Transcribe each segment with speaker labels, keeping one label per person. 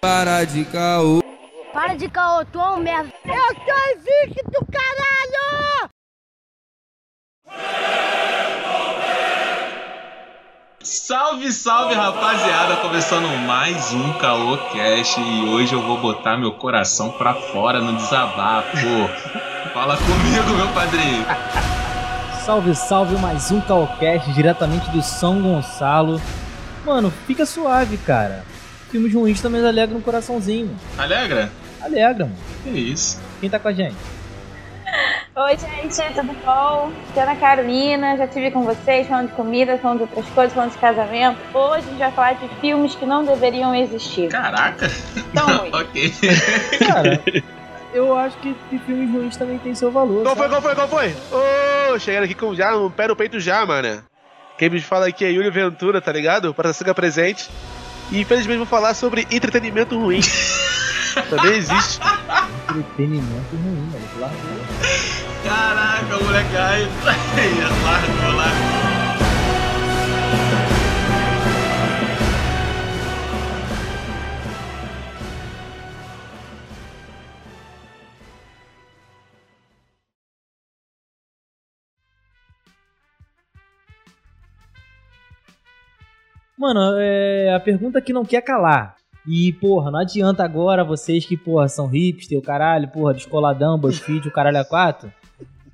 Speaker 1: Para de caô.
Speaker 2: Para de caô, tu é um merda. Eu sou invicto, caralho!
Speaker 3: Salve, salve rapaziada! Começando mais um Calocast e hoje eu vou botar meu coração pra fora no desabafo. Fala comigo, meu padrinho!
Speaker 4: Salve, salve, mais um Calcast diretamente do São Gonçalo. Mano, fica suave, cara. Filmes ruins também alegram o coraçãozinho.
Speaker 3: Alegra?
Speaker 4: Alegra, mano.
Speaker 3: Que isso?
Speaker 4: Quem tá com a gente?
Speaker 5: Oi, gente, tudo bom? Aqui é a Ana Carolina, já estive com vocês falando de comida, falando de outras coisas, falando de casamento. Hoje a gente vai falar de filmes que não deveriam existir.
Speaker 3: Caraca!
Speaker 5: Então, oi.
Speaker 3: ok.
Speaker 4: Cara, eu acho que que filmes ruins também tem seu valor.
Speaker 6: Qual foi,
Speaker 4: sabe?
Speaker 6: qual foi, qual foi? Ô, chegaram aqui com já um pé no peito já, mano. Quem me fala aqui é Yuri Ventura, tá ligado? Para Siga Presente. E infelizmente vou falar sobre entretenimento ruim. Também existe.
Speaker 4: Entretenimento ruim, velho. pelo amor de Deus.
Speaker 3: Caraca, moleque! Ai, largou, largou.
Speaker 4: Mano, é a pergunta que não quer calar. E, porra, não adianta agora vocês que, porra, são hipster, o caralho, porra, descoladão, BuzzFeed, o caralho a quatro,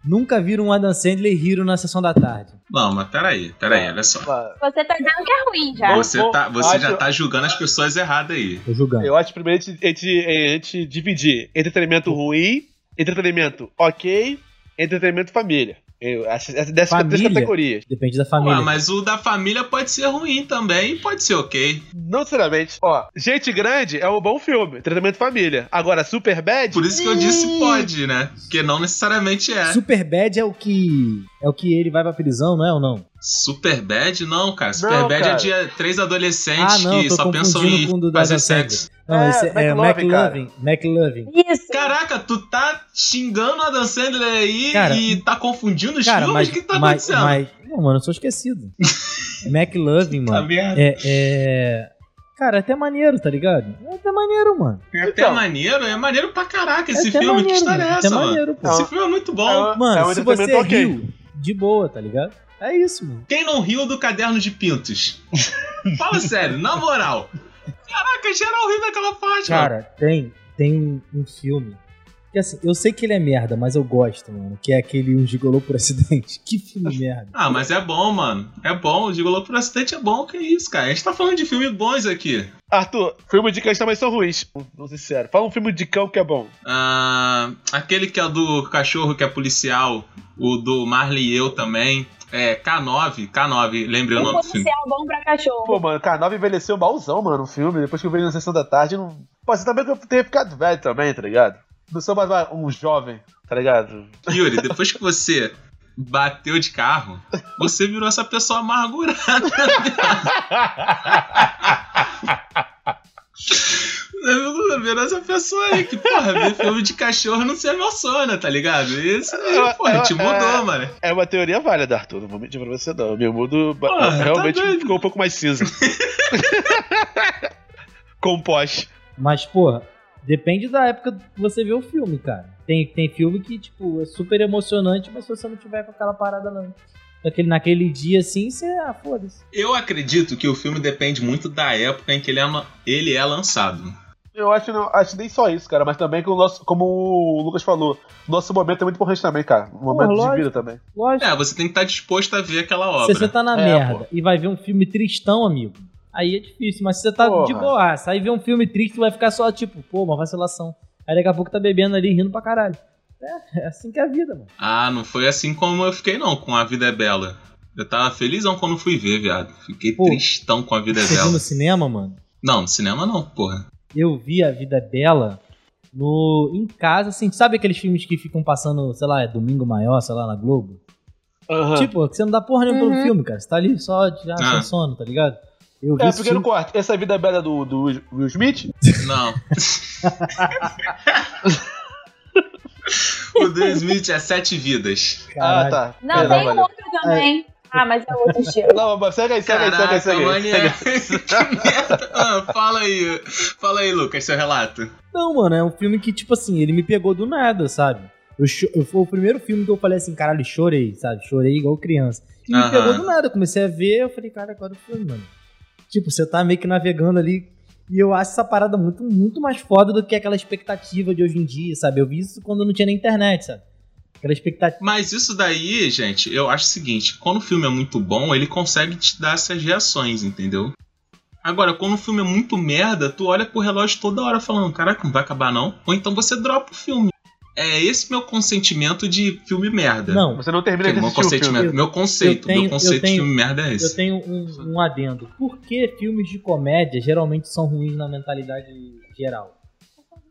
Speaker 4: nunca viram um Adam Sandler e Hiro na sessão da tarde.
Speaker 3: Não, mas peraí, peraí, olha só.
Speaker 5: Você tá dizendo que é ruim já.
Speaker 6: Bom,
Speaker 3: Você,
Speaker 6: bom,
Speaker 3: tá, você já
Speaker 6: acho-
Speaker 3: tá julgando as pessoas erradas aí.
Speaker 4: Tô julgando.
Speaker 6: Eu acho que primeiro a gente, a, gente, a gente dividir entretenimento ruim, entretenimento ok, entretenimento família. Eu, acho- essas- dessas
Speaker 4: Família?
Speaker 6: três categorias.
Speaker 4: Depende da
Speaker 3: Ué,
Speaker 4: família.
Speaker 3: Ah, mas o da família pode ser ruim também, pode ser ok.
Speaker 6: Não necessariamente. Ó, Gente Grande é um bom filme, entretenimento família. Agora, Super Bad.
Speaker 3: Por isso que eu disse pode, né? Porque não necessariamente é.
Speaker 4: Superbad é o que. É o que ele vai pra prisão, não é ou não?
Speaker 3: Superbad? Não, cara.
Speaker 6: Não,
Speaker 3: Superbad é
Speaker 6: cara.
Speaker 3: de três
Speaker 4: Ah,
Speaker 3: adolescentes
Speaker 4: não,
Speaker 3: que
Speaker 4: tô
Speaker 3: só pensam
Speaker 4: confundindo
Speaker 3: em
Speaker 4: com o do da
Speaker 3: fazer
Speaker 4: Adam Sandler.
Speaker 3: sexo.
Speaker 4: Não,
Speaker 6: É,
Speaker 4: esse é, é
Speaker 6: McLovin, cara.
Speaker 4: McLovin. McLovin.
Speaker 5: Isso.
Speaker 3: Caraca, tu tá xingando a Adam Sandler aí
Speaker 4: Cara,
Speaker 3: e tá confundindo os
Speaker 4: Cara,
Speaker 3: filmes?
Speaker 4: mas,
Speaker 3: o que tá
Speaker 4: mas,
Speaker 3: acontecendo?
Speaker 4: mas. Não, mano, eu sou esquecido. McLovin,
Speaker 3: Tá
Speaker 4: mano.
Speaker 3: merda.
Speaker 4: É, é. Cara, é até maneiro, tá ligado? É até maneiro, mano.
Speaker 3: É até
Speaker 6: Então.
Speaker 3: maneiro, é maneiro pra caraca
Speaker 4: É
Speaker 3: esse
Speaker 4: até
Speaker 3: filme. que
Speaker 4: maneiro,
Speaker 3: história é
Speaker 4: mano.
Speaker 3: essa,
Speaker 4: até
Speaker 3: mano?
Speaker 4: maneiro, pô.
Speaker 6: Não,
Speaker 3: Esse filme é muito bom.
Speaker 6: É um-
Speaker 4: Mano,
Speaker 6: é um
Speaker 4: se você
Speaker 6: entretenimento ok.
Speaker 4: riu, de boa, tá ligado? É isso, mano.
Speaker 3: Quem não riu do caderno de pintos? Fala sério, na moral. Caraca, geral riu daquela parte, mano.
Speaker 4: Cara, tem, tem um, um filme. Que assim, eu sei que ele é merda, mas eu gosto, mano. Que é aquele Um Gigolô por Acidente. Que filme merda.
Speaker 3: Ah, mas é bom, mano. É bom. O Gigolô por acidente é bom. Que isso, cara. A gente tá falando de filmes bons aqui.
Speaker 6: Arthur, filmes de cães também são ruins. Não sei sincero. Fala um filme de cão que é bom.
Speaker 3: Ah, aquele que é do cachorro que é policial, o do Marley e eu também. É, K9, K9, lembrei o
Speaker 5: Um
Speaker 3: nome do filme.
Speaker 5: policial bom pra cachorro.
Speaker 6: Pô, mano, K9 envelheceu malzão, mano, o filme. Depois que eu vi na sessão da tarde, não. Pode ser também que eu tenha ficado velho também, tá ligado? Não sou mais ah, um jovem, tá ligado?
Speaker 3: Yuri, depois que você bateu de carro, você virou essa pessoa amargurada. Você Virou essa pessoa aí que, porra, ver filme de cachorro não se emociona, tá ligado? Isso aí, porra, te mudou, mano.
Speaker 6: É uma teoria válida, Arthur. Não vou mentir pra você, não. Meu mundo ba-
Speaker 3: Ah, tá
Speaker 6: realmente
Speaker 3: doido.
Speaker 6: ficou um pouco mais cinza. Compost.
Speaker 4: Mas, porra, depende da época que você vê o filme, cara. Tem, tem filme que, tipo, é super emocionante, mas se você não tiver com aquela parada, não. Naquele, naquele dia, assim, você... Ah, foda-se.
Speaker 3: Eu acredito que o filme depende muito da época em que ele é, lan- ele é lançado.
Speaker 6: Eu acho, não, acho nem só isso, cara, mas também que o nosso, como o Lucas falou, nosso momento é muito importante também, cara. O momento
Speaker 4: lógico.
Speaker 6: de vida também.
Speaker 4: Lógico.
Speaker 3: É, você tem que estar disposto a ver aquela
Speaker 4: se
Speaker 3: obra.
Speaker 4: você tá na
Speaker 6: É,
Speaker 4: merda e vai ver um filme tristão, amigo, aí é difícil. Mas se você tá
Speaker 6: Porra.
Speaker 4: de boaça, aí ver um filme triste, tu vai ficar só, tipo, pô, uma vacilação. Aí daqui a pouco tá bebendo ali, rindo pra caralho. É, é assim que é a vida, mano.
Speaker 3: Ah, não foi assim como eu fiquei, não, com A Vida é Bela. Eu tava felizão quando fui ver, viado. Fiquei
Speaker 4: Pô,
Speaker 3: tristão com A Vida é
Speaker 4: Você viu
Speaker 3: Bela.
Speaker 4: no cinema, mano?
Speaker 3: Não, no cinema não, porra.
Speaker 4: eu vi A Vida é Bela no, em casa, assim, sabe aqueles filmes que ficam passando, sei lá, é Domingo Maior, sei lá, na Globo?
Speaker 6: Aham.
Speaker 4: Tipo, que você não dá porra nenhuma
Speaker 5: Uhum.
Speaker 4: pelo filme, cara. Você tá ali só já
Speaker 3: Ah.
Speaker 4: sem sono, tá ligado? Eu vi
Speaker 6: É,
Speaker 4: esse
Speaker 6: pequeno
Speaker 4: filme-
Speaker 6: corte. Essa vida é bela do, do Will Smith?
Speaker 3: Não. o Will Smith é Sete Vidas.
Speaker 4: Caralho.
Speaker 6: Ah, tá.
Speaker 5: Não,
Speaker 3: é
Speaker 5: tem um
Speaker 6: Perdão, Ah, tá. é, valeu.
Speaker 4: um
Speaker 5: outro também. Ah, mas é outro estilo.
Speaker 6: Não, mas segue aí, segue aí, segue
Speaker 3: Caraca,
Speaker 6: aí, segue aí.
Speaker 3: mané. Que merda. Ah, fala aí. Fala aí, Lucas, seu relato.
Speaker 4: Não, mano, é um filme que, tipo assim, ele me pegou do nada, sabe? Eu, cho- eu- foi o primeiro filme que eu falei assim, caralho, chorei, sabe? Chorei igual criança. E me
Speaker 3: Aham.
Speaker 4: pegou do nada, eu comecei a ver, eu falei, cara, agora o filme, mano. Tipo, você tá meio que navegando ali. E eu acho essa parada muito, muito mais foda do que aquela expectativa de hoje em dia, sabe? Eu vi isso quando não tinha nem internet, sabe? Aquela expectativa.
Speaker 3: Mas isso daí, gente, eu acho o seguinte: quando o filme é muito bom, ele consegue te dar essas reações, entendeu? Agora, quando o filme é muito merda, tu olha pro relógio toda hora falando, caraca, não vai acabar não. Ou então você dropa o filme. É esse meu consentimento de filme merda.
Speaker 4: Não,
Speaker 6: Você não termina
Speaker 3: Que
Speaker 6: de
Speaker 3: é meu
Speaker 6: assistir o filme.
Speaker 3: consentimento, meu conceito,
Speaker 4: Eu tenho-
Speaker 3: meu conceito
Speaker 4: eu tenho-
Speaker 3: de filme merda é
Speaker 4: eu
Speaker 3: esse.
Speaker 4: tenho um, um adendo. Por que filmes de comédia geralmente são ruins na mentalidade geral?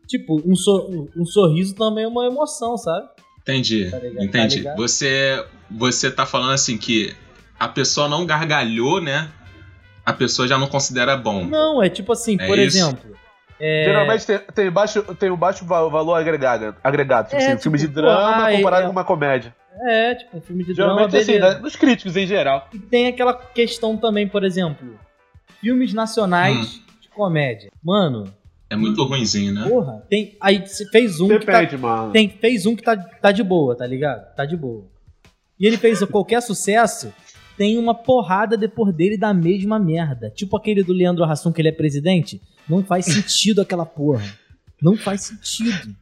Speaker 4: Tipo, um, sor- um sorriso também é uma emoção, sabe?
Speaker 3: Entendi.
Speaker 4: Tá ligado, tá
Speaker 3: entendi.
Speaker 4: ligado?
Speaker 3: você você tá falando assim que a pessoa não gargalhou, né? A pessoa já não considera bom.
Speaker 4: Não, é tipo assim,
Speaker 3: É
Speaker 4: por
Speaker 3: isso.
Speaker 4: exemplo. é-
Speaker 6: Geralmente tem, tem, baixo, tem um baixo va- valor agregado, agregado tipo
Speaker 4: É,
Speaker 6: assim, um filme de
Speaker 4: tipo,
Speaker 6: drama
Speaker 4: ah,
Speaker 6: comparado
Speaker 4: é-
Speaker 6: com uma comédia.
Speaker 4: É, tipo, um filme de drama,
Speaker 6: Geralmente assim,
Speaker 4: beleza.
Speaker 6: né, dos críticos em geral.
Speaker 4: E tem aquela questão também, por exemplo, filmes nacionais
Speaker 3: Hum.
Speaker 4: de comédia. Mano,
Speaker 3: É muito ruinzinho, né?
Speaker 4: porra, tem. Aí você fez um que tá,
Speaker 6: Depende, mano.
Speaker 4: tem, fez um que tá, tá de boa, tá ligado? Tá de boa. E ele fez qualquer sucesso, tem uma porrada depois dele da mesma merda. Tipo aquele do Leandro Hassum, que ele é presidente. Não faz sentido aquela porra. Não faz sentido.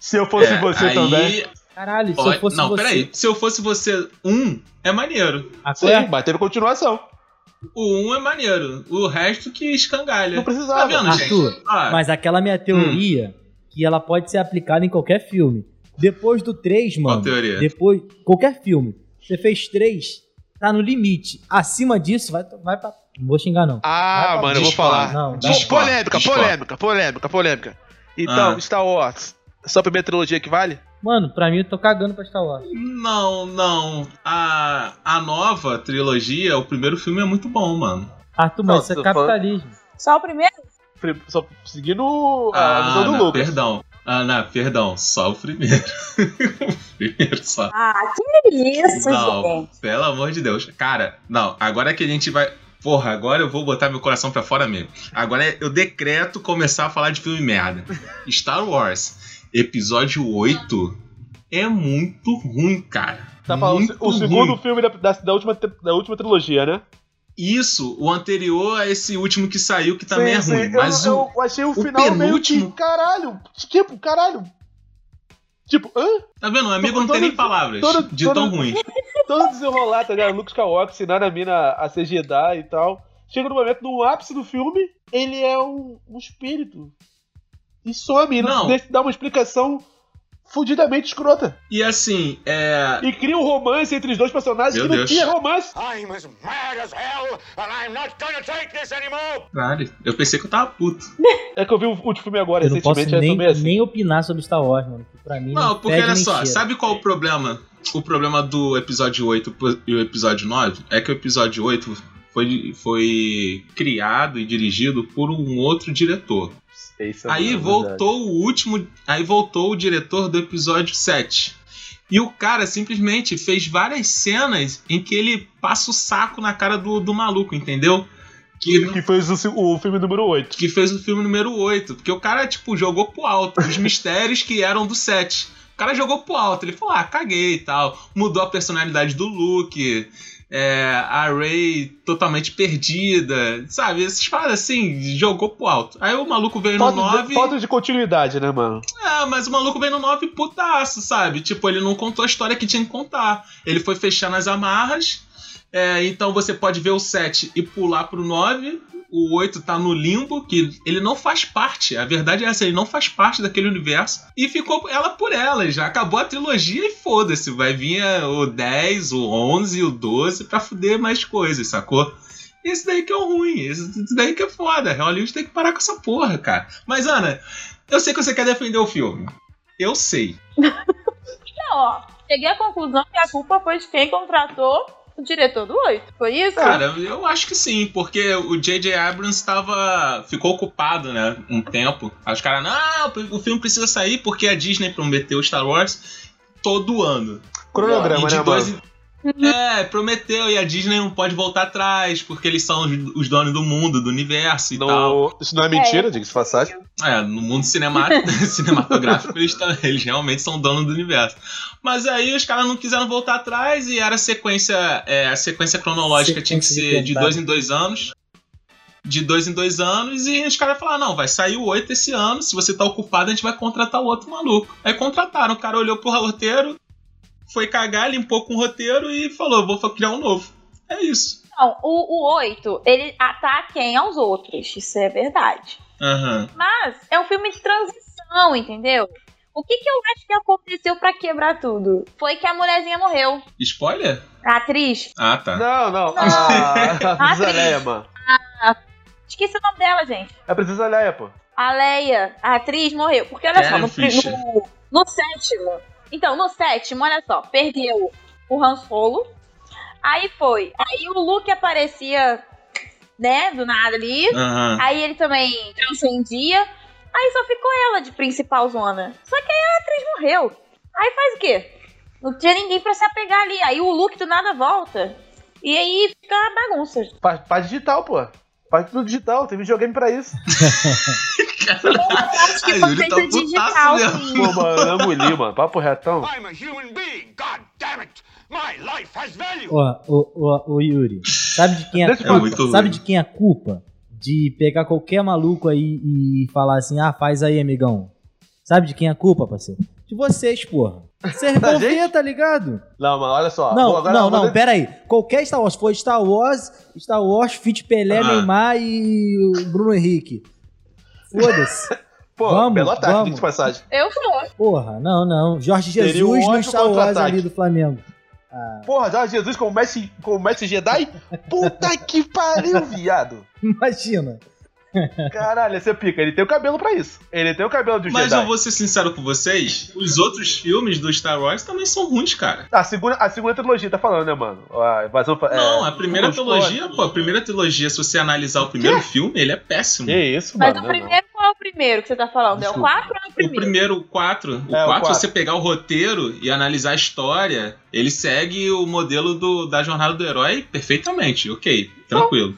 Speaker 6: Se eu fosse
Speaker 3: É,
Speaker 6: você
Speaker 3: aí-
Speaker 6: também.
Speaker 4: Caralho, se
Speaker 3: Olha-
Speaker 4: eu fosse
Speaker 3: não,
Speaker 4: você...
Speaker 3: peraí. Se eu fosse você, um é maneiro.
Speaker 4: A qual é?
Speaker 6: Sim, mas teve continuação.
Speaker 3: O um é maneiro. O resto que escangalha.
Speaker 6: Não precisava.
Speaker 3: Tá vendo,
Speaker 4: Arthur,
Speaker 3: gente? Ah,
Speaker 4: Mas aquela minha teoria,
Speaker 3: Hum.
Speaker 4: que ela pode ser aplicada em qualquer filme. Depois do 3,
Speaker 3: qual
Speaker 4: mano.
Speaker 3: teoria?
Speaker 4: Depois. Qualquer filme. Você fez 3, tá no limite. Acima disso, vai, vai pra. Não vou xingar, não.
Speaker 6: Ah,
Speaker 4: Vai pra
Speaker 6: mano, eu vou
Speaker 3: discórdia.
Speaker 6: falar.
Speaker 4: Não, dá-
Speaker 6: Pô,
Speaker 3: Discord,
Speaker 6: polêmica,
Speaker 3: Discord.
Speaker 6: polêmica, polêmica, polêmica. Então,
Speaker 3: Ah.
Speaker 6: Star Wars, só a primeira trilogia que vale?
Speaker 4: Mano, pra mim eu tô cagando pra Star Wars.
Speaker 3: Não, não. A, a nova trilogia, o primeiro filme é muito bom, mano.
Speaker 4: Arthur,
Speaker 6: Não,
Speaker 4: mas isso
Speaker 6: tô
Speaker 4: é capitalismo.
Speaker 5: Só o primeiro?
Speaker 6: Pri- Só seguindo a visão Ah, é do
Speaker 3: Ah, não,
Speaker 6: Lucas.
Speaker 3: perdão. Ah, não, perdão. Só o primeiro. o primeiro só.
Speaker 5: Ah, que isso,
Speaker 3: Não,
Speaker 5: gente.
Speaker 3: pelo amor de Deus. Cara, não, agora é que a gente vai. Porra, agora eu vou botar meu coração pra fora mesmo. Agora é, eu decreto começar a falar de filme merda. Star Wars, episódio 8 é muito ruim, cara.
Speaker 6: Tá falando
Speaker 3: muito
Speaker 6: o
Speaker 3: ruim.
Speaker 6: segundo filme da, da, da última, tri- da última trilogia, né?
Speaker 3: Isso, o anterior a esse último que saiu, que também
Speaker 6: Sim,
Speaker 3: é
Speaker 6: sim.
Speaker 3: ruim. Mas
Speaker 6: eu,
Speaker 3: o.
Speaker 6: eu achei o, final meio que.
Speaker 3: penúltimo-
Speaker 6: Caralho! Tipo, caralho! Tipo, hã?
Speaker 3: Tá vendo? O amigo não tem
Speaker 6: todo-
Speaker 3: nem palavras
Speaker 6: todo-
Speaker 3: de
Speaker 6: todo-
Speaker 3: tão ruim.
Speaker 6: Todo desenrolar, tá ligado? Lucas Skywalker ensinando a mina a se Jedi e tal. Chega no momento, no ápice do filme, ele é um, um espírito. E some, e
Speaker 3: Não.
Speaker 6: não. deixa- dá uma explicação fudidamente escrota.
Speaker 3: E assim, é.
Speaker 6: E cria um romance entre os dois personagens
Speaker 3: Meu
Speaker 6: que não
Speaker 3: Deus.
Speaker 6: tinha romance.
Speaker 1: I'm as mad as hell, and I'm not gonna take this anymore!
Speaker 3: Caralho, eu pensei que eu tava puto.
Speaker 6: É que eu vi o último filme agora,
Speaker 4: Eu não posso
Speaker 6: recentemente, eu
Speaker 4: nem,
Speaker 6: tomei assim.
Speaker 4: nem opinar sobre Star Wars, mano. que Pra mim. Não,
Speaker 3: Não, porque
Speaker 4: fede
Speaker 3: olha
Speaker 4: nem
Speaker 3: só,
Speaker 4: cheira.
Speaker 3: sabe qual o problema? O problema do episódio 8 pro- e o episódio 9 é que o episódio 8 foi, foi criado e dirigido por um outro diretor.
Speaker 6: Isso é
Speaker 3: aí
Speaker 6: verdade.
Speaker 3: voltou o último. Aí voltou o diretor do episódio 7. E o cara simplesmente fez várias cenas em que ele passa o saco na cara do, do maluco, entendeu? Que
Speaker 6: Que foi o, o filme número 8.
Speaker 3: que fez o filme número 8. Porque o cara, tipo, jogou pro alto os mistérios que eram do 7. O cara jogou pro alto, ele falou, ah, caguei e tal. Mudou a personalidade do Luke. é, a Ray totalmente perdida. Sabe, essas paradas assim, jogou pro alto. Aí o maluco veio no
Speaker 6: Falta,
Speaker 3: 9.
Speaker 6: de, falta de continuidade, né, mano?
Speaker 3: Ah, mas o maluco veio no 9 putaço, sabe? Tipo, ele não contou a história que tinha que contar. Ele foi fechando as amarras. é, então você pode ver o 7 e pular pro 9. O 8 tá no limbo, que ele não faz parte. A verdade é essa, ele não faz parte daquele universo. E ficou ela por ela. Já acabou a trilogia e foda-se. Vai vir é, o 10, o 11 e o 12 pra fuder mais coisas, sacou? Esse daí que é o ruim, esse esse daí que é foda. Hollywood tem que parar com essa porra, cara. Mas, Ana, eu sei que você quer defender o filme. Eu sei.
Speaker 5: Não, ó. Cheguei à conclusão que a culpa foi de quem contratou o diretor do 8. Foi
Speaker 6: É.
Speaker 5: isso?
Speaker 3: Cara, eu acho que sim, porque o J.J. Abrams tava. ficou ocupado, né? Um tempo. Aí os caras, não, o filme precisa sair porque a Disney prometeu Star Wars todo ano.
Speaker 6: Cronograma,
Speaker 3: E de
Speaker 6: né,
Speaker 3: dois
Speaker 6: mano?
Speaker 3: em- É, prometeu, e a Disney não pode voltar atrás, porque eles são os- os donos do mundo, do universo e tal.
Speaker 6: No- Isso não é mentira, diga-se de passagem.
Speaker 3: É, no mundo cinema- cinematográfico eles, tam- eles realmente são donos do universo. Mas aí os caras não quiseram voltar atrás e era a sequência. é, a sequência cronológica tinha que
Speaker 4: Sequência de
Speaker 3: ser de
Speaker 4: contar.
Speaker 3: dois em dois anos. De dois em dois anos, e os caras falaram: não, vai sair o oito esse ano. Se você tá ocupado, a gente vai contratar o outro maluco. Aí contrataram, o cara olhou pro roteiro, foi cagar, limpou com o roteiro e falou: vou fa- criar um novo. É isso.
Speaker 5: Não, o, o 8, ele ataca quem aos outros, isso é verdade.
Speaker 3: Aham.
Speaker 5: Mas é um filme de transição, entendeu? O que, que eu acho que aconteceu pra quebrar tudo? Foi que a mulherzinha morreu.
Speaker 3: Spoiler?
Speaker 5: A atriz,
Speaker 3: Ah, tá.
Speaker 6: Não, não. Ah, a Princesa
Speaker 5: Atriz.
Speaker 6: Leia, mano.
Speaker 5: esqueci o nome dela, gente.
Speaker 6: É a Princesa Leia, pô.
Speaker 5: A Leia, a atriz, morreu. Porque olha só,
Speaker 3: Carrie
Speaker 5: no, pri-
Speaker 3: Fisher.
Speaker 5: no- no sétimo. Então, no sétimo, olha só, perdeu o Han Solo. Aí foi. Aí o Luke aparecia, né, do nada ali.
Speaker 3: Aham.
Speaker 5: Aí ele também transcendia. Aí só ficou ela de principal zona. Só que aí a atriz morreu. Aí faz o quê? Não tinha ninguém pra se apegar ali. Aí o Luke do nada volta. E aí fica a bagunça.
Speaker 6: Pra, pra digital, pô. Parte do digital, tem videogame pra isso.
Speaker 5: Acho que
Speaker 3: Ai,
Speaker 5: foi
Speaker 3: ele
Speaker 5: feita
Speaker 3: tá putaço
Speaker 5: digital,
Speaker 3: mesmo.
Speaker 5: sim.
Speaker 6: Pô, mano, eu engoli, mano. Papo retão.
Speaker 1: I'm a human being. God damn it! My life has value.
Speaker 4: Ó, ô, ô, ô, Yuri, sabe de quem é,
Speaker 6: Deixa eu
Speaker 3: É muito
Speaker 4: sabe
Speaker 3: ruim.
Speaker 4: de quem é a culpa de pegar qualquer maluco aí e falar assim: "Ah, faz aí, amigão". Sabe de quem é a culpa, parceiro? De vocês, porra. Vocês vão ver, tá ligado?
Speaker 6: Não, mano, olha só.
Speaker 4: Não,
Speaker 6: Ah, Pô, agora
Speaker 4: não,
Speaker 6: eu vou
Speaker 4: não,
Speaker 6: de-
Speaker 4: pera aí. Qualquer Star Wars, foi Star Wars, Star Wars, Fit Pelé,
Speaker 3: Ah.
Speaker 4: Neymar e o Bruno Henrique. Foda-se.
Speaker 6: Pô,
Speaker 4: Vamos,
Speaker 6: belo ataque,
Speaker 4: vamos.
Speaker 6: diga de passagem.
Speaker 5: Eu sou.
Speaker 4: Porra, não, não. Jorge
Speaker 6: Seria um
Speaker 4: Jesus no
Speaker 6: ótimo
Speaker 4: Star Wars
Speaker 6: contra-ataque.
Speaker 4: ali do Flamengo. Ah,
Speaker 6: Porra, já Jesus com o mestre, com o mestre Jedi? Puta que pariu, viado.
Speaker 4: Imagina.
Speaker 6: Caralho, você pica. Ele tem o cabelo pra isso. Ele tem o cabelo de um
Speaker 3: Mas
Speaker 6: Jedi.
Speaker 3: eu vou ser sincero com vocês, os outros filmes do Star Wars também são ruins, cara.
Speaker 6: A segunda, a segunda trilogia tá falando, né, mano? A invasão... fa-
Speaker 3: Não,
Speaker 6: é,
Speaker 3: a primeira
Speaker 6: os
Speaker 3: trilogia,
Speaker 6: clones.
Speaker 3: pô, a primeira trilogia, se você analisar o primeiro filme, ele é péssimo.
Speaker 6: Que isso,
Speaker 5: Mas
Speaker 6: mano.
Speaker 5: o
Speaker 6: não, não.
Speaker 5: primeiro, qual é o primeiro que você tá falando? É o
Speaker 6: Desculpa.
Speaker 5: 4 ou é o
Speaker 3: O
Speaker 5: primeiro?
Speaker 3: primeiro, o 4, o
Speaker 6: É,
Speaker 3: 4,
Speaker 6: o quatro.
Speaker 3: você pegar o roteiro e analisar a história, ele segue o modelo do, da jornada do herói perfeitamente, ok, tranquilo.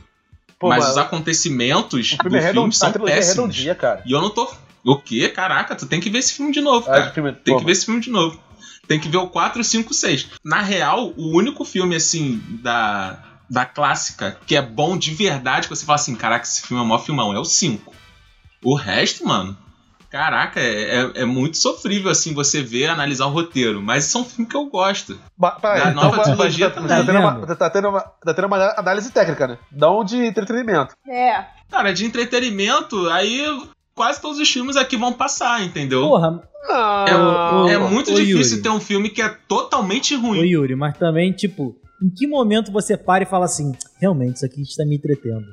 Speaker 6: Pô,
Speaker 3: Mas
Speaker 6: mano,
Speaker 3: os acontecimentos
Speaker 6: o
Speaker 3: do
Speaker 6: filme
Speaker 3: filme
Speaker 6: é redondo, a
Speaker 3: são
Speaker 6: trilogia é
Speaker 3: péssimos.
Speaker 6: redondinha, cara.
Speaker 3: E eu não tô... O quê? Caraca, tu tem que ver esse filme de novo, cara.
Speaker 6: Ah, o filme-
Speaker 3: Tem
Speaker 6: pô,
Speaker 3: que ver esse filme de novo. Tem que ver o 4, 5, 6. Na real, o único filme, assim, da, da clássica que é bom de verdade, que você fala assim, caraca, esse filme é o maior filmão, é o 5. O resto, mano, caraca, é, é- é muito sofrível, assim, você ver, analisar o roteiro. Mas são filmes que eu gosto.
Speaker 6: Ba- peraí,
Speaker 3: Da
Speaker 6: então
Speaker 3: nova
Speaker 6: ba-
Speaker 3: trilogia
Speaker 6: tá,
Speaker 3: também.
Speaker 6: tá tendo uma,
Speaker 4: Tá
Speaker 6: tá, tá tendo uma, tá tendo uma análise técnica, né? Não de entretenimento.
Speaker 5: É.
Speaker 3: Cara, de entretenimento, aí quase todos os filmes aqui vão passar, entendeu?
Speaker 4: Porra,
Speaker 3: É,
Speaker 6: Ah,
Speaker 3: é muito
Speaker 4: ô,
Speaker 3: difícil
Speaker 4: Yuri.
Speaker 3: ter um filme que é totalmente
Speaker 4: ô
Speaker 3: ruim.
Speaker 4: Yuri, mas também, tipo, em que momento você para e fala assim, realmente, isso aqui está me entretendo?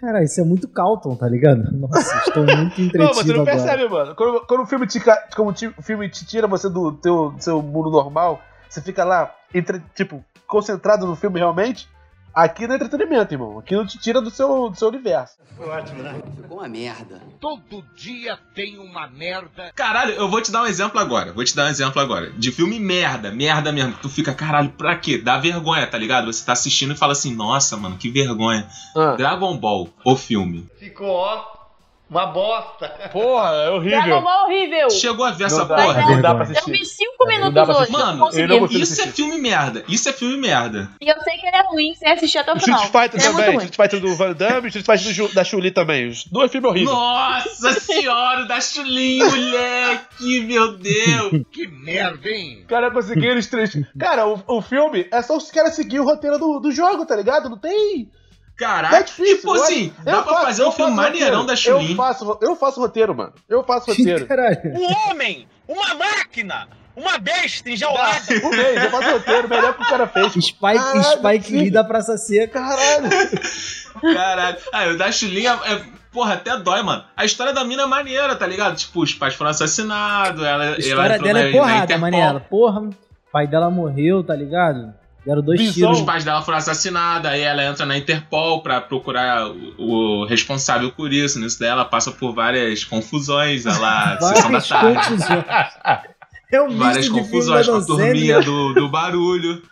Speaker 4: Cara, isso é muito Calton, tá ligado? Nossa, estou muito
Speaker 6: Não, mas você
Speaker 4: entretido
Speaker 6: não
Speaker 4: agora.
Speaker 6: percebe, mano. Quando, quando o filme te, ca- como ti- o filme te tira você do teu do seu mundo normal, você fica lá, entre- tipo, concentrado no filme realmente. Aqui não é entretenimento, irmão. Aqui não te tira do seu, do seu universo.
Speaker 1: Todo dia tem uma merda.
Speaker 3: Caralho, eu vou te dar um exemplo agora. Vou te dar um exemplo agora. De filme merda, merda mesmo. que Tu fica, caralho, pra quê? Dá vergonha, tá ligado? Você tá assistindo e fala assim, nossa, mano, que vergonha.
Speaker 6: Ah.
Speaker 3: Dragon Ball, o filme.
Speaker 7: Ficou, ó, uma bosta.
Speaker 6: Porra, é
Speaker 5: Dragon Ball horrível.
Speaker 3: Chegou a ver essa
Speaker 6: Não dá,
Speaker 3: porra?
Speaker 6: não dá pra
Speaker 5: Eu
Speaker 6: assistir.
Speaker 5: vi 5
Speaker 6: dá
Speaker 5: minutos
Speaker 6: pra
Speaker 5: hoje.
Speaker 6: assistir.
Speaker 5: Mano,
Speaker 3: Mano,
Speaker 5: não
Speaker 6: eu
Speaker 5: consegui.
Speaker 6: não consigo
Speaker 3: Isso é filme merda. Isso é filme merda.
Speaker 5: E eu sei que ele é ruim sem assistir até o final.
Speaker 6: Street Fighter
Speaker 5: Ele é
Speaker 6: também.
Speaker 5: muito ruim.
Speaker 6: Street Fighter do Van Damme, Street Fighter do Ju- da Chuli também. Os dois filmes horríveis.
Speaker 3: Nossa senhora, o da Chulin, moleque, meu Deus.
Speaker 1: Que merda, hein?
Speaker 6: Os caras conseguiram os três. Cara, o, o filme é só os caras seguir o roteiro do, do jogo, tá ligado? Não tem.
Speaker 3: Caraca,
Speaker 6: É difícil.
Speaker 3: tipo
Speaker 6: eu
Speaker 3: assim,
Speaker 6: acho-
Speaker 3: dá
Speaker 6: eu
Speaker 3: pra
Speaker 6: faço-
Speaker 3: fazer
Speaker 6: eu
Speaker 3: um filme
Speaker 6: faço
Speaker 3: maneirão
Speaker 6: roteiro.
Speaker 3: da Chulin.
Speaker 6: Eu faço, ro- eu faço roteiro, mano. Eu faço roteiro.
Speaker 4: Caralho.
Speaker 7: Um homem, uma máquina, uma besta
Speaker 6: Ah,
Speaker 7: enjaulada.
Speaker 6: um mês, eu faço roteiro, melhor que o cara fez.
Speaker 4: Spike,
Speaker 6: Caralho,
Speaker 4: Spike Lee
Speaker 6: filho.
Speaker 4: da Praça Seca.
Speaker 6: Caralho.
Speaker 3: Caralho. Ah, o da Chulinha é. é- Porra, até dói, mano. A história da mina é maneira, tá ligado? Tipo, os pais foram assassinados, ela.
Speaker 4: A história
Speaker 3: ela entrou
Speaker 4: dela
Speaker 3: na-
Speaker 4: é
Speaker 3: na
Speaker 4: porrada,
Speaker 3: Interpol,
Speaker 4: Manela. Porra, o pai dela morreu, tá ligado? Deram dois
Speaker 6: Visão.
Speaker 4: tiros.
Speaker 3: Os pais dela foram assassinados, aí ela entra na Interpol pra procurar o, o responsável por isso. Nisso daí ela passa por várias confusões, ela. sessão da
Speaker 4: Várias
Speaker 3: tarde.
Speaker 4: confusões. É um misto
Speaker 3: Várias
Speaker 4: de filme da
Speaker 3: confusões com a
Speaker 4: Donzelli.
Speaker 3: turminha do, do barulho.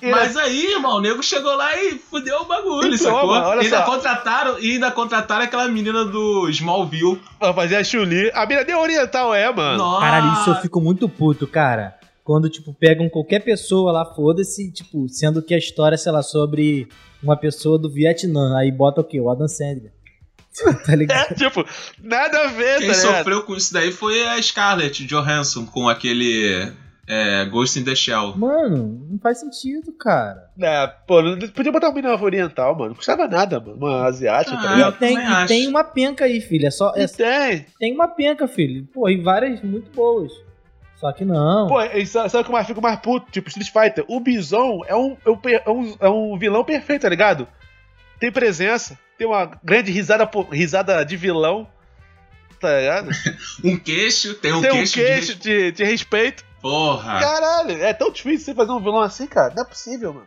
Speaker 6: E
Speaker 3: Mas aí, irmão, o nego chegou lá e fudeu o bagulho,
Speaker 6: Então,
Speaker 3: sacou?
Speaker 6: mano, olha
Speaker 3: e ainda
Speaker 6: só.
Speaker 3: contrataram, e ainda contrataram aquela menina do Smallville.
Speaker 6: Pra fazer a Chuli. A mina nem oriental é, mano.
Speaker 3: Nossa.
Speaker 4: Caralho, isso eu fico muito puto, cara. Quando, tipo, pegam qualquer pessoa lá, foda-se, tipo, sendo que a história, sei lá, sobre uma pessoa do Vietnã. Aí bota o quê? O Adam Sandler. tá ligado?
Speaker 6: É, tipo, nada a ver,
Speaker 3: Quem
Speaker 6: tá ligado?
Speaker 3: sofreu com isso daí foi a Scarlett Johansson com aquele é, Ghost in the Shell.
Speaker 4: Mano, não faz sentido, cara.
Speaker 6: É, pô, não- podia botar uma mina oriental, mano. Não custava nada, mano. Uma asiática,
Speaker 3: Ah,
Speaker 6: tá
Speaker 4: E,
Speaker 6: ligado?
Speaker 4: tem,
Speaker 3: também
Speaker 4: e
Speaker 3: acho.
Speaker 4: tem uma penca aí, filho. É só, é-
Speaker 6: E tem.
Speaker 4: tem uma penca, filho. Pô, e várias muito boas. Só que não.
Speaker 6: Pô, e sa- sabe o que mais fico mais puto? Tipo, Street Fighter. O Bison é um, é um per- é um, é um vilão perfeito, tá ligado? Tem presença, tem uma grande risada, po- risada de vilão, tá ligado?
Speaker 3: Um queixo, tem um
Speaker 6: tem
Speaker 3: queixo,
Speaker 6: um
Speaker 3: de
Speaker 6: queixo
Speaker 3: res- Ah.
Speaker 6: de, de respeito.
Speaker 3: Porra.
Speaker 6: Caralho, é tão difícil você fazer um vilão assim, cara. Não é possível, mano.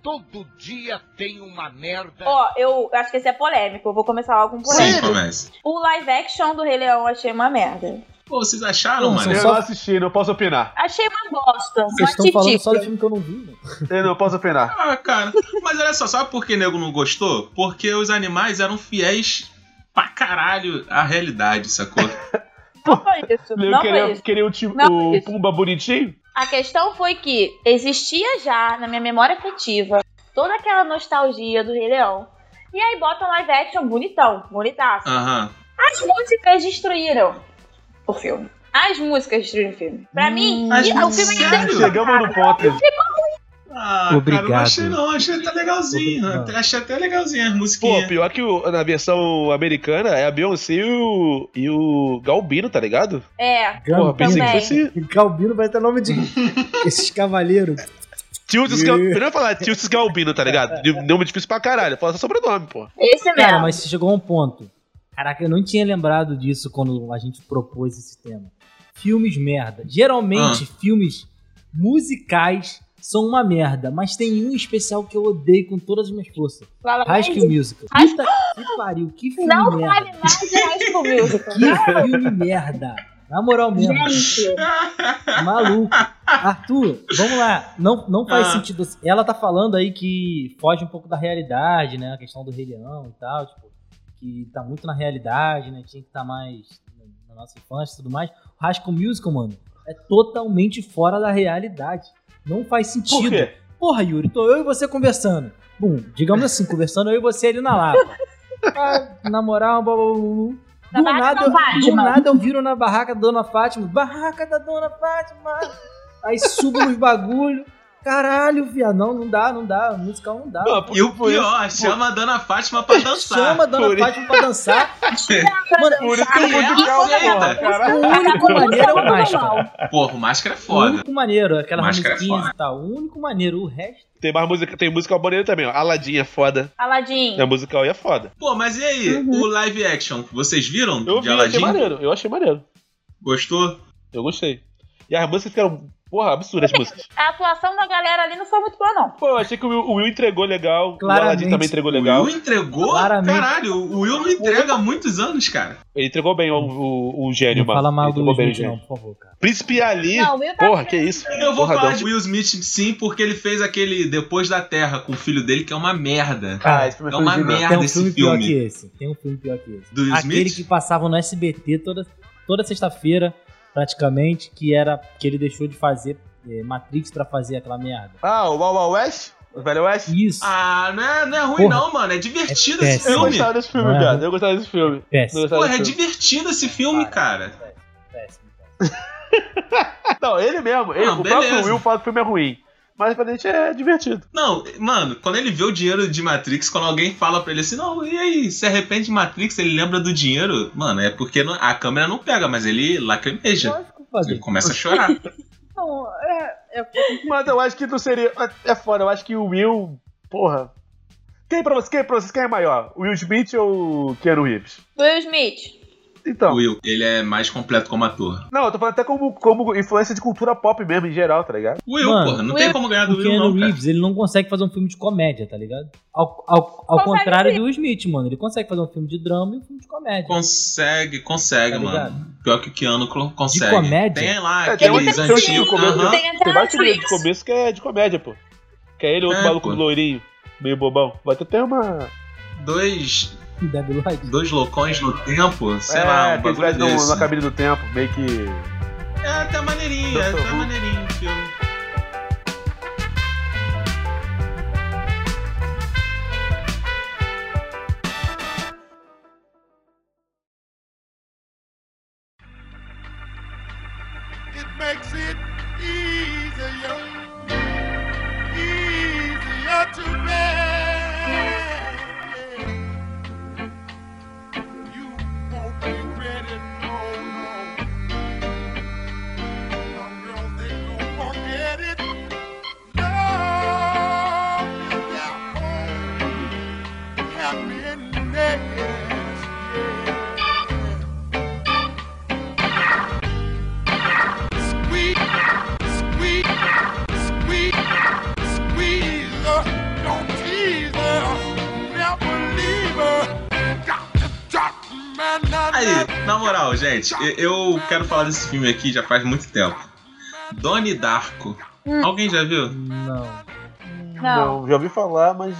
Speaker 1: Todo dia tem uma merda.
Speaker 5: Ó, eu acho que esse é polêmico. Eu vou começar logo com polêmico.
Speaker 3: Sim, começa.
Speaker 5: O live action do Rei Leão eu achei uma merda.
Speaker 3: Pô, vocês acharam,
Speaker 4: Não,
Speaker 3: mano?
Speaker 4: são
Speaker 6: Eu
Speaker 4: só-
Speaker 6: não assisti, não posso opinar.
Speaker 5: Achei uma bosta.
Speaker 4: Vocês
Speaker 5: Uma
Speaker 4: estão falando só do
Speaker 5: titica.
Speaker 4: filme que eu não vi, mano.
Speaker 6: Eu não posso opinar.
Speaker 3: Ah, cara. Mas olha só, sabe por que nego não gostou? Porque os animais eram fiéis pra caralho à realidade, sacou?
Speaker 5: Não foi isso.
Speaker 6: Eu
Speaker 5: Não foi
Speaker 6: queria,
Speaker 5: isso.
Speaker 6: queria o, ti-
Speaker 5: Não
Speaker 6: o
Speaker 5: foi isso.
Speaker 6: Pumba bonitinho?
Speaker 5: A questão foi que existia já na minha memória afetiva toda aquela nostalgia do Rei Leão. E aí botam live action bonitão, bonitaço.
Speaker 3: Aham.
Speaker 5: As músicas destruíram o filme. As músicas destruíram o filme. Pra
Speaker 4: Hum,
Speaker 5: mim,
Speaker 3: as
Speaker 5: e- o filme
Speaker 3: músicas-
Speaker 5: ainda
Speaker 3: Sério?
Speaker 6: Chegamos no ponto.
Speaker 5: é
Speaker 3: Ah, cara, não
Speaker 4: Obrigado.
Speaker 3: achei não, achei até legalzinho.
Speaker 4: Obrigado.
Speaker 3: Achei até legalzinho as
Speaker 6: Pô,
Speaker 3: musiquinhas.
Speaker 6: pior que o- na versão americana é a Beyoncé e o, e o Galbino, tá ligado?
Speaker 5: É,
Speaker 6: Porra, pensei que
Speaker 5: Também.
Speaker 6: fosse.
Speaker 4: Calbino vai ter nome de. Esses cavaleiros.
Speaker 6: Tildes Galbino. Eu não ia falar Tildes Galbino, tá ligado?
Speaker 3: É.
Speaker 6: De- Nome difícil pra caralho. Fala só sobrenome, pô.
Speaker 5: esse
Speaker 4: Cara,
Speaker 5: mesmo.
Speaker 4: mas você chegou a um ponto. Caraca, eu não tinha lembrado disso quando a gente propôs esse tema. Filmes merda. Geralmente, filmes musicais são uma merda, mas tem um especial que eu odeio com todas as minhas forças.
Speaker 5: Fala,
Speaker 4: High
Speaker 5: mas
Speaker 4: School Musical.
Speaker 5: High-
Speaker 4: Puta que pariu, que filme
Speaker 5: não vale
Speaker 4: merda.
Speaker 5: mais de High School Musical.
Speaker 4: Que filme merda. Na moral mesmo,
Speaker 5: Gente,
Speaker 4: maluco. Arthur, vamos lá. Não, não faz
Speaker 3: Ah.
Speaker 4: sentido. assim. Ela tá falando aí que foge um pouco da realidade, né? A questão do Rei Leão e tal, tipo, que tá muito na realidade, né? Tinha que estar mais na nossa infância e tudo mais. O Rasco Musical, mano, é totalmente fora da realidade. Não faz sentido.
Speaker 6: Por quê?
Speaker 4: Porra, Yuri, tô eu e você conversando. Bom, digamos assim, conversando eu e você ali na Lapa. Ah, na moral, blá, blá, blá, blá.
Speaker 5: Na
Speaker 4: Do
Speaker 5: barraca
Speaker 4: nada,
Speaker 5: da
Speaker 4: eu- do
Speaker 5: Fátima.
Speaker 4: nada eu viro na barraca da Dona Fátima. Barraca da Dona Fátima! Aí subo nos bagulho. Caralho, viado. Não, não dá, não dá. Musical não dá.
Speaker 3: E o pior, chama a Dona Fátima pra dançar.
Speaker 4: Chama a Dona
Speaker 6: Por-
Speaker 4: Fátima pra dançar. Mano,
Speaker 3: é
Speaker 6: Por isso que eu vou
Speaker 3: Ela
Speaker 6: de calma,
Speaker 3: aceita.
Speaker 6: porra, caralho.
Speaker 4: o único maneiro é o
Speaker 5: normal.
Speaker 4: máscara.
Speaker 3: Porra, o máscara é
Speaker 4: O
Speaker 3: foda.
Speaker 4: único maneiro, aquela
Speaker 3: Máscara é
Speaker 4: musiquinha
Speaker 3: foda.
Speaker 4: e tal. O único maneiro, o resto.
Speaker 6: Tem mais música, tem música bonita também, ó. Aladdin é foda.
Speaker 5: Aladdin.
Speaker 6: É musical e é foda.
Speaker 3: Pô, mas e aí,
Speaker 4: Uhum.
Speaker 3: o live action, vocês viram
Speaker 6: Eu
Speaker 3: de
Speaker 6: vi, achei
Speaker 3: Aladdin?
Speaker 6: maneiro. Eu achei maneiro.
Speaker 3: Gostou?
Speaker 6: Eu gostei. E as músicas ficaram, porra, absurdas as músicas.
Speaker 5: A atuação da galera ali não foi muito boa, não.
Speaker 6: Pô, eu achei que o Will, o Will entregou legal. O Aladdin
Speaker 4: Claramente.
Speaker 6: também entregou
Speaker 3: O
Speaker 6: legal.
Speaker 3: Will entregou?
Speaker 4: Claramente.
Speaker 3: Caralho, o Will não entrega há muitos anos, cara.
Speaker 6: Ele entregou bem o, o, o gênio,
Speaker 4: Não
Speaker 6: mano.
Speaker 4: fala mal
Speaker 6: Ele
Speaker 4: do
Speaker 6: entregou bem o
Speaker 4: Smith,
Speaker 6: gênio.
Speaker 4: não, por favor, cara.
Speaker 6: Príncipe Ali.
Speaker 5: Não, o Will tá
Speaker 6: Porra, que isso?
Speaker 3: Eu vou
Speaker 6: Porradão.
Speaker 3: falar de Will Smith sim, porque ele fez aquele Depois da Terra com o filho dele, que é uma merda.
Speaker 6: Ah, esse filme
Speaker 3: É uma
Speaker 6: fudido.
Speaker 3: merda
Speaker 4: Tem um
Speaker 3: esse
Speaker 4: filme, pior
Speaker 3: filme.
Speaker 4: que esse. Tem um filme pior que esse.
Speaker 3: Do Will
Speaker 4: Aquele
Speaker 3: Smith?
Speaker 4: que passava no SBT toda, toda sexta-feira, praticamente, que era que ele deixou de fazer eh, Matrix pra fazer aquela merda.
Speaker 6: Ah, o Wow Wow West? O Velho West?
Speaker 4: Isso,
Speaker 3: Ah, não é, não é ruim
Speaker 4: Porra.
Speaker 3: não, mano. É divertido
Speaker 4: É
Speaker 3: esse
Speaker 6: Eu
Speaker 3: filme.
Speaker 6: gostava desse filme,
Speaker 4: Não é
Speaker 6: cara.
Speaker 4: ruim.
Speaker 6: Eu gostava desse filme. Eu
Speaker 4: péssimo.
Speaker 6: gostava
Speaker 3: Porra, é
Speaker 6: desse filme.
Speaker 3: divertido esse filme, cara.
Speaker 4: péssimo, péssimo.
Speaker 6: Não, ele mesmo. Ele,
Speaker 3: Ah,
Speaker 6: o
Speaker 3: beleza.
Speaker 6: próprio Will fala que o filme é ruim. Mas pra gente é divertido.
Speaker 3: Não, mano, quando ele vê o dinheiro de Matrix, quando alguém fala pra ele assim, não, e aí, se arrepende de Matrix, ele lembra do dinheiro, mano, é porque não- a câmera não pega, mas ele lacrimeja.
Speaker 4: Lógico,
Speaker 3: Ele
Speaker 4: fazer.
Speaker 3: começa a chorar.
Speaker 8: Então.
Speaker 6: Não, é, é. Mas eu acho que não seria. É foda, eu acho que o Will. Porra. Quem pra vocês, quem pra vocês, quem é maior? O Will Smith ou o Keanu Reeves?
Speaker 5: Will Smith.
Speaker 8: Então.
Speaker 3: Will, ele é mais completo como ator.
Speaker 8: Não, eu tô falando até como, como influência de cultura pop mesmo, em geral, tá ligado?
Speaker 3: Will,
Speaker 4: Mano,
Speaker 3: porra, não
Speaker 5: Will-
Speaker 3: tem como ganhar é do
Speaker 4: O
Speaker 3: Will, não,
Speaker 4: Keanu
Speaker 3: cara.
Speaker 4: Reeves, ele é um não consegue fazer um filme de comédia, tá ligado? Ao, ao, ao
Speaker 5: Consegue
Speaker 4: contrário
Speaker 5: sim.
Speaker 4: do Will Smith, mano. Ele consegue fazer um filme de drama e um filme de comédia.
Speaker 3: Consegue, consegue,
Speaker 4: Tá ligado?
Speaker 3: mano. Pior que o Keanu clo- consegue.
Speaker 4: comédia?
Speaker 3: Tem lá,
Speaker 8: É, tem um-
Speaker 3: Ah, aqueles
Speaker 8: tem um filme
Speaker 3: antigos.
Speaker 8: de comédia.
Speaker 3: aham.
Speaker 5: Tem até
Speaker 8: Tem
Speaker 5: na
Speaker 8: vários filmes de
Speaker 5: Netflix.
Speaker 8: começo que é de comédia, pô. Que é ele e outro
Speaker 3: É,
Speaker 8: maluco
Speaker 3: pô.
Speaker 8: loirinho, meio bobão. Vai ter até uma.
Speaker 3: Dois,
Speaker 4: Devil Light.
Speaker 3: dois loucões no tempo, sei
Speaker 8: é,
Speaker 3: lá, um
Speaker 8: que ele vai
Speaker 3: bagulho
Speaker 8: no-
Speaker 3: desse.
Speaker 8: na cabine do tempo, meio que.
Speaker 3: É, até maneirinho, é, até maneirinho o filme.
Speaker 1: It makes it easier, easier to bear. You won't regret it, oh no. Some girls, they don't forget it. Love is their home, happiness, yeah. Squeak, squeak, squeak, squeeze her. Don't tease her. Never leave her. Got to drop my na-
Speaker 3: Aí,
Speaker 1: na-
Speaker 3: na moral, gente, eu- eu quero falar desse filme aqui já faz muito tempo. Donnie Darko.
Speaker 4: Hum.
Speaker 3: Alguém já viu?
Speaker 4: Não.
Speaker 5: Não.
Speaker 8: já ouvi falar, mas.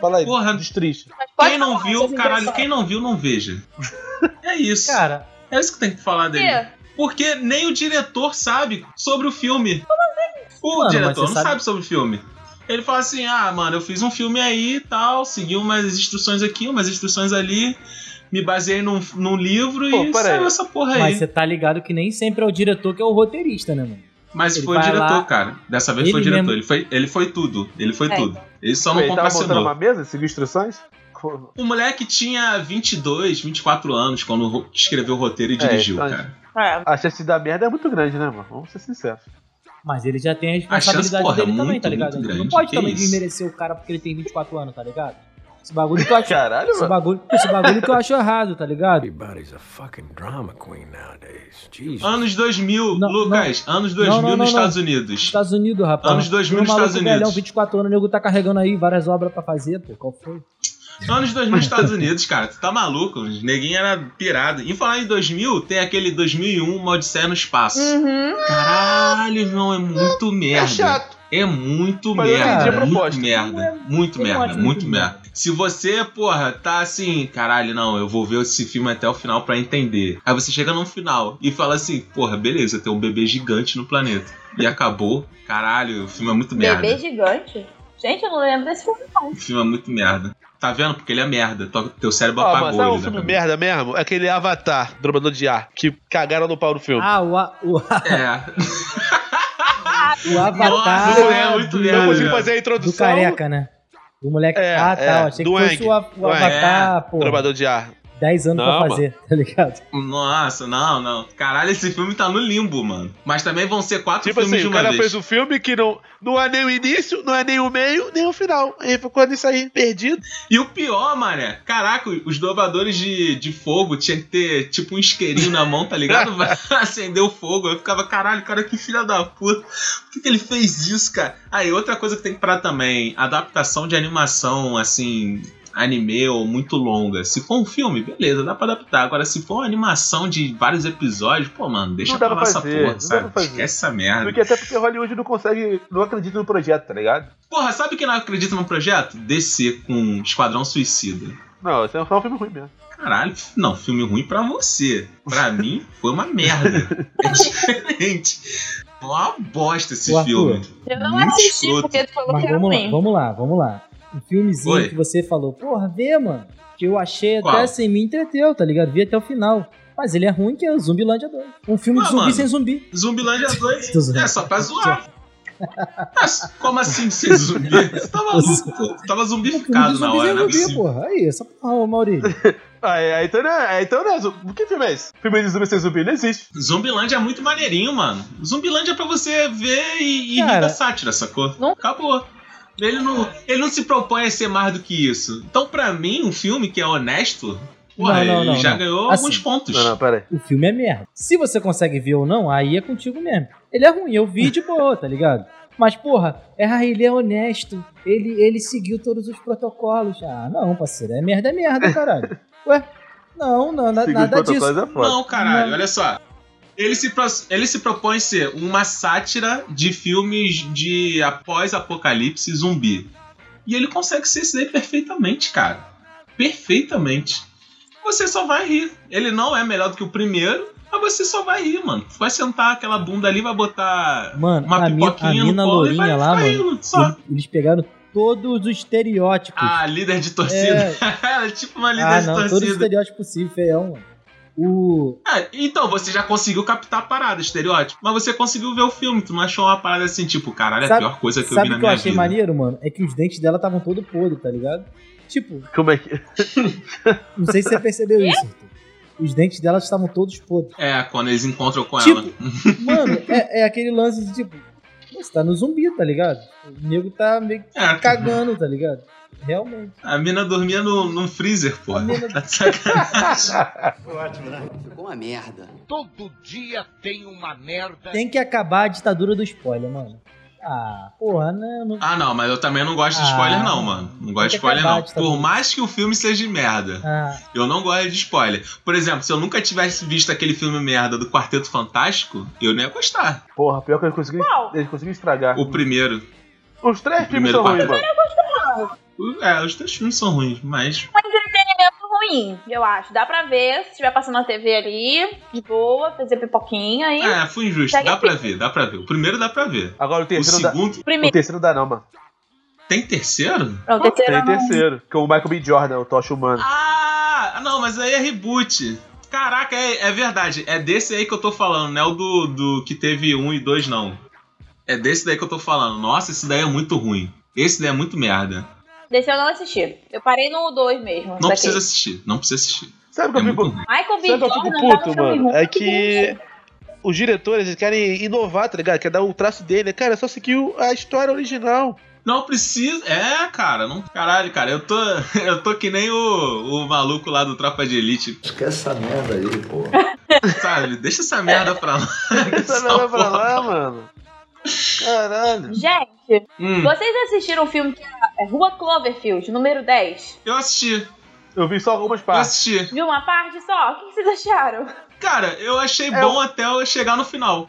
Speaker 8: Fala aí,
Speaker 3: Porra.
Speaker 8: destricha.
Speaker 5: Mas pode
Speaker 3: Quem não
Speaker 5: falar,
Speaker 3: viu,
Speaker 5: vocês
Speaker 3: caralho,
Speaker 5: interessam.
Speaker 3: quem não viu, não veja. É isso.
Speaker 4: Cara,
Speaker 3: É isso que tem que falar
Speaker 5: Por
Speaker 3: dele.
Speaker 5: quê?
Speaker 3: Porque nem o diretor sabe sobre o filme. O
Speaker 4: Mano, mas
Speaker 3: diretor não
Speaker 4: você sabe-
Speaker 3: sabe sobre o filme. Ele fala assim: ah, mano, eu fiz um filme aí e tal, segui umas instruções aqui, umas instruções ali, me baseei num, num livro
Speaker 8: Pô,
Speaker 3: e
Speaker 8: pera
Speaker 3: saiu
Speaker 8: aí.
Speaker 3: essa porra aí.
Speaker 4: Mas
Speaker 3: Mas,
Speaker 4: você tá ligado que nem sempre é o diretor que é o roteirista, né, mano?
Speaker 3: foi
Speaker 4: ele
Speaker 3: o
Speaker 4: vai
Speaker 3: diretor,
Speaker 4: lá-
Speaker 3: cara. Dessa vez
Speaker 4: Ele
Speaker 3: foi o diretor.
Speaker 4: mesmo-
Speaker 3: Ele, foi, ele foi tudo. Ele foi
Speaker 5: É,
Speaker 3: tudo. Ele só não
Speaker 8: Ele tava montando
Speaker 3: compassinou.
Speaker 8: uma mesa, seguiu instruções? Co-
Speaker 3: O moleque tinha 22, 24 anos quando ro- escreveu o roteiro e
Speaker 8: É,
Speaker 3: dirigiu,
Speaker 8: então-
Speaker 3: cara.
Speaker 5: É,
Speaker 8: A chance de dar merda é muito grande, né, mano? Vamos ser sinceros.
Speaker 4: Mas ele já tem a
Speaker 3: A
Speaker 4: responsabilidade
Speaker 3: chance, porra, é
Speaker 4: dele
Speaker 3: muito,
Speaker 4: também, tá ligado?
Speaker 3: muito
Speaker 4: não
Speaker 3: grande.
Speaker 4: pode
Speaker 3: Que
Speaker 4: também
Speaker 3: isso?
Speaker 4: desmerecer o cara porque ele tem 24 anos, tá ligado? Esse bagulho que eu acho.
Speaker 8: Caralho,
Speaker 4: esse, bagulho, esse bagulho que eu acho errado, tá ligado?
Speaker 9: Everybody's a fucking drama queen nowadays. Jesus.
Speaker 3: Anos 2000,
Speaker 4: Não,
Speaker 3: Lucas. Anos 2000
Speaker 4: Não, não, não,
Speaker 3: nos
Speaker 4: não.
Speaker 3: Estados Unidos.
Speaker 4: Estados Unidos, rapaz.
Speaker 3: Anos 2000
Speaker 4: Tem um
Speaker 3: nos Estados
Speaker 4: maluco
Speaker 3: Unidos.
Speaker 4: velhão, 24 anos, o nego tá carregando aí várias obras pra fazer, pô. Qual foi?
Speaker 3: Anos 2000 nos Estados Unidos, cara. Tu tá maluco? Os neguinhos era pirado. E falar em 2000, tem aquele 2001 Uma Odisseia no Espaço.
Speaker 5: Uhum.
Speaker 3: Caralho, irmão, é muito merda.
Speaker 6: É chato.
Speaker 3: É muito
Speaker 8: Mas eu
Speaker 3: merda,
Speaker 4: entendi a
Speaker 3: muito
Speaker 8: proposta.
Speaker 3: merda, muito
Speaker 4: eu não
Speaker 3: merda,
Speaker 4: acho
Speaker 3: muito
Speaker 4: muito
Speaker 3: merda. Se você, porra, tá assim, caralho, não, eu vou ver esse filme até o final pra entender. Aí você chega no final e fala assim, porra, beleza, tem um bebê gigante no planeta. E acabou, caralho, o filme é muito merda.
Speaker 5: Bebê gigante? Gente, eu não lembro desse filme.
Speaker 3: O filme é muito merda. Tá vendo? Porque ele é merda. Tua- Teu cérebro
Speaker 6: Ó,
Speaker 3: apagou.
Speaker 6: mas sabe um
Speaker 3: ele,
Speaker 6: filme
Speaker 3: né?
Speaker 6: merda mesmo? É Aquele Avatar, Domador de Ar, que cagaram no pau do filme.
Speaker 4: Ah, o, a- o, a-
Speaker 3: É.
Speaker 4: o Avatar.
Speaker 6: Tipo,
Speaker 3: Nossa, é muito
Speaker 4: do-
Speaker 3: merda.
Speaker 6: não
Speaker 3: cara.
Speaker 6: consegui tipo, fazer a
Speaker 4: Do
Speaker 6: introdução.
Speaker 4: careca, né? Do moleque.
Speaker 6: É,
Speaker 4: ah, tá.
Speaker 6: é,
Speaker 4: eu achei que
Speaker 6: do
Speaker 4: fosse
Speaker 6: Ang.
Speaker 4: o, a- o
Speaker 6: Do Ang.
Speaker 4: Avatar, pô.
Speaker 3: É,
Speaker 6: Domador de Ar.
Speaker 4: 10 anos
Speaker 6: Não,
Speaker 4: pra fazer, tá ligado?
Speaker 3: Nossa, não, não. Caralho, esse filme tá no limbo, mano. Mas também vão ser quatro
Speaker 6: Tipo
Speaker 3: filmes
Speaker 6: assim,
Speaker 3: de
Speaker 6: o
Speaker 3: uma
Speaker 6: cara
Speaker 3: vez.
Speaker 6: fez um filme que não, não é nem o início, não é nem o meio, nem o final. Ele ficou nisso aí, perdido.
Speaker 3: E o pior, mané, caraca, os dobradores de, de fogo tinha que ter tipo um isqueirinho na mão, tá ligado? Vai acender o fogo. Eu ficava, caralho, cara, que filha da puta. Por que, que ele fez isso, cara? Aí, outra coisa que tem que parar também: adaptação de animação, assim, anime ou muito longa. Se for um filme, beleza, dá pra adaptar. Agora, se for uma animação de vários episódios, pô, mano, deixa
Speaker 8: Não dá
Speaker 3: pra lá
Speaker 8: pra
Speaker 3: essa
Speaker 8: fazer, não
Speaker 3: porra,
Speaker 8: dá
Speaker 3: sabe?
Speaker 8: pra fazer.
Speaker 3: Esquece essa merda.
Speaker 8: Porque até porque Hollywood não consegue. não acredita no projeto, tá ligado?
Speaker 3: Porra, sabe que não acredita no projeto? Descer com Esquadrão Suicida.
Speaker 8: Não, esse é só um filme ruim mesmo.
Speaker 3: Caralho, não, filme ruim pra você. Pra mim, foi uma merda. É diferente. Uma bosta esse
Speaker 4: Ô,
Speaker 3: filme.
Speaker 4: Arthur,
Speaker 5: Eu não
Speaker 3: Muito
Speaker 5: assisti
Speaker 3: escroto.
Speaker 5: porque tu falou
Speaker 4: Mas
Speaker 5: que era
Speaker 4: vamos lá,
Speaker 5: ruim.
Speaker 4: vamos lá, vamos lá. Um filmezinho
Speaker 3: Oi.
Speaker 4: que você falou, porra, vê, mano. Que eu achei
Speaker 3: Qual?
Speaker 4: até sem me entreteu, tá ligado? Vi até o final. Mas ele é ruim que é o Zumbilândia 2. Um filme
Speaker 3: Ah,
Speaker 4: de zumbi
Speaker 3: mano.
Speaker 4: sem zumbi.
Speaker 3: Zumbilândia 2
Speaker 4: Tô zoando.
Speaker 3: é só pra zoar. Mas como assim ser zumbi? Você tá maluco, pô. Você tava
Speaker 4: Um filme de
Speaker 3: zumbificado na
Speaker 4: zumbi
Speaker 3: hora,
Speaker 4: sem
Speaker 3: né?
Speaker 4: zumbi, porra. Aí, essa porra, ô Maurício.
Speaker 8: Aí, aí então, né? Aí, então, né? Zu- Que filme é esse? Filme de zumbi sem zumbi não existe.
Speaker 3: Zumbilândia é muito maneirinho, mano. Zumbilândia é pra você ver e, e rir
Speaker 4: Cara.
Speaker 3: da sátira, sacou?
Speaker 5: Não.
Speaker 3: Acabou. Ele não, ele não se propõe a ser mais do que isso. Então, pra mim, um filme que é honesto, Porra,
Speaker 4: Não, não,
Speaker 3: ele
Speaker 4: não,
Speaker 3: já
Speaker 4: não.
Speaker 3: ganhou
Speaker 4: Assim.
Speaker 3: alguns pontos.
Speaker 6: Não, não, pera aí.
Speaker 4: O filme é merda. Se você consegue ver ou não, aí é contigo mesmo. Ele é ruim, eu vi de boa, tá ligado? Mas, porra, é, ah, ele é honesto, ele, ele seguiu todos os protocolos. Ah, não, parceiro, é merda, é merda, caralho. Ué, não, não, na-
Speaker 6: Seguir os
Speaker 4: nada disso.
Speaker 6: protocolos é foda.
Speaker 3: Não, caralho,
Speaker 4: Não.
Speaker 3: olha só. Ele se, pro- ele se propõe ser uma sátira de filmes de após-apocalipse zumbi. E ele consegue ser isso daí perfeitamente, cara. Perfeitamente. Você só vai rir. Ele não é melhor do que o primeiro, mas você só vai rir, mano. Vai sentar aquela bunda ali, vai botar
Speaker 4: Mano,
Speaker 3: uma
Speaker 4: a, mi- a
Speaker 3: pipoquinha
Speaker 4: mina
Speaker 3: no colo e vai
Speaker 4: lourinha lá,
Speaker 3: ficar
Speaker 4: mano,
Speaker 3: rindo. Só.
Speaker 4: ele- eles pegaram todos os estereótipos.
Speaker 3: A líder de torcida. Ela Ah, é tipo uma líder
Speaker 4: ah,
Speaker 3: de
Speaker 4: não, todos os
Speaker 3: torcida.
Speaker 4: estereótipos possíveis, feião, mano. O,
Speaker 3: É, então, você já conseguiu captar a parada, estereótipo. Mas você conseguiu ver o filme, tu não achou uma parada assim, tipo, caralho, é a
Speaker 4: Sabe-
Speaker 3: pior coisa que eu vi
Speaker 4: Sabe
Speaker 3: na
Speaker 4: o que eu
Speaker 3: minha
Speaker 4: achei
Speaker 3: vida.
Speaker 4: maneiro, mano? É que os dentes dela estavam todo podre, tá ligado? Tipo,
Speaker 6: Como é que.
Speaker 4: não sei se você percebeu isso. Arthur. Os dentes dela estavam todos podres.
Speaker 3: É, quando eles encontram com
Speaker 4: Tipo-
Speaker 3: ela.
Speaker 4: Mano, é, é aquele lance de tipo, você tá no zumbi, tá ligado? O nego tá meio que
Speaker 3: É,
Speaker 4: cagando, tá ligado? Realmente.
Speaker 3: a mina dormia no, num freezer, porra.
Speaker 4: mina-
Speaker 3: Tá de sacanagem.
Speaker 1: Todo dia tem uma merda.
Speaker 4: Tem que acabar a ditadura do spoiler, mano. Ah, porra, não. não...
Speaker 3: ah, não, mas eu também não gosto de
Speaker 4: Ah.
Speaker 3: spoiler, não, mano. Não gosto de
Speaker 4: Tem que
Speaker 3: spoiler,
Speaker 4: acabar
Speaker 3: não.
Speaker 4: de saber.
Speaker 3: Por mais que o filme seja de merda,
Speaker 4: Ah,
Speaker 3: eu não gosto de spoiler. Por exemplo, se eu nunca tivesse visto aquele filme merda do Quarteto Fantástico, eu não ia gostar.
Speaker 8: Porra, pior que eles conseguiram,
Speaker 5: Qual?
Speaker 8: eles conseguiram estragar.
Speaker 3: O primeiro.
Speaker 8: Os três filmes
Speaker 3: primeiro
Speaker 8: são ruins, mano.
Speaker 3: É, os três filmes são ruins, mas
Speaker 5: Um entretenimento ruim, eu acho. Dá pra ver, se estiver passando na TV ali, de boa, fazer pipoquinha e.
Speaker 3: É, foi injusto.
Speaker 5: Pega
Speaker 3: Dá
Speaker 5: a
Speaker 3: pra ver, dá pra ver. O primeiro dá pra ver.
Speaker 8: Agora o
Speaker 3: O
Speaker 8: terceiro dá.
Speaker 3: segundo.
Speaker 8: O
Speaker 5: Primeiro.
Speaker 8: terceiro dá não, mano.
Speaker 3: Tem terceiro?
Speaker 5: Não, terceiro.
Speaker 8: Tem terceiro, que é o Michael B. Jordan, o Tocha Humano.
Speaker 3: Ah, não, mas aí é reboot. Caraca, é, é verdade. É desse aí que eu tô falando, não é o do, do que teve um e dois, não. É desse daí que eu tô falando. Nossa, esse daí é muito ruim. Esse daí é muito merda.
Speaker 5: Desse eu não assisti. Eu parei no 2 mesmo.
Speaker 3: Não
Speaker 5: daqui.
Speaker 3: precisa assistir, não precisa assistir.
Speaker 8: Sabe o
Speaker 3: É
Speaker 8: que eu
Speaker 3: muito
Speaker 8: fico,
Speaker 3: ruim.
Speaker 5: Michael B.
Speaker 6: Sabe é o que eu
Speaker 5: Jordan
Speaker 6: fico
Speaker 5: tá no
Speaker 6: puto,
Speaker 5: filme
Speaker 6: mano?
Speaker 5: ruim.
Speaker 6: É que os diretores eles querem inovar, tá ligado? Quer dar o traço dele. Cara, é só seguir o- a história original.
Speaker 3: Não precisa. É, cara, não. Caralho, cara, eu tô. Eu tô que nem o, o maluco lá do Tropa de Elite.
Speaker 9: Esquece essa merda aí, pô.
Speaker 3: Sabe? Deixa essa merda pra lá. é
Speaker 6: Essa não vai pra lá, mano. Caralho.
Speaker 5: Gente,
Speaker 3: Hum,
Speaker 5: vocês assistiram o filme que é Rua Cloverfield, número 10?
Speaker 3: eu assisti.
Speaker 8: Eu vi só algumas
Speaker 3: Eu
Speaker 8: partes.
Speaker 3: assisti.
Speaker 5: De uma parte só? O que vocês acharam?
Speaker 3: Cara, eu achei
Speaker 6: É
Speaker 3: bom até eu chegar no final.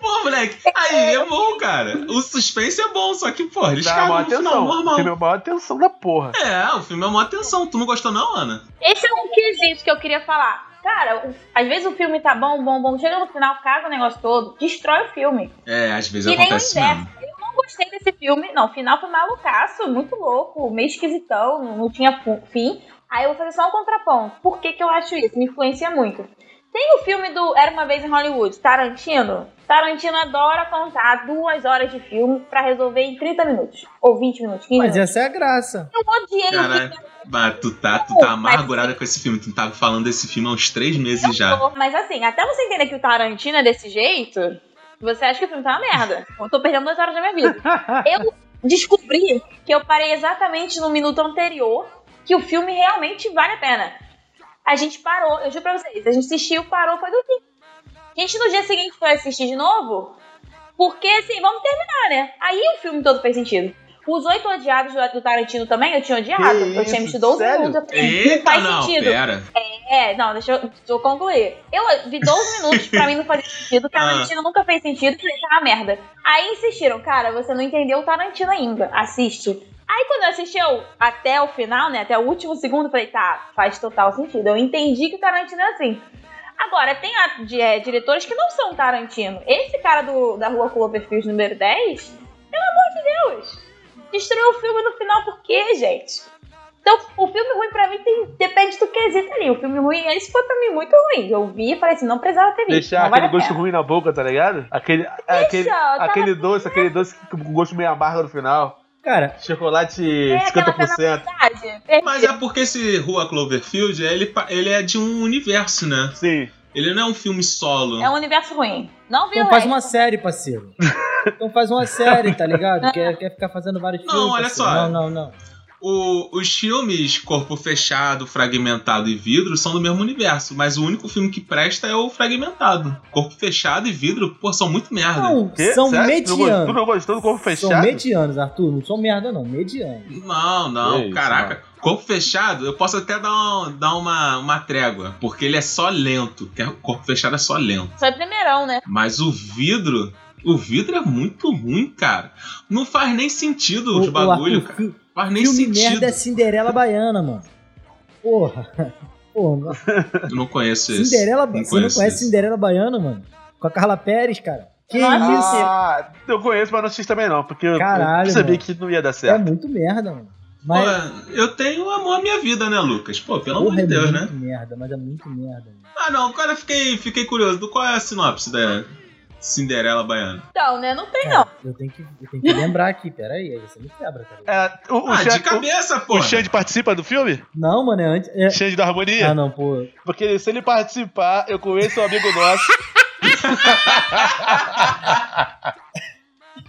Speaker 3: Pô, moleque, aí é bom, cara. O suspense é bom, só que, pô, eles
Speaker 6: Dá
Speaker 3: cagam
Speaker 6: uma
Speaker 3: no final,
Speaker 6: atenção.
Speaker 3: normal.
Speaker 6: O filme é uma atenção da porra.
Speaker 3: É, o filme é uma atenção. Tu não gostou, não, Ana?
Speaker 5: Esse é um quesito que eu queria falar. Cara, o- às vezes o filme tá bom, bom, bom, chega no final, caga o negócio todo, destrói o filme.
Speaker 3: É, às vezes
Speaker 5: Que nem o
Speaker 3: acontece
Speaker 5: inverso.
Speaker 3: isso mesmo.
Speaker 5: Eu não gostei desse filme, não. O final foi malucaço, muito louco, meio esquisitão, não- não tinha fu- fim. Aí eu vou fazer só um contraponto. Por que, que eu acho isso? Me influencia muito. Tem o filme do Era Uma Vez em Hollywood, Tarantino. Tarantino adora contar duas horas de filme pra resolver em 30 minutos. Ou 20 minutos, 15
Speaker 4: mas
Speaker 5: minutos.
Speaker 4: essa é a graça.
Speaker 5: Eu odiei o filme.
Speaker 3: Caralho. Mas tu tá, tu tá amargurada com esse filme. Tu tá falando desse filme há uns três meses já.
Speaker 5: Mas assim, até você entender que o Tarantino é desse jeito, você acha que o filme tá uma merda. Eu tô perdendo duas horas da minha vida. Eu descobri que eu parei exatamente no minuto anterior que o filme realmente vale a pena. A gente parou, eu juro pra vocês, a gente assistiu, parou, foi do fim. A gente no dia seguinte foi assistir de novo, porque assim, vamos terminar, né? Aí o filme todo fez sentido. Os oito odiados do do Tarantino também, eu tinha odiado.
Speaker 6: Que
Speaker 5: eu tinha
Speaker 6: isso,
Speaker 5: me 12
Speaker 6: sério?
Speaker 5: segundos. eu falei, não
Speaker 3: Eita,
Speaker 5: faz
Speaker 3: não,
Speaker 5: sentido.
Speaker 3: pera.
Speaker 5: É, não, deixa eu, deixa eu concluir. Eu vi 12 minutos, pra mim não fazia sentido. Tarantino nunca fez sentido, falei, tá uma merda. Aí insistiram, cara, você não entendeu o Tarantino ainda, assiste. Aí quando eu assisti eu, até o final, né, até o último segundo, falei, tá, faz total sentido. Eu entendi que o Tarantino é assim. Agora, tem a- de- é, diretores que não são Tarantino. Esse cara do, da Rua Cloverfield número 10, pelo amor de Deus, destruiu o filme no final por quê, gente? Então, o filme ruim pra mim tem- depende do quesito ali. O filme ruim, esse foi pra mim muito ruim. Eu vi e falei assim, não precisava ter visto.
Speaker 8: Deixar
Speaker 5: não
Speaker 8: aquele
Speaker 5: vale a pena. tá
Speaker 8: gosto ruim na boca, tá ligado? Aquele.
Speaker 6: é,
Speaker 8: aquele
Speaker 5: eu tava-
Speaker 8: aquele doce, aquele doce com
Speaker 6: um
Speaker 8: gosto meio amargo no final.
Speaker 4: Cara,
Speaker 8: Chocolate
Speaker 5: É, aquela
Speaker 8: 50%.
Speaker 5: penalidade.
Speaker 3: Mas é porque esse Rua Cloverfield, ele, pa- ele é de um universo, né?
Speaker 8: Sim.
Speaker 3: Ele não é um filme solo.
Speaker 5: É um universo ruim. Não vi o
Speaker 4: então faz
Speaker 5: resto.
Speaker 4: uma série, parceiro. Então faz uma série, tá ligado? Quer, quer ficar fazendo vários
Speaker 3: Não,
Speaker 4: filmes.
Speaker 3: olha
Speaker 4: parceiro.
Speaker 3: só.
Speaker 4: Não, não, não.
Speaker 3: o- os filmes Corpo Fechado, Fragmentado e Vidro são do mesmo universo, mas o único filme que presta é o Fragmentado. Corpo Fechado e Vidro, pô, são muito merda.
Speaker 4: Não,
Speaker 6: Quê?
Speaker 4: são
Speaker 6: Sério? Tu não gostou- Tu
Speaker 4: medianos.
Speaker 6: não gostou do corpo
Speaker 4: São
Speaker 6: fechado?
Speaker 4: medianos, Arthur. Não são merda, não. Medianos.
Speaker 3: Não, não,
Speaker 6: Que isso,
Speaker 3: caraca. Corpo fechado, eu posso até dar, um- dar uma, uma trégua, porque ele é só lento. que o Corpo fechado é só lento.
Speaker 5: Só é primeirão, né?
Speaker 3: Mas o vidro, o vidro é muito ruim, cara. Não faz nem sentido os
Speaker 4: Ô, ô,
Speaker 3: bagulho,
Speaker 4: Arthur,
Speaker 3: cara.
Speaker 4: fi-
Speaker 3: Faz nem
Speaker 4: filme
Speaker 3: sentido.
Speaker 4: merda é Cinderela Baiana, mano. Porra. Porra.
Speaker 3: Eu não conheço esse.
Speaker 4: é Cinderela Baiana. Você não
Speaker 3: conheço
Speaker 4: conhece
Speaker 3: esse.
Speaker 4: Cinderela Baiana, mano? Com a Carla Pérez, cara. Que
Speaker 5: Nossa.
Speaker 4: isso?
Speaker 6: Ah, eu conheço, mas não assisti também não, porque eu-
Speaker 4: Caralho,
Speaker 6: eu sabia
Speaker 4: mano.
Speaker 6: que não ia dar
Speaker 4: É
Speaker 6: certo.
Speaker 4: muito merda, mano.
Speaker 3: Pô,
Speaker 4: Mas,
Speaker 3: eu tenho amor à minha vida, né, Lucas? Pô, pelo amor
Speaker 4: porra,
Speaker 3: de
Speaker 4: é
Speaker 3: Deus, né?
Speaker 4: muito merda, mas é muito merda. mano.
Speaker 3: Ah, não, cara, fiquei, fiquei curioso. Do- Qual é a sinopse da Cinderela Baiana?
Speaker 5: Então, né? Não
Speaker 4: É.
Speaker 5: tem, não.
Speaker 4: Eu tenho que, eu tenho que lembrar aqui, peraí, aí você me quebra, tá cara.
Speaker 6: É, o, o,
Speaker 3: ah, né?
Speaker 6: Xande-
Speaker 3: de cabeça,
Speaker 6: o,
Speaker 3: pô.
Speaker 6: o Xande participa do filme?
Speaker 4: Não, mano, é antes. é-
Speaker 6: Xande da Harmonia?
Speaker 4: Ah, não, pô.
Speaker 6: Porque se ele participar, eu conheço um amigo nosso.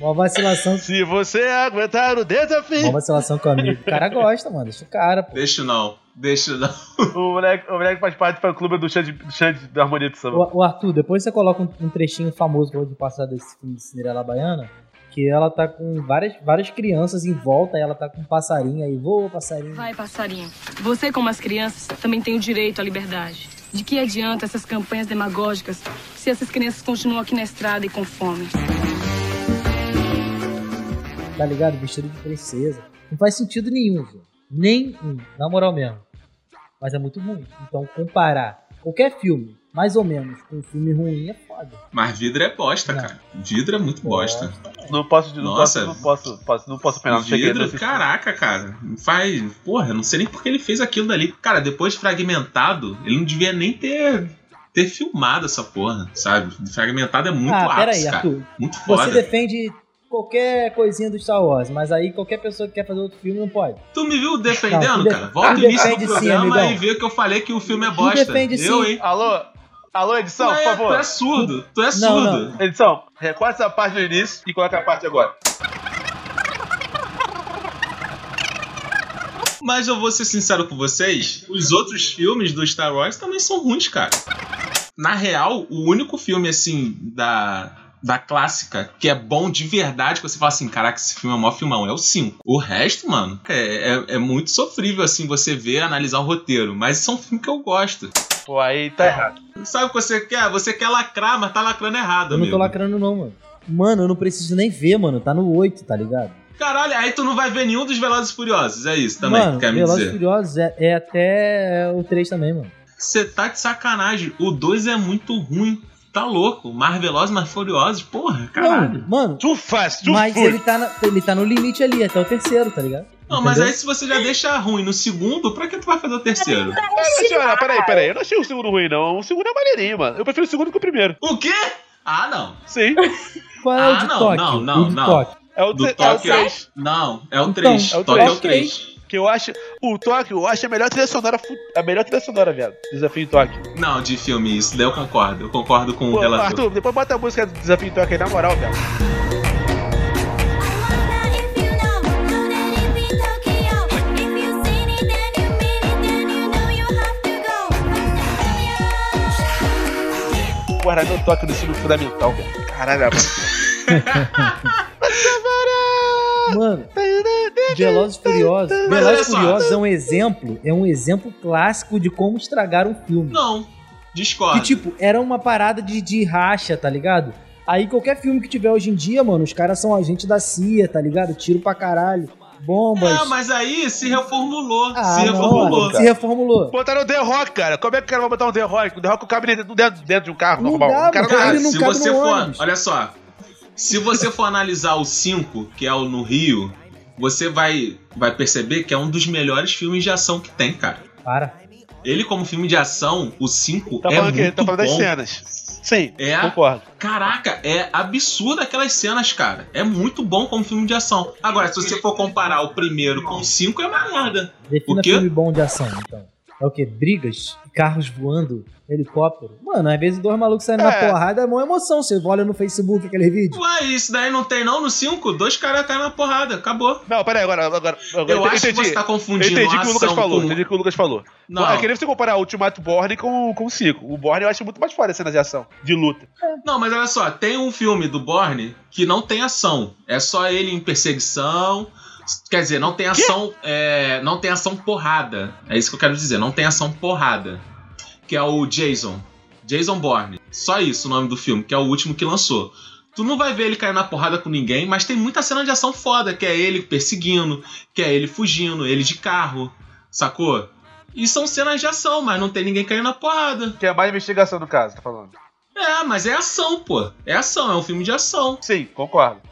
Speaker 4: Uma vacilação.
Speaker 6: se você aguentar o
Speaker 4: Uma
Speaker 6: desafio.
Speaker 4: vacilação com o amigo. O cara gosta, mano. Deixa o cara, pô.
Speaker 3: Deixa não, deixa não.
Speaker 6: O moleque, o moleque faz parte do fã clube do Xande, do Xande da Harmonia do Samba.
Speaker 4: O, o Arthur, depois você coloca um, um trechinho famoso que eu vou te passar desse filme de Cinderela Baiana, que ela tá com várias, várias crianças em volta, e ela tá com um passarinho aí, voa passarinho.
Speaker 10: Vai, passarinho. Você, como as crianças, também tem o direito à liberdade. De que adianta essas campanhas demagógicas se essas crianças continuam aqui na estrada e com fome?
Speaker 4: tá ligado? Vestido de princesa. Não faz sentido nenhum, viu? Nenhum. Na moral mesmo. Mas é muito ruim. Então, comparar qualquer filme, mais ou menos, com um filme ruim é foda.
Speaker 3: Mas vidro é bosta,
Speaker 4: Não.
Speaker 3: cara. Vidro é muito bosta.
Speaker 6: Não posso, não
Speaker 3: Nossa.
Speaker 6: posso, não posso, posso, não posso penar. não tá cheguei a
Speaker 3: vidro,
Speaker 6: assistir.
Speaker 3: caraca, cara. Não Faz. Porra, eu não sei nem porque ele fez aquilo dali. Cara, depois de fragmentado, ele não devia nem ter. Ter filmado essa porra, sabe? Fragmentado é muito
Speaker 4: ah,
Speaker 3: ápice,
Speaker 4: peraí,
Speaker 3: cara.
Speaker 4: Arthur.
Speaker 3: Muito
Speaker 4: Você
Speaker 3: foda.
Speaker 4: defende qualquer coisinha do Star Wars, mas aí qualquer pessoa que quer fazer outro filme não pode.
Speaker 3: Tu me viu
Speaker 4: Não,
Speaker 3: defendendo,
Speaker 4: tu de-
Speaker 3: cara? Volta
Speaker 4: tu
Speaker 3: o início do
Speaker 4: defende sim,
Speaker 3: programa
Speaker 4: amigão.
Speaker 3: e vê que eu falei que o filme é bosta.
Speaker 4: defende
Speaker 3: eu,
Speaker 4: sim.
Speaker 3: hein?
Speaker 6: Alô? Alô, edição,
Speaker 3: tu,
Speaker 6: por
Speaker 3: é, tu
Speaker 6: favor.
Speaker 3: é surdo, tu é surdo.
Speaker 4: não.
Speaker 6: Edição, recorta essa parte do início e coloca a parte agora.
Speaker 3: Mas eu vou ser sincero com vocês, os outros filmes do Star Wars também são ruins, cara. Na real, o único filme, assim, da, da clássica que é bom de verdade, que você fala assim, caraca, esse filme é o maior filmão, é o 5. O resto, mano, é, é, é muito sofrível, assim, você ver, analisar o roteiro. Mas são filmes que eu gosto.
Speaker 6: Pô, aí tá errado.
Speaker 3: Sabe o que você quer? Você quer lacrar, mas tá lacrando errado,
Speaker 4: Eu não
Speaker 3: amigo.
Speaker 4: tô lacrando, não, mano. Mano, eu não preciso nem ver, mano. Tá no 8, tá ligado?
Speaker 3: Caralho, aí tu não vai ver nenhum dos Velozes e Furiosos, é isso também
Speaker 4: mano,
Speaker 3: que quer me
Speaker 4: Velozes e
Speaker 3: dizer.
Speaker 4: Furiosos é, é até o 3 também, mano.
Speaker 3: Você tá de sacanagem. O 2 é muito ruim. Tá louco. Mais Velozes, mais Furiosos. Porra, caralho.
Speaker 4: Não, mano,
Speaker 6: Tu faz, tu
Speaker 4: mas
Speaker 6: fui.
Speaker 4: ele tá, na- ele tá no limite ali, até o terceiro, tá ligado?
Speaker 3: Não, mas
Speaker 4: Entendeu?
Speaker 3: aí se você já deixa ruim no segundo, pra que tu vai fazer o terceiro?
Speaker 4: tá
Speaker 6: Peraí, senhora, peraí, peraí. Eu não achei o segundo ruim, não. O segundo é maneirinho, mano. Eu prefiro o segundo que o primeiro.
Speaker 3: O quê? Ah, não.
Speaker 6: Sim.
Speaker 4: Qual é
Speaker 3: Ah,
Speaker 4: o de
Speaker 3: não,
Speaker 4: toque?
Speaker 3: não, não,
Speaker 4: o de
Speaker 3: não.
Speaker 4: Tóquio.
Speaker 6: É o,
Speaker 3: Do
Speaker 6: tre- é o
Speaker 3: Tóquio.
Speaker 6: 3.
Speaker 3: Não, é o
Speaker 4: Então,
Speaker 3: 3.
Speaker 6: é o
Speaker 3: Tóquio é
Speaker 6: três.
Speaker 3: o 3.
Speaker 6: Que eu acho. O Tóquio, eu acho a melhor trilha sonora. fu- A melhor trilha sonora, velho. Desafio em Tóquio.
Speaker 3: Não, de filme, isso daí eu concordo. Eu concordo com o
Speaker 6: Pô,
Speaker 3: relator.
Speaker 6: Arthur, depois bota a música do Desafio em Tóquio aí, na moral, velho. Guardar meu Tóquio no ensino fundamental, velho. Caralho, mano.
Speaker 4: Mano, Velozes e Furiosos.
Speaker 3: Mas
Speaker 4: Velozes e
Speaker 3: olha só.
Speaker 4: Furiosos é um exemplo, é um exemplo clássico de como estragar um filme.
Speaker 3: Não, discordo.
Speaker 4: Que tipo, era uma parada de, de racha, tá ligado? Aí qualquer filme que tiver hoje em dia, mano, os caras são agente da CIA, tá ligado? Tiro pra caralho, bombas.
Speaker 3: Ah, mas aí se reformulou.
Speaker 4: Ah,
Speaker 3: se
Speaker 4: não,
Speaker 3: reformulou.
Speaker 4: se reformulou.
Speaker 6: Botaram o The Rock, cara. Como é que o cara vai botar um The Rock? O The Rock cabe dentro, dentro, dentro de um carro
Speaker 4: Não
Speaker 6: normal.
Speaker 4: dá,
Speaker 6: o cara
Speaker 4: mano.
Speaker 3: Cara,
Speaker 4: Ele não
Speaker 3: se
Speaker 4: cabe
Speaker 3: você
Speaker 4: no
Speaker 3: for.
Speaker 4: ônibus.
Speaker 3: Olha só. Se você for analisar o 5, que é o no Rio, você vai, vai perceber que é um dos melhores filmes de ação que tem, cara.
Speaker 4: Para.
Speaker 3: Ele, como filme de ação, o 5
Speaker 6: Tá
Speaker 3: é
Speaker 6: falando,
Speaker 3: muito
Speaker 6: que, tá falando das
Speaker 3: bom.
Speaker 6: cenas. Sim,
Speaker 3: É.
Speaker 6: concordo.
Speaker 3: Caraca, é absurdo aquelas cenas, cara. É muito bom como filme de ação. Agora, se você for comparar o primeiro com o 5, é uma merda.
Speaker 4: Defina
Speaker 3: O quê?
Speaker 4: filme bom de ação, então. É o quê? Brigas, carros voando, helicóptero. Mano, às vezes dois malucos saindo na
Speaker 6: É.
Speaker 4: porrada é mó emoção. Você olha no Facebook aquele vídeo.
Speaker 3: Ué, isso daí não tem não no 5? Dois caras caem na porrada, acabou.
Speaker 6: Não, peraí, agora. agora, agora
Speaker 3: Eu acho que
Speaker 6: entendi.
Speaker 3: você tá
Speaker 6: Eu
Speaker 3: confundindo
Speaker 6: entendi o
Speaker 3: a
Speaker 6: que o Lucas
Speaker 3: ação
Speaker 6: falou.
Speaker 3: com...
Speaker 6: Entendi o que o Lucas falou.
Speaker 3: Não,
Speaker 6: Eu queria você comparar o Ultimato Borne com, com o Cico. O Borne eu acho muito mais foda a cena de ação, de luta.
Speaker 3: não, mas olha só, tem um filme do Borne que não tem ação. É só ele em perseguição. Quer dizer, não tem ação. é, não tem ação porrada. É isso que eu quero dizer, não tem ação porrada. Que é o Jason. Jason Bourne. Só isso o nome do filme, que é o último que lançou. Tu não vai ver ele cair na porrada com ninguém, mas tem muita cena de ação foda, que é ele perseguindo, que é ele fugindo, ele de carro, sacou? E são cenas de ação, mas não tem ninguém caindo na porrada.
Speaker 6: Que é mais investigação no caso, tá falando.
Speaker 3: É, mas é ação, pô. É ação, é um filme de ação.
Speaker 6: Sim, concordo.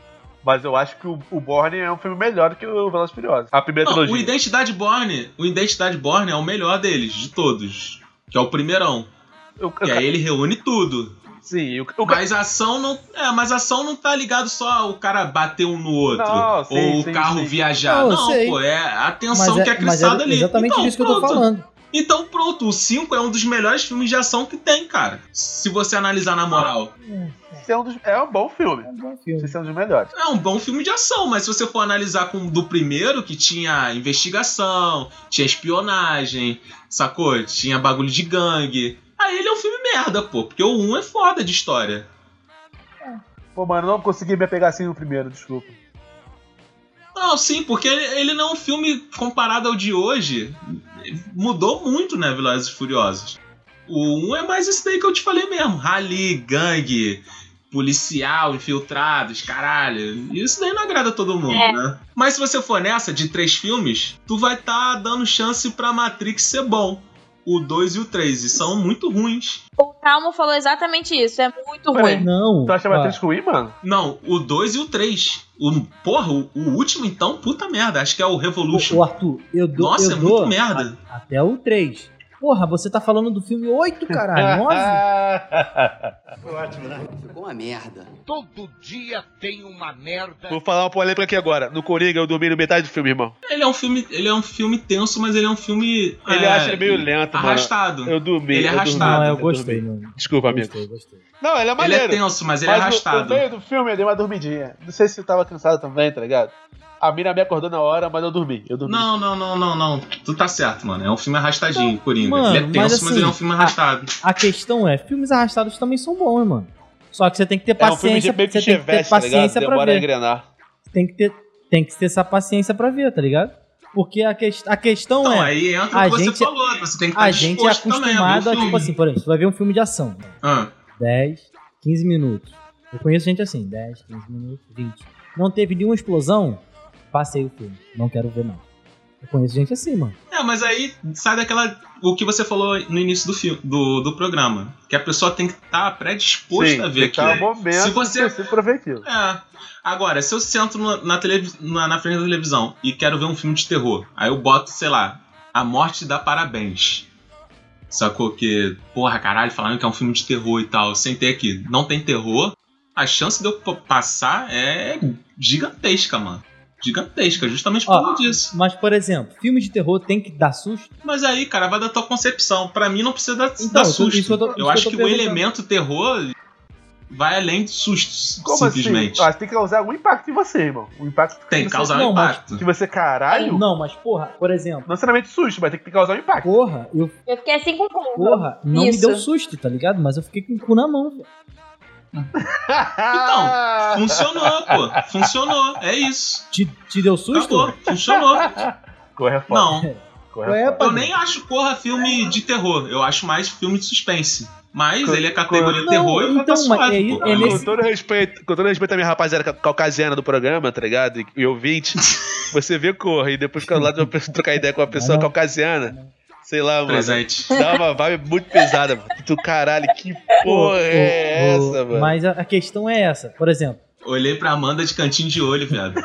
Speaker 6: Mas eu acho que o, o Borne é um filme melhor do que o Velozes e Furiosos. A primeira
Speaker 3: Não,
Speaker 6: trilogia.
Speaker 3: o Identidade Borne, o Identidade Borne é o melhor deles, de todos. Que é o primeirão.
Speaker 6: O- o-
Speaker 3: é Que é aí ele reúne tudo.
Speaker 6: Sim, o, o
Speaker 3: Mas a ação não. É, mas a ação não tá ligado só ao cara bater um no outro.
Speaker 6: Não, sim,
Speaker 3: ou
Speaker 6: sim,
Speaker 3: o carro
Speaker 6: sim.
Speaker 3: viajar. Não,
Speaker 4: Não, eu sei.
Speaker 3: pô, é a tensão
Speaker 4: é-
Speaker 3: que é
Speaker 4: mas
Speaker 3: criada ali.
Speaker 4: exatamente
Speaker 3: Então,
Speaker 4: disso que eu tô
Speaker 3: pronto.
Speaker 4: falando.
Speaker 3: Então pronto, o 5 é um dos melhores filmes de ação que tem, cara. Se você analisar na moral.
Speaker 6: esse é um, dos- é um bom filme.
Speaker 4: É um bom filme.
Speaker 6: Esse é um dos melhores.
Speaker 3: É um bom filme de ação, mas se você for analisar com o do primeiro, que tinha investigação, tinha espionagem, sacou? Tinha bagulho de gangue. Aí ele é um filme merda, pô, porque o 1 um é foda de história.
Speaker 6: Pô, mano, eu não consegui me apegar assim no primeiro, desculpa.
Speaker 3: Não, sim, porque ele, ele não é um filme comparado ao de hoje. Mudou muito, né, Velozes e Furiosos. O 1 é mais esse daí que eu te falei mesmo. Rally, gangue, policial, infiltrados, caralho. Isso daí não agrada todo mundo,
Speaker 5: É.
Speaker 3: né? Mas se você for nessa, de três filmes, tu vai estar dando chance pra Matrix ser bom. O 2 e o 3, e são muito ruins.
Speaker 5: O Talmo falou exatamente isso, é muito
Speaker 6: Peraí.
Speaker 5: ruim.
Speaker 4: Não.
Speaker 6: Tu acha
Speaker 4: ó,
Speaker 6: Matrix ruim, mano?
Speaker 3: Não, o 2 e o 3. O, porra, o, o último então, puta merda. Acho que é o
Speaker 4: Ô,
Speaker 3: Revolution.
Speaker 4: ô, Arthur, eu dou.
Speaker 3: Nossa,
Speaker 4: eu
Speaker 3: é
Speaker 4: dou
Speaker 3: muito merda.
Speaker 4: a- Até o 3. Porra, você tá falando do filme 8, caralho.
Speaker 3: Ah,
Speaker 4: 9?
Speaker 9: Ficou uma merda.
Speaker 1: Todo dia tem uma merda.
Speaker 6: Vou falar uma polêmica aqui agora. No Coringa eu dormi no metade do filme, irmão.
Speaker 3: Ele é um filme, ele é um filme tenso, mas ele é um filme
Speaker 6: Ele
Speaker 3: é,
Speaker 6: acha ele meio lento,
Speaker 3: arrastado.
Speaker 6: mano. Eu dormi.
Speaker 3: Ele é
Speaker 6: eu dormi.
Speaker 3: arrastado.
Speaker 4: Não, eu
Speaker 6: dormi.
Speaker 4: gostei, mano.
Speaker 6: Desculpa, amigo.
Speaker 4: Gostei, gostei.
Speaker 6: Não, ele é
Speaker 3: Ele é
Speaker 6: maneiro. um
Speaker 3: tenso, mas ele é
Speaker 6: no-
Speaker 3: arrastado.
Speaker 6: No, meio do filme eu dei uma dormidinha. Não sei se eu tava cansado também, tá ligado? A mina me acordou na hora, mas eu dormi. Eu dormi.
Speaker 3: Não, não, não, não, não. Tu tá certo, mano. É um filme arrastadinho, Coringa.
Speaker 4: mano,
Speaker 3: ele é tenso,
Speaker 4: mas
Speaker 3: mas,
Speaker 4: assim,
Speaker 3: ele é um filme arrastado.
Speaker 4: A questão é, filmes arrastados também são bons, mano. Só que você tem que ter
Speaker 6: É um filme
Speaker 4: paciência,
Speaker 6: de meio que
Speaker 4: você tem que ter
Speaker 6: chevette, tá ligado?
Speaker 4: paciência pra
Speaker 6: Demora a
Speaker 4: ver.
Speaker 6: engrenar.
Speaker 4: Tem que ter, tem que ter essa paciência pra ver, tá ligado? Porque a, que, a questão
Speaker 3: então,
Speaker 4: é,
Speaker 3: aí entra
Speaker 4: a
Speaker 3: o que
Speaker 4: gente-
Speaker 3: você falou. Você tem que estar
Speaker 4: a gente é
Speaker 3: disposto também ver o
Speaker 4: acostumado a,
Speaker 3: filme.
Speaker 4: tipo assim, por exemplo, você vai ver um filme de ação, né?
Speaker 3: Ah,
Speaker 4: 10, 15 minutos. Eu conheço gente assim, 10, 15 minutos, 20. Não teve nenhuma explosão, passei o filme, não quero ver mais. Eu conheço gente assim, mano.
Speaker 3: É, mas aí sai daquela. O que você falou no início do, filme, do, do programa. Que a pessoa tem que estar predisposta
Speaker 6: Sim,
Speaker 3: a
Speaker 6: tem
Speaker 3: ver
Speaker 6: que tá
Speaker 3: aquilo.
Speaker 6: um momento
Speaker 3: Se você-
Speaker 6: específico pra ver aquilo.
Speaker 3: É. Agora, se eu sento na, na televi- na- na frente da televisão e quero ver um filme de terror, aí eu boto, sei lá, A Morte dá Parabéns. Sacou? Que, porra, caralho, falaram que é um filme de terror e tal. Eu Sentei aqui, não tem terror. A chance de eu p- passar é gigantesca, mano. Gigantesca, justamente por
Speaker 4: Ó.
Speaker 3: causa disso.
Speaker 4: Mas, por exemplo, filme de terror tem que dar susto?
Speaker 3: Mas aí, cara, vai da tua concepção. Pra mim não precisa dar,
Speaker 4: Então,
Speaker 3: dar
Speaker 4: isso-
Speaker 3: susto.
Speaker 4: isso
Speaker 3: eu
Speaker 4: eu tô- isso que
Speaker 3: acho
Speaker 4: eu
Speaker 3: que
Speaker 4: tô
Speaker 3: o
Speaker 4: perguntando.
Speaker 3: elemento terror vai além de susto,
Speaker 6: Como
Speaker 3: simplesmente.
Speaker 6: assim? Ah, tem que causar algum impacto em você, irmão. O impacto
Speaker 3: Tem
Speaker 6: que
Speaker 3: que
Speaker 6: você...
Speaker 3: causar um
Speaker 4: Não, mas-
Speaker 3: impacto.
Speaker 6: Que você, caralho... Não
Speaker 4: Não, mas porra, por exemplo,
Speaker 6: necessariamente susto, mas tem que causar um impacto.
Speaker 4: porra, eu
Speaker 5: Eu fiquei assim com o
Speaker 4: Porra, não me
Speaker 5: Isso.
Speaker 4: deu susto, tá ligado? Mas eu fiquei com o cu na mão. velho.
Speaker 6: Então,
Speaker 3: Funcionou, pô. Funcionou. É isso.
Speaker 4: Te, te deu susto?
Speaker 3: Acabou. Funcionou.
Speaker 6: Corre fora.
Speaker 3: Não.
Speaker 6: Corre
Speaker 4: É,
Speaker 6: fora.
Speaker 3: Eu nem acho, porra, filme de terror. Eu acho mais filme de suspense. Mas
Speaker 6: Co-
Speaker 3: ele é categoria
Speaker 4: co-
Speaker 3: terror
Speaker 4: Não,
Speaker 3: e tá
Speaker 4: então, mas é
Speaker 3: suave,
Speaker 4: isso-
Speaker 3: pô.
Speaker 4: é nesse-
Speaker 6: Com todo respeito, com todo respeito à minha rapaziada ca- caucasiana do programa, tá ligado? E, e ouvinte, você vê corre e depois fica do lado de uma pessoa, trocar ideia com uma
Speaker 4: Não,
Speaker 6: pessoa
Speaker 4: não.
Speaker 6: caucasiana. Sei lá, mano.
Speaker 3: Tá Presente.
Speaker 6: Dá uma vibe muito pesada, mano. Tu caralho, que porra é
Speaker 4: Ô, ô,
Speaker 6: essa, mano?
Speaker 4: Mas a, a questão é essa, por exemplo.
Speaker 3: Olhei pra Amanda de cantinho de olho, viado.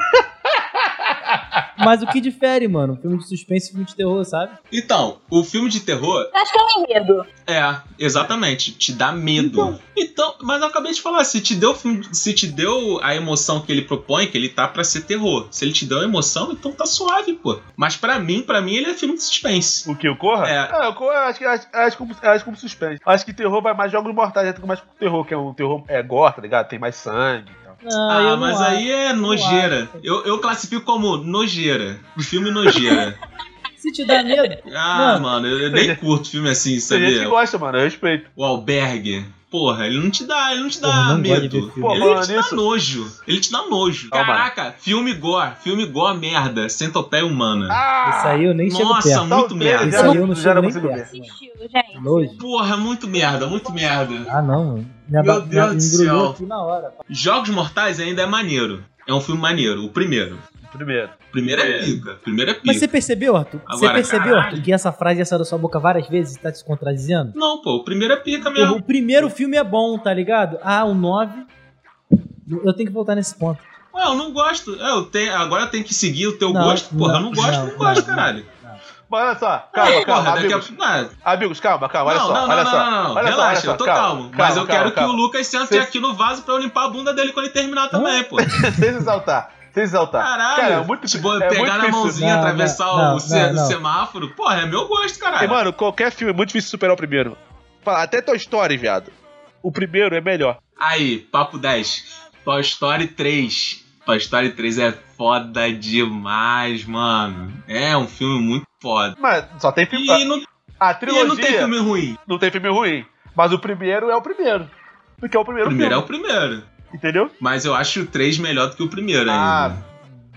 Speaker 4: Mas o que difere, mano? um Filme de suspense e filme de terror, sabe?
Speaker 3: Então, o filme de terror
Speaker 5: Acho que é um enredo.
Speaker 3: é, exatamente, te dá medo. Então, mas eu acabei de falar, se te deu o filme- se te deu a emoção que ele propõe, que ele tá pra ser terror. Se ele te deu a emoção, então tá suave, pô. Mas pra mim, pra mim ele é filme de suspense.
Speaker 6: O que, o Corra?
Speaker 3: É.
Speaker 6: Ah, o Corra eu acho que acho, acho, como, acho como suspense. Acho que terror vai mais jogos mortais, entra mais com terror, que é um terror é gore, tá ligado? Tem mais sangue e tal.
Speaker 4: Não, eu
Speaker 3: Ah,
Speaker 4: não
Speaker 3: mas
Speaker 4: acho.
Speaker 3: aí é nojeira.
Speaker 4: acho.
Speaker 3: Eu, eu classifico como nojeira. Filme nojeira.
Speaker 4: Se te dá medo,
Speaker 3: Ah,
Speaker 4: Mano.
Speaker 3: mano, eu, eu
Speaker 6: é.
Speaker 3: nem curto filme assim,
Speaker 6: Tem gente que
Speaker 3: sabia?
Speaker 6: gosta, mano, eu respeito.
Speaker 3: O albergue. Porra, ele não te dá, ele não te dá
Speaker 4: Porra, não gosto de
Speaker 3: medo.
Speaker 4: ver filme.
Speaker 6: Pô,
Speaker 3: ele
Speaker 6: mano,
Speaker 3: te dá
Speaker 6: isso-
Speaker 3: nojo. Ele te dá nojo.
Speaker 6: Calma.
Speaker 3: Caraca, filme gore, filme gore merda, centopeia humana.
Speaker 6: Ah!
Speaker 4: isso aí eu nem chego
Speaker 3: Nossa,
Speaker 4: perto.
Speaker 3: muito
Speaker 6: talvez, é.
Speaker 3: merda.
Speaker 4: Isso
Speaker 6: já
Speaker 4: aí
Speaker 6: não-
Speaker 4: eu não
Speaker 6: já
Speaker 4: chego
Speaker 6: não
Speaker 4: nem
Speaker 6: consigo
Speaker 4: perto.
Speaker 5: Esse estilo, gente.
Speaker 4: Nojo.
Speaker 3: Porra, muito merda, muito merda.
Speaker 4: Ah, não, mano. Minha
Speaker 3: Meu
Speaker 4: ba-
Speaker 3: Deus
Speaker 4: minha-
Speaker 3: do
Speaker 4: embrulhou
Speaker 3: céu.
Speaker 4: aqui na hora.
Speaker 3: Jogos Mortais ainda é maneiro. É um filme maneiro, o primeiro.
Speaker 6: Ah, Primeiro.
Speaker 3: O primeiro é pica, o primeiro é
Speaker 4: Mas
Speaker 3: pica.
Speaker 4: você percebeu, Arthur? você
Speaker 3: Agora,
Speaker 4: percebeu,
Speaker 3: caralho.
Speaker 4: Arthur, que essa frase ia sair da sua boca várias vezes e tá te contradizendo?
Speaker 3: Não, pô, o primeiro é pica
Speaker 4: Porra,
Speaker 3: mesmo.
Speaker 4: O primeiro filme é bom, tá ligado? Ah, o 9. Eu tenho que voltar nesse ponto.
Speaker 3: Ué, eu não gosto. É, eu tenho, agora eu tenho que seguir o teu
Speaker 4: Não,
Speaker 3: gosto. Porra, eu não
Speaker 4: não,
Speaker 3: gosto, não,
Speaker 4: não,
Speaker 3: gosto,
Speaker 4: não,
Speaker 3: caralho.
Speaker 6: Mas olha só, calma,
Speaker 3: Porra,
Speaker 6: calma,
Speaker 3: daqui a...
Speaker 6: amigos.
Speaker 3: Ah,
Speaker 6: Amigos, calma, calma, olha
Speaker 3: não,
Speaker 6: só,
Speaker 3: não,
Speaker 6: olha
Speaker 3: não,
Speaker 6: só.
Speaker 3: não, não, não.
Speaker 6: olha só,
Speaker 3: Relaxa,
Speaker 6: olha só,
Speaker 3: eu tô
Speaker 6: calma,
Speaker 3: calmo.
Speaker 6: calma,
Speaker 3: mas eu
Speaker 6: calma,
Speaker 3: quero
Speaker 6: calma.
Speaker 3: que o Lucas sente
Speaker 6: Cês-
Speaker 3: aqui no vaso pra eu limpar a bunda dele quando ele terminar também, pô.
Speaker 6: Sem se exaltar, sem se exaltar.
Speaker 3: Caralho.
Speaker 6: Tá. Cara, é muito
Speaker 3: tipo,
Speaker 6: é
Speaker 3: pegar
Speaker 6: muito
Speaker 3: na
Speaker 6: difícil.
Speaker 3: mãozinha,
Speaker 4: Não,
Speaker 3: atravessar
Speaker 4: não,
Speaker 3: o
Speaker 4: não,
Speaker 3: ce-
Speaker 4: não.
Speaker 3: semáforo. Porra, é meu gosto,
Speaker 6: E,
Speaker 3: caralho.
Speaker 6: mano, qualquer filme é muito difícil superar o primeiro. Fala, Até Toy Story, viado. O primeiro é melhor.
Speaker 3: Aí, papo 10. Toy Story 3. Toy Story 3 é foda demais, mano. É um filme muito foda.
Speaker 6: Mas só tem filme.
Speaker 3: E não,
Speaker 6: A
Speaker 3: e
Speaker 6: trilogia
Speaker 3: não tem filme ruim.
Speaker 6: ruim. Mas o primeiro é o primeiro. Porque é o
Speaker 3: O
Speaker 6: primeiro,
Speaker 3: primeiro é o
Speaker 6: filme.
Speaker 3: primeiro.
Speaker 6: Entendeu?
Speaker 3: Mas eu acho o 3 melhor do que o primeiro ainda.
Speaker 6: Ah,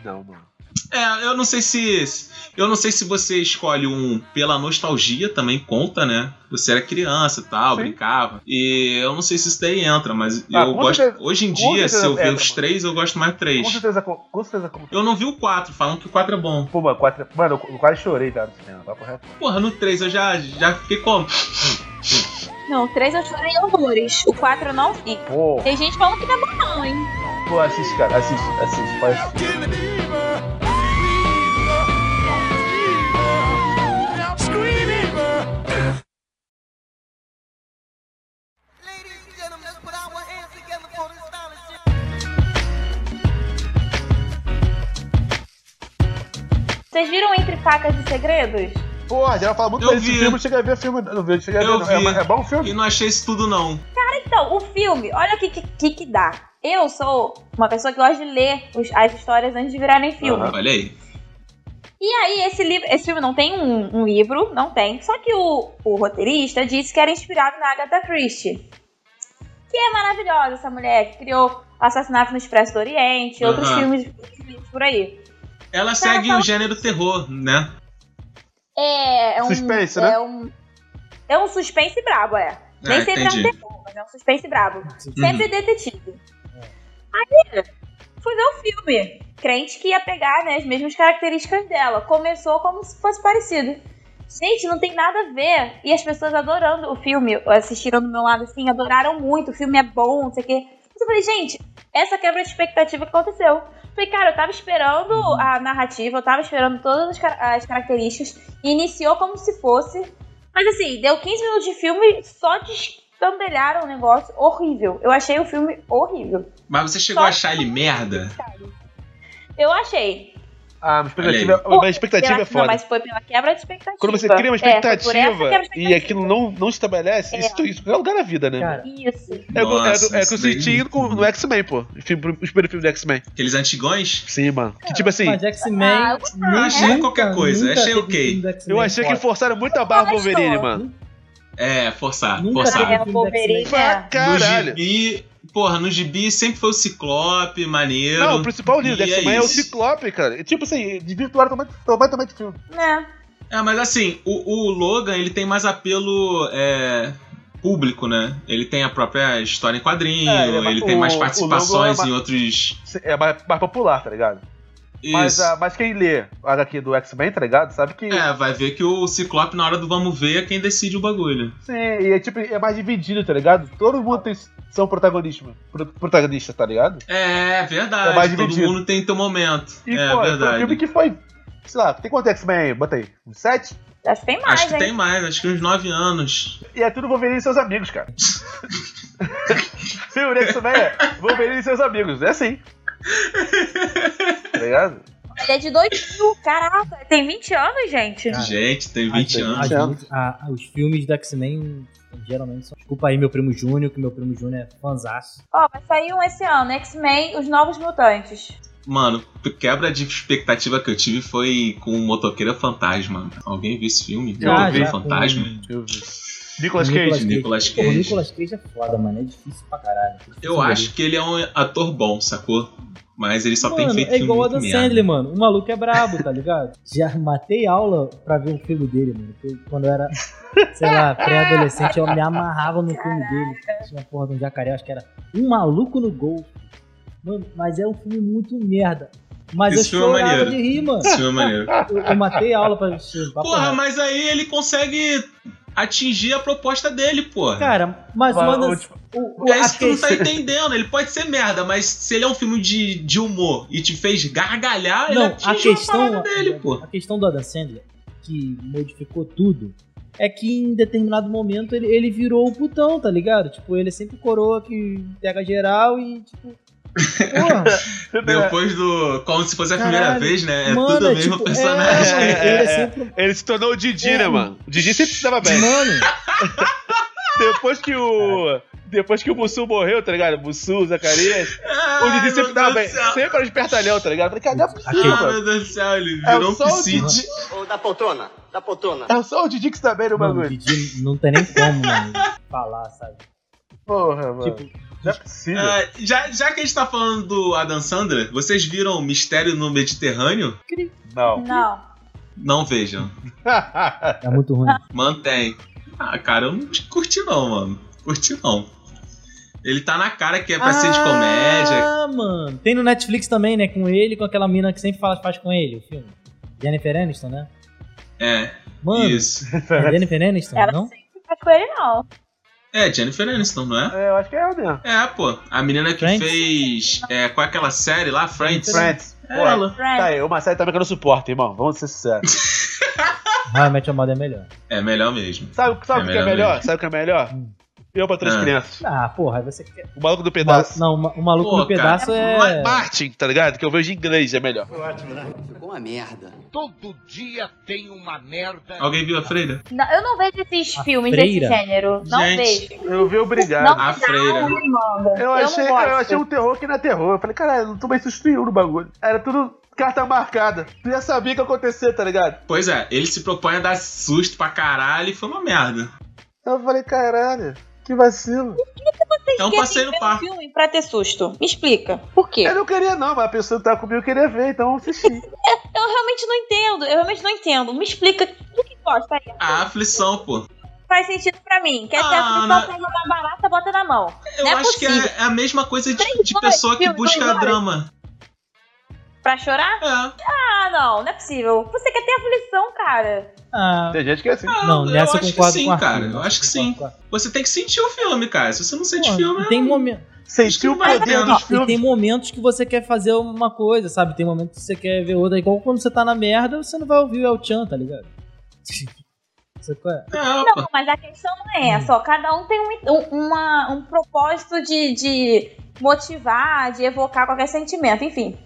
Speaker 6: não, mano.
Speaker 3: É, eu não sei se. Eu não sei se você escolhe um pela nostalgia, também conta, né? Você era criança e tal,
Speaker 6: Sim.
Speaker 3: brincava. E eu não sei se isso daí entra, mas
Speaker 6: Ah,
Speaker 3: eu
Speaker 6: com
Speaker 3: gosto.
Speaker 6: certeza-
Speaker 3: hoje em
Speaker 6: com
Speaker 3: dia, se
Speaker 6: certeza
Speaker 3: eu ver
Speaker 6: entra,
Speaker 3: os
Speaker 6: mano.
Speaker 3: três, eu gosto mais do três.
Speaker 6: Com certeza, com, com certeza. Com...
Speaker 3: Eu não vi o 4, falam que o 4 é bom.
Speaker 6: Pô, mano, quatro... mano, eu eu quase chorei, tá? No cinema, papo reto.
Speaker 3: Porra, no 3 eu já, já fiquei como?
Speaker 5: Não, o 3 eu chorei horrores. O 4 eu não vi.
Speaker 6: Pô,
Speaker 5: Tem gente falando que não é bom, não, hein?
Speaker 6: pô, assiste, cara. Assiste, assiste. Faz...
Speaker 5: Vocês viram Entre Facas e Segredos?
Speaker 6: Pô, a geral fala muito
Speaker 3: Eu
Speaker 6: bem desse
Speaker 3: vi.
Speaker 6: filme. Chega a ver filme. Não vi, chega a ver.
Speaker 3: Eu
Speaker 6: não. É,
Speaker 3: vi.
Speaker 6: mas é bom
Speaker 3: E
Speaker 6: filme?
Speaker 3: não achei isso tudo, não.
Speaker 5: Então, o filme, olha o que, que, que dá. Eu sou uma pessoa que gosta de ler os- as histórias antes de virarem filme.
Speaker 6: Aham.
Speaker 3: Olha aí.
Speaker 5: E aí, esse livro, esse filme não tem um, um livro, não tem. Só que o, o roteirista disse que era inspirado na Agatha Christie. Que é maravilhosa essa mulher, que criou Assassinato no Expresso do Oriente, outros
Speaker 3: Aham.
Speaker 5: filmes por aí.
Speaker 3: Ela segue
Speaker 5: fala-
Speaker 3: o gênero terror, né?
Speaker 5: É, é um.
Speaker 6: Suspense,
Speaker 5: é
Speaker 6: né?
Speaker 5: Um, é um suspense brabo, é. Nem
Speaker 3: é,
Speaker 5: sempre é um terror, mas é um suspense brabo.
Speaker 3: Hum.
Speaker 4: Uhum.
Speaker 5: Sempre detetive. Aí, fui ver o filme. Crente que ia pegar né, as mesmas características dela. Começou como se fosse parecido. Gente, não tem nada a ver. E as pessoas adorando o filme, assistiram do meu lado assim, adoraram muito. O filme é bom, não sei o quê. Mas eu falei, gente, essa quebra de expectativa que aconteceu. Falei, cara, eu tava esperando a narrativa, eu tava esperando todas as, car- as características. E iniciou como se fosse. Mas assim, deu 15 minutos de filme, só destambelharam o negócio horrível. Eu achei o filme horrível.
Speaker 3: Mas você chegou
Speaker 5: Só-
Speaker 3: a achar ele merda?
Speaker 5: Eu achei.
Speaker 6: Ah, minha expectativa,
Speaker 3: Olha
Speaker 6: é- minha expectativa
Speaker 5: Pela-
Speaker 6: é foda.
Speaker 5: Não, mas foi pela quebra de expectativa.
Speaker 6: Quando você cria uma
Speaker 5: É, foi por essa
Speaker 6: expectativa,
Speaker 5: quebra de
Speaker 6: e aquilo não, não estabelece,
Speaker 5: É.
Speaker 6: isso, isso é lugar na vida, né?
Speaker 4: Cara,
Speaker 5: Isso.
Speaker 6: É, do- é, do- é que eu
Speaker 3: Nossa, isso
Speaker 6: senti
Speaker 3: daí-
Speaker 6: indo com- no X-Men, pô. O filme- Os primeiros filmes do X-Men.
Speaker 3: Aqueles antigões?
Speaker 6: Sim, mano. Que tipo assim,
Speaker 4: mas X-Men.
Speaker 5: Ah, eu
Speaker 3: Eu achei
Speaker 4: nunca-
Speaker 3: qualquer coisa,
Speaker 4: nunca
Speaker 3: achei
Speaker 4: teve
Speaker 3: ok.
Speaker 4: filme do X-Men é
Speaker 6: eu achei que
Speaker 4: foda.
Speaker 6: forçaram muito a barra pro
Speaker 5: Mas,
Speaker 6: Wolverine,
Speaker 5: pô.
Speaker 6: mano.
Speaker 3: É, forçar,
Speaker 4: Nunca
Speaker 3: forçar.
Speaker 4: teve
Speaker 5: É,
Speaker 4: filme do
Speaker 5: Wolverine.
Speaker 4: X-Men.
Speaker 6: Pra
Speaker 5: É.
Speaker 6: caralho.
Speaker 3: No gibi, porra, no gibi sempre foi o Ciclope, maneiro.
Speaker 6: Não, o principal líder do
Speaker 3: E é
Speaker 6: X-Men é, o
Speaker 3: isso.
Speaker 6: Ciclope, cara. E, Tipo assim, desvirtuaram completamente- completamente o filme.
Speaker 5: Né?
Speaker 3: É, mas assim, o, o Logan, ele tem mais apelo é, público, né? Ele tem a própria história em quadrinho,
Speaker 6: É, ele
Speaker 3: ele,
Speaker 6: é-
Speaker 3: tem
Speaker 6: o-
Speaker 3: mais
Speaker 6: o
Speaker 3: participações
Speaker 6: Logan é
Speaker 3: em
Speaker 6: ma-
Speaker 3: outros...
Speaker 6: É mais, mais popular, tá ligado? Mas,
Speaker 3: Isso.
Speaker 6: ah, mas quem lê a HQ do X-Men, tá ligado? Sabe que.
Speaker 3: É, vai ver que o Ciclope, na hora do vamos ver, é quem decide o bagulho.
Speaker 6: Sim, e é tipo, é mais dividido, tá ligado? Todo mundo tem são protagonismo, pro- protagonista, tá ligado?
Speaker 3: É, é verdade.
Speaker 6: É mais
Speaker 3: Todo
Speaker 6: dividido.
Speaker 3: mundo tem seu momento.
Speaker 6: E,
Speaker 3: é
Speaker 6: pô, foi um
Speaker 3: verdade.
Speaker 6: filme que foi Sei lá, tem quanto é X-Men aí? Bota aí. Uns sete?
Speaker 5: Acho que tem mais,
Speaker 3: acho que
Speaker 5: hein?
Speaker 3: tem mais, acho que uns 9 anos.
Speaker 6: E é tudo Wolverine e seus amigos, cara. Filme do X-Men é Wolverine e seus amigos. É assim. Tá ligado?
Speaker 5: Ele é de 2000, caraca. Tem 20 anos, gente.
Speaker 3: Ah. Gente, tem 20
Speaker 6: ah, tem
Speaker 3: anos.
Speaker 6: mais.
Speaker 4: As- a- a- os filmes do X-Men geralmente são. Desculpa aí, meu primo Júnior, que meu primo Júnior é fanzaço.
Speaker 5: Ó, vai sair um esse ano, X-Men, Os Novos Mutantes.
Speaker 3: Mano, quebra de expectativa que eu tive foi com o Motoqueira Fantasma. Alguém viu esse filme?
Speaker 4: Já,
Speaker 3: Motoqueiro
Speaker 4: Ah, já,
Speaker 3: Fantasma?
Speaker 4: com-
Speaker 6: Deixa eu ver. Nicolas
Speaker 4: Nicolas
Speaker 6: Cage.
Speaker 3: Nicolas
Speaker 4: Pô, o
Speaker 3: Cage.
Speaker 4: Nicolas Cage é foda, mano. É difícil pra caralho.
Speaker 3: Eu acho que ele é um ator bom, sacou? Mas ele só tem
Speaker 4: mano,
Speaker 3: feito
Speaker 4: é igual o
Speaker 3: filme
Speaker 4: Adam
Speaker 3: muito merda.
Speaker 4: Sandler, mano. O maluco é brabo, tá ligado? Já matei aula pra ver um filme dele, mano. Que eu- Quando eu era, sei lá, pré-adolescente, eu me amarrava no filme dele. Tinha uma porra de um jacaré, acho que era Um Maluco no Gol. Mano, mas é um filme muito merda. Mas
Speaker 3: Esse
Speaker 4: eu
Speaker 3: filme é
Speaker 4: chorava
Speaker 3: maneiro.
Speaker 4: de rir, mano.
Speaker 3: Esse filme é maneiro.
Speaker 4: Eu, eu matei aula pra assistir. papo
Speaker 3: Porra,
Speaker 4: reto.
Speaker 3: mas aí ele consegue atingir a proposta dele, porra.
Speaker 4: Cara, mas
Speaker 6: Mas,
Speaker 4: uma das...
Speaker 6: tipo,
Speaker 4: o- o-
Speaker 3: É
Speaker 4: a
Speaker 3: isso que tu não tá
Speaker 4: questão-
Speaker 3: entendendo. Ele pode ser merda, mas se ele é um filme de, de humor e te fez gargalhar, ele
Speaker 4: Não, a
Speaker 3: atingiu a,
Speaker 4: questão, é-
Speaker 3: parada dele, pô.
Speaker 4: a questão do Adam Sandler, que modificou tudo, é que em determinado momento ele, ele virou o putão, tá ligado? Tipo, ele é sempre o coroa que pega geral e, tipo. Porra,
Speaker 3: Depois do. Como se fosse a primeira
Speaker 4: Caralho.
Speaker 3: vez, né? É
Speaker 4: mano,
Speaker 3: tudo o
Speaker 4: é,
Speaker 3: mesmo
Speaker 4: tipo,
Speaker 3: personagem.
Speaker 4: É, mano, ele é
Speaker 6: É,
Speaker 4: sempre.
Speaker 6: Ele se tornou o Didi, né,
Speaker 3: Hum.
Speaker 4: É.
Speaker 6: mano? O Didi sempre se dava bem.
Speaker 4: Mano,
Speaker 6: Depois que o. Depois que o Mussu morreu, tá ligado? Mussu, Zacarias.
Speaker 3: Ah,
Speaker 6: O Didi sempre
Speaker 3: meu
Speaker 6: dava
Speaker 3: Deus
Speaker 6: bem.
Speaker 3: do céu.
Speaker 6: Sempre era espertalhão, tá ligado? Eu Falei, cara, não é possível,
Speaker 3: Ah,
Speaker 6: mano.
Speaker 3: meu Deus do céu, ele
Speaker 6: É
Speaker 3: virou um
Speaker 6: só o
Speaker 3: Psy.
Speaker 6: Didi.
Speaker 1: Ô, da poltrona, da poltrona.
Speaker 6: É só o Didi que se dá bem no
Speaker 4: mano, o
Speaker 6: bagulho.
Speaker 4: Didi não tem nem como, mano, falar, sabe?
Speaker 6: Porra, mano.
Speaker 4: Tipo,
Speaker 6: não é possível.
Speaker 3: Ah, já, já que a gente tá falando do Adam Sandler, vocês viram Mistério no Mediterrâneo?
Speaker 6: Não.
Speaker 5: Não.
Speaker 3: Não vejam.
Speaker 4: é muito ruim.
Speaker 3: Mantém. Ah, cara, eu não curti não, mano. Curti não. Ele tá na cara que é pra ser de comédia.
Speaker 4: Ah, mano. Tem no Netflix também, né? Com ele, com aquela mina que sempre fala faz com ele, o filme. Jennifer Aniston, né?
Speaker 3: É,
Speaker 4: Mano,
Speaker 3: isso.
Speaker 4: é Jennifer Aniston,
Speaker 5: Ela
Speaker 4: não?
Speaker 5: sempre faz com ele, não.
Speaker 3: É, Jennifer Aniston, não é?
Speaker 6: É, eu acho que é o mesmo.
Speaker 3: É, pô. A menina que
Speaker 4: Friends?
Speaker 3: fez. É, qual é aquela série lá? Friends.
Speaker 6: Friends.
Speaker 3: É
Speaker 6: Pô,
Speaker 3: ela.
Speaker 5: Friends.
Speaker 6: Tá aí, uma série também que eu não suporto, irmão. Vamos ser sinceros.
Speaker 4: Ah, Match Mother é melhor.
Speaker 3: É melhor mesmo.
Speaker 6: Sabe, sabe o que é
Speaker 3: melhor
Speaker 6: melhor? Sabe o que é melhor?
Speaker 4: Hum.
Speaker 6: Eu pra três
Speaker 3: Ah.
Speaker 6: crianças.
Speaker 4: Ah, porra, aí você quer.
Speaker 6: O maluco do Um pedaço.
Speaker 4: Não, o ma- o maluco
Speaker 3: Pô,
Speaker 4: no pedaço
Speaker 3: cara,
Speaker 4: é.
Speaker 6: Martin, tá ligado? Que eu vejo em inglês, é melhor.
Speaker 11: Ficou uma merda.
Speaker 1: Todo dia tem uma merda.
Speaker 3: Alguém viu a Freira?
Speaker 5: Não, eu não vejo esses
Speaker 4: A
Speaker 5: filmes
Speaker 4: Freira?
Speaker 5: desse gênero. Não
Speaker 3: Gente,
Speaker 5: vejo.
Speaker 6: Eu vi
Speaker 5: Não,
Speaker 6: obrigado.
Speaker 3: A Freira.
Speaker 5: não me manda.
Speaker 6: Eu achei,
Speaker 5: não gosto.
Speaker 6: eu achei um terror que não é terror. Eu falei, caralho, não tomei susto nenhum no bagulho. Era tudo carta marcada. Tu já sabia o que ia acontecer, tá ligado?
Speaker 3: Pois é, ele se propõe a dar susto pra caralho e foi uma merda.
Speaker 6: Eu falei, caralho, que vacilo.
Speaker 5: Vocês
Speaker 3: É um
Speaker 5: querem
Speaker 3: passeio no
Speaker 5: ver um
Speaker 3: parque.
Speaker 5: filme pra ter susto. Me explica. Por quê?
Speaker 6: Eu não queria não, mas a pessoa que tava comigo queria ver, então eu assisti.
Speaker 5: Eu realmente não entendo. Eu realmente não entendo. Me explica do que gosta aí.
Speaker 3: A aflição, pô.
Speaker 5: Faz sentido pra mim. Quer ter
Speaker 3: Ah,
Speaker 5: aflição,
Speaker 3: não.
Speaker 5: pega uma barata, bota na mão.
Speaker 3: Eu
Speaker 5: Não é
Speaker 3: acho que
Speaker 5: possível.
Speaker 3: é, é a mesma coisa de,
Speaker 5: Três
Speaker 3: de
Speaker 5: horas,
Speaker 3: pessoa que
Speaker 5: filme,
Speaker 3: busca
Speaker 5: duas horas.
Speaker 3: drama.
Speaker 5: Pra chorar?
Speaker 3: É.
Speaker 5: Ah, não. Não é possível. Você quer ter aflição, cara.
Speaker 4: Ah,
Speaker 6: Tem gente que é assim.
Speaker 4: não,
Speaker 3: eu
Speaker 4: nessa eu
Speaker 3: acho que
Speaker 4: concordo
Speaker 3: sim,
Speaker 4: com o Arthur,
Speaker 3: cara,
Speaker 4: nessa
Speaker 3: eu acho que
Speaker 4: concordo
Speaker 3: sim.
Speaker 4: com o Arthur.
Speaker 3: Você tem que sentir o filme, cara. Se você não sente
Speaker 4: Porra,
Speaker 3: filme, é, um
Speaker 4: e tem momen-
Speaker 6: Senti o
Speaker 3: Mas-
Speaker 6: poder
Speaker 3: Não,
Speaker 6: dos
Speaker 4: e
Speaker 6: filmes.
Speaker 4: tem momentos que você quer fazer uma coisa, sabe? Tem momentos que você quer ver outra. Igual quando você tá na merda, você não vai ouvir o El Chan, tá ligado? é? Você quer?
Speaker 3: não, é, pô.
Speaker 5: Não, mas a questão não é essa. ó. Cada um tem um, um- uma- um propósito de, de motivar, de evocar qualquer sentimento. Enfim.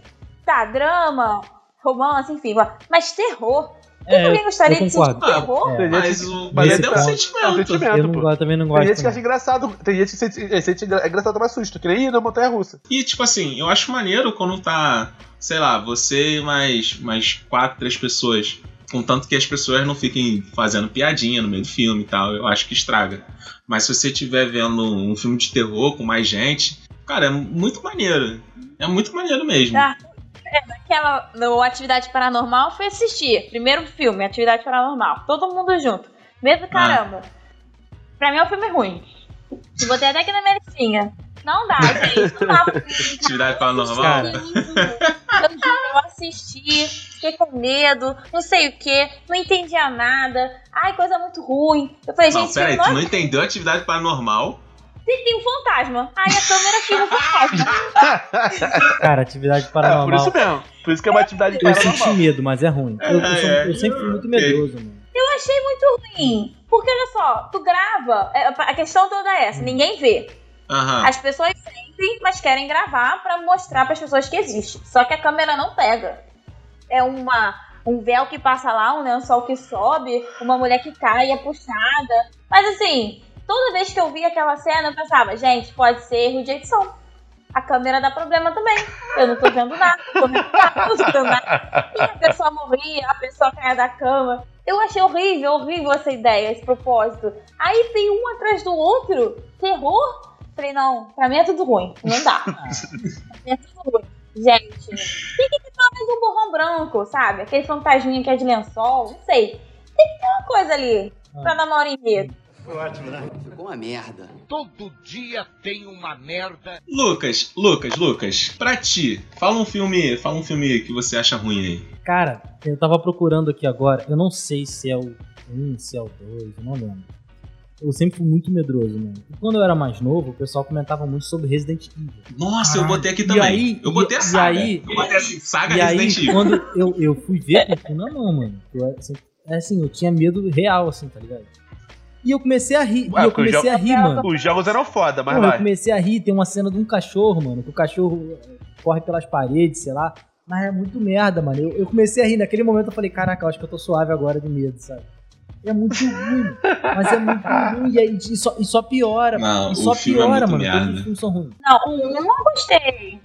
Speaker 5: Tá, drama, romance, enfim. Mas terror.
Speaker 4: É,
Speaker 5: Alguém gostaria de sentir
Speaker 4: concordo.
Speaker 5: terror?
Speaker 4: É.
Speaker 6: Tem gente
Speaker 3: Mas
Speaker 6: que-
Speaker 3: o
Speaker 4: Mas
Speaker 3: mas
Speaker 4: esse
Speaker 3: é um
Speaker 4: ponto-
Speaker 6: é um
Speaker 3: sentimento.
Speaker 4: eu
Speaker 6: sentimento,
Speaker 4: não
Speaker 6: pô.
Speaker 4: gosto, também não
Speaker 6: Tem
Speaker 4: gosto.
Speaker 6: gente que
Speaker 4: não.
Speaker 6: acha engraçado, tem gente que sente, eh, sente engra- é engraçado tomar susto, que nem na montanha russa.
Speaker 3: E tipo assim, eu acho maneiro quando tá, sei lá, você e mais, mais quatro, três pessoas. Contanto que as pessoas não fiquem fazendo piadinha no meio do filme e tal, eu acho que estraga. Mas se você estiver vendo um filme de terror com mais gente, cara, é muito maneiro. É muito maneiro mesmo.
Speaker 5: Ah, Aquela no Atividade Paranormal foi assistir. Primeiro filme, Atividade Paranormal. Todo mundo junto.
Speaker 4: Ah.
Speaker 5: Mesmo caramba. Pra mim é um filme ruim. Eu Botei até aqui na minha listinha. Não dá, gente. Não dá pra mim.
Speaker 3: Atividade paranormal.
Speaker 5: Cara, Eu juro, eu assisti, fiquei com medo, não sei o que, não entendia nada. Ai, coisa muito ruim. Eu falei,
Speaker 3: não,
Speaker 5: gente,
Speaker 3: peraí,
Speaker 5: não
Speaker 3: tu
Speaker 5: é
Speaker 3: não entendeu a atividade paranormal?
Speaker 5: Tem, tem um fantasma. Aí a câmera filma o fantasma.
Speaker 4: Cara, atividade
Speaker 6: É, por
Speaker 4: paranormal.
Speaker 6: isso mesmo. Por isso que é uma atividade
Speaker 4: eu senti
Speaker 6: paranormal.
Speaker 4: medo, mas é ruim. Eu, eu sou-
Speaker 3: É, é.
Speaker 4: eu sempre fui muito
Speaker 3: Ok.
Speaker 4: medroso, mano.
Speaker 5: Eu achei muito ruim. Porque olha só, tu grava. é, A questão toda é essa: ninguém vê.
Speaker 3: Aham.
Speaker 5: As pessoas sentem, mas querem gravar pra mostrar pras pessoas que existe. Só que a câmera não pega. É uma um véu que passa lá, um lençol que sobe, uma mulher que cai, é puxada. Mas assim, toda vez que eu vi aquela cena, eu pensava, gente, pode ser erro de edição. A câmera dá problema também. Eu não tô vendo nada, tô vendo nada, não tô vendo nada. E a pessoa morria, a pessoa caia da cama. Eu achei horrível, horrível essa ideia, esse propósito. Aí tem um atrás do outro, terror. Falei, não, pra mim é tudo ruim. Não dá. pra mim é tudo ruim. Gente, tem que ter pelo menos um borrão branco, sabe? Aquele fantasminha que é de lençol, não sei. Tem que ter uma coisa ali pra dar uma hora em medo.
Speaker 11: Ficou uma merda.
Speaker 12: Todo dia tem uma merda.
Speaker 3: Lucas, Lucas, Lucas, pra ti, fala um filme, fala um filme que você acha ruim aí.
Speaker 4: Cara, eu tava procurando aqui agora, eu não sei se é o 1, se é o 2, eu não lembro. Eu sempre fui muito medroso, mano. E quando eu era mais novo, o pessoal comentava muito sobre Resident Evil.
Speaker 3: Nossa, eu
Speaker 4: Caralho.
Speaker 3: botei aqui
Speaker 4: E
Speaker 3: também.
Speaker 4: aí-
Speaker 3: eu botei a
Speaker 4: e- e
Speaker 3: saga.
Speaker 4: aí-
Speaker 3: eu botei assim, saga
Speaker 4: e aí,
Speaker 3: Resident Evil.
Speaker 4: quando eu, eu fui ver, eu falei, não, não, mano. Eu, era assim, é assim, eu tinha medo real, assim, tá ligado? E eu comecei a rir,
Speaker 6: Ué,
Speaker 4: e eu
Speaker 6: porque o
Speaker 4: comecei a rir, mano.
Speaker 6: Os jogos eram foda, mas
Speaker 4: Porra, eu
Speaker 6: vai.
Speaker 4: comecei a rir, tem uma cena de um cachorro, mano, que o cachorro eh, corre pelas paredes, sei lá. Mas é muito merda, mano. Eu, eu comecei a rir. Naquele momento eu falei, caraca, eu acho que eu tô suave agora de medo, sabe? É muito ruim, mano. mas é muito ruim. E, aí- e só, e só piora,
Speaker 3: Não,
Speaker 4: mano. E só
Speaker 3: o filme é
Speaker 4: piora,
Speaker 3: muito
Speaker 4: mano. Todos os
Speaker 3: merda.
Speaker 4: filmes são ruins.
Speaker 5: Não, um eu não gostei.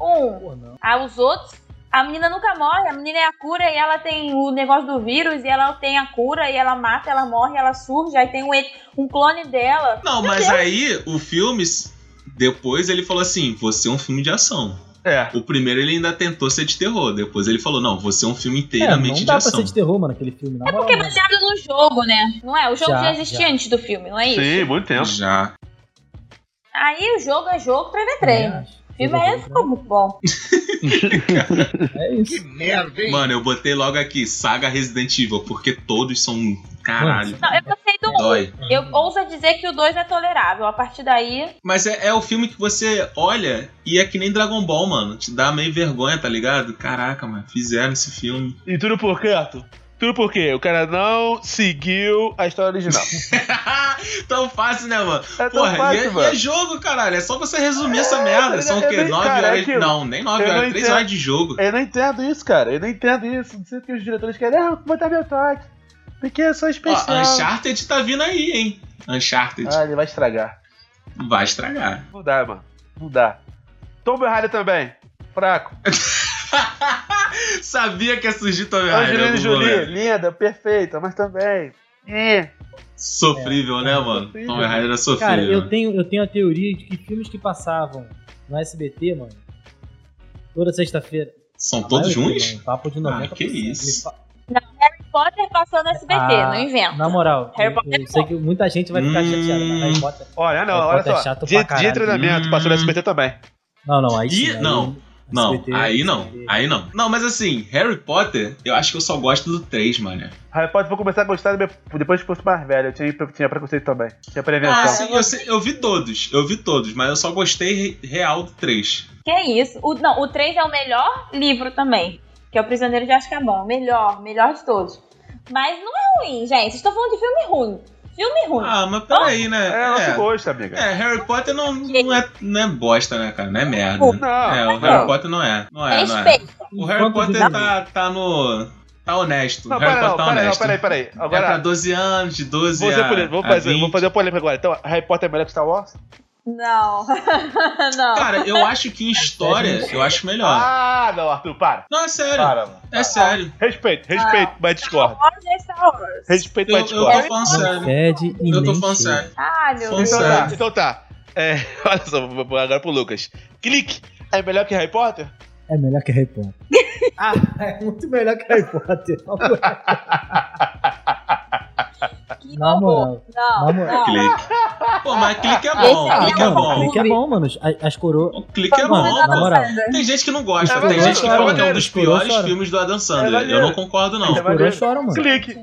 Speaker 5: Um,
Speaker 4: Porra, não.
Speaker 5: ah, os outros. A menina nunca morre, a menina é a cura e ela tem o negócio do vírus e ela tem a cura e ela mata, ela morre, ela surge, aí tem um, et- um clone dela.
Speaker 3: Não, mas aí o filme depois ele falou assim, você é um filme de ação.
Speaker 6: É.
Speaker 3: O primeiro ele ainda tentou ser de terror, depois ele falou, não, você é um filme
Speaker 4: É, não
Speaker 3: inteiramente
Speaker 4: dá
Speaker 3: de
Speaker 4: pra ser
Speaker 3: ação.
Speaker 4: de terror, mano, aquele filme. Na
Speaker 5: É
Speaker 4: moral,
Speaker 5: porque é
Speaker 4: mano.
Speaker 5: baseado no jogo, né? Não é? O jogo
Speaker 4: Já,
Speaker 5: já, existia
Speaker 4: já.
Speaker 5: antes do filme, não é isso?
Speaker 6: Sim, muito tempo.
Speaker 3: Já.
Speaker 5: Aí o jogo é jogo, treino é treino. O filme
Speaker 4: Jogo
Speaker 5: aí
Speaker 3: né?
Speaker 4: é jogo,
Speaker 5: ficou muito bom.
Speaker 4: É isso.
Speaker 12: Que
Speaker 3: Tipo
Speaker 12: merda, hein?
Speaker 3: Mano, eu botei logo aqui, saga Resident Evil, porque todos são um caralho.
Speaker 5: Não, eu gostei do um.
Speaker 3: Dói.
Speaker 5: Eu ouso dizer que o 2 é tolerável. A partir daí.
Speaker 3: Mas é, é o filme que você olha e é que nem Dragon Ball, mano. Te dá meio vergonha, tá ligado? Caraca, mano, fizeram esse filme.
Speaker 6: E tudo por quê, Arthur? Tudo por quê? O cara não seguiu a história original.
Speaker 3: tão fácil, né, mano?
Speaker 6: É tão
Speaker 3: Porra,
Speaker 6: fácil,
Speaker 3: e é, e é
Speaker 6: mano.
Speaker 3: jogo, caralho. É só você resumir essa merda. São o
Speaker 6: eu
Speaker 3: quê?
Speaker 6: nem-
Speaker 3: Nove
Speaker 6: cara, é
Speaker 3: horas.
Speaker 6: aquilo.
Speaker 3: Não, nem nove
Speaker 6: Eu
Speaker 3: horas.
Speaker 6: não
Speaker 3: Três
Speaker 6: entendo.
Speaker 3: horas de jogo.
Speaker 6: Eu não entendo isso, cara. Eu não entendo isso. Não sei porque os diretores querem. Ah, vou botar meu toque. Porque eu sou
Speaker 3: Ó,
Speaker 6: especial.
Speaker 3: Uncharted tá vindo aí, hein? Uncharted.
Speaker 6: ah, ele vai estragar. Ah.
Speaker 3: Vai estragar.
Speaker 6: Não dá, mano. Não dá. Tomb Raider também. Fraco.
Speaker 3: Sabia que ia surgir Tommy
Speaker 6: Angelina Jolie,
Speaker 3: Raider. né,
Speaker 6: linda, perfeita, mas também. Ih,
Speaker 3: Sofrível, né, mano?
Speaker 6: Sofrível.
Speaker 3: Tommy Raider é sofrível.
Speaker 4: Cara, eu tenho, eu tenho a teoria de que filmes que passavam no SBT, mano, toda sexta-feira.
Speaker 3: São
Speaker 4: a
Speaker 3: todos
Speaker 4: maioria,
Speaker 3: ruins?
Speaker 4: mano, um papo de 90%.
Speaker 3: que isso.
Speaker 4: Ele fa-
Speaker 5: Potter passou no SBT,
Speaker 4: Ah,
Speaker 5: não inventa.
Speaker 4: Na moral,
Speaker 5: Harry
Speaker 4: eu-
Speaker 5: Potter
Speaker 4: eu, sei que muita gente vai ficar
Speaker 3: Hum.
Speaker 4: chateada, mas Harry Potter.
Speaker 6: Olha, não,
Speaker 4: Harry
Speaker 6: olha
Speaker 4: Potter é
Speaker 6: só.
Speaker 4: chato pra
Speaker 6: dia, dia
Speaker 4: caralho.
Speaker 6: de treinamento,
Speaker 3: Hum.
Speaker 6: passou no SBT também.
Speaker 4: Não, não, aí sim.
Speaker 3: Ih,
Speaker 4: aí
Speaker 3: não,
Speaker 4: um
Speaker 3: Não,
Speaker 4: SBT,
Speaker 3: aí não,
Speaker 4: SBT.
Speaker 3: aí não. Não, mas assim, Harry Potter, eu acho que eu só gosto do 3, mano.
Speaker 4: Tá.
Speaker 6: Harry Potter, vou começar a gostar depois que fosse mais velho. Eu tinha, tinha preconceito também. Tinha prevenção.
Speaker 3: Ah, sim, eu, sei- eu vi todos, eu vi todos, mas eu só gostei re- real do 3.
Speaker 5: Que é isso? O, não, o 3 é o melhor livro também. Que é o Prisioneiro de Azkaban. Melhor, melhor de todos. Mas não é ruim, gente. Estou falando de filme ruim. Filme ruim.
Speaker 3: Ah, mas peraí, né?
Speaker 6: É, nosso gosto, amiga.
Speaker 3: É, Harry Potter não, não, é, não é bosta, né, cara? Não é merda.
Speaker 6: Não,
Speaker 3: é, o
Speaker 6: não.
Speaker 3: Harry Potter não é. Não é, não é.
Speaker 5: Respeito.
Speaker 3: O Harry
Speaker 4: Enquanto
Speaker 3: Potter
Speaker 4: vive-
Speaker 3: tá, tá no. Tá honesto.
Speaker 6: Não,
Speaker 3: Harry
Speaker 6: pera, não,
Speaker 3: Potter tá
Speaker 6: pera, não,
Speaker 3: honesto.
Speaker 6: peraí, peraí.
Speaker 3: é pra
Speaker 6: Agora,
Speaker 3: 12 anos, de 12
Speaker 6: vou, ser
Speaker 3: a,
Speaker 6: polêmico, vou,
Speaker 3: a
Speaker 6: fazer,
Speaker 3: 20.
Speaker 6: vou fazer a polêmica agora. Então, Harry Potter é melhor que Star Wars?
Speaker 5: Não. não.
Speaker 3: Cara, eu acho que em história, eu acho melhor.
Speaker 6: Ah, não, Arthur, para.
Speaker 3: Não, é sério.
Speaker 6: Para, mano.
Speaker 3: É sério.
Speaker 6: Respeito, respeito,
Speaker 3: Ah.
Speaker 6: mas discorda.
Speaker 5: Horas é Star Wars.
Speaker 6: Respeito,
Speaker 3: Eu, eu
Speaker 6: mas
Speaker 3: tô
Speaker 6: discorda.
Speaker 3: falando sério.
Speaker 4: Fede e
Speaker 3: Eu tô
Speaker 4: nem
Speaker 3: falando
Speaker 4: cheira.
Speaker 3: sério.
Speaker 5: Ai, meu Deus.
Speaker 6: Então
Speaker 3: um Sério.
Speaker 6: tá, então tá. É, olha só, vou- vou agora pro Lucas. Clique. É melhor que Harry Potter?
Speaker 4: É melhor que Harry Potter. ah, é muito melhor que Harry Potter.
Speaker 3: Ah,
Speaker 5: Que
Speaker 4: Na
Speaker 5: horror.
Speaker 4: moral.
Speaker 5: Não,
Speaker 4: Na moral.
Speaker 5: não.
Speaker 3: Clique. Pô, mas clique é bom.
Speaker 5: Esse é
Speaker 3: Clique é
Speaker 5: bom.
Speaker 3: bom.
Speaker 4: Clique Tá é bom, mano. As, as coroas.
Speaker 3: O clique é
Speaker 4: Mano,
Speaker 3: bom,
Speaker 4: na
Speaker 3: pô.
Speaker 4: moral.
Speaker 3: Tem gente que não gosta,
Speaker 6: É
Speaker 3: tem
Speaker 6: maneiro,
Speaker 3: gente que
Speaker 6: é
Speaker 3: fala que é um
Speaker 6: maneiro.
Speaker 3: dos piores
Speaker 4: Chora.
Speaker 3: filmes do Adam Sandler.
Speaker 6: É
Speaker 3: eu não
Speaker 6: maneiro.
Speaker 3: concordo, não.
Speaker 4: As coroas choram, mano.
Speaker 6: Clique.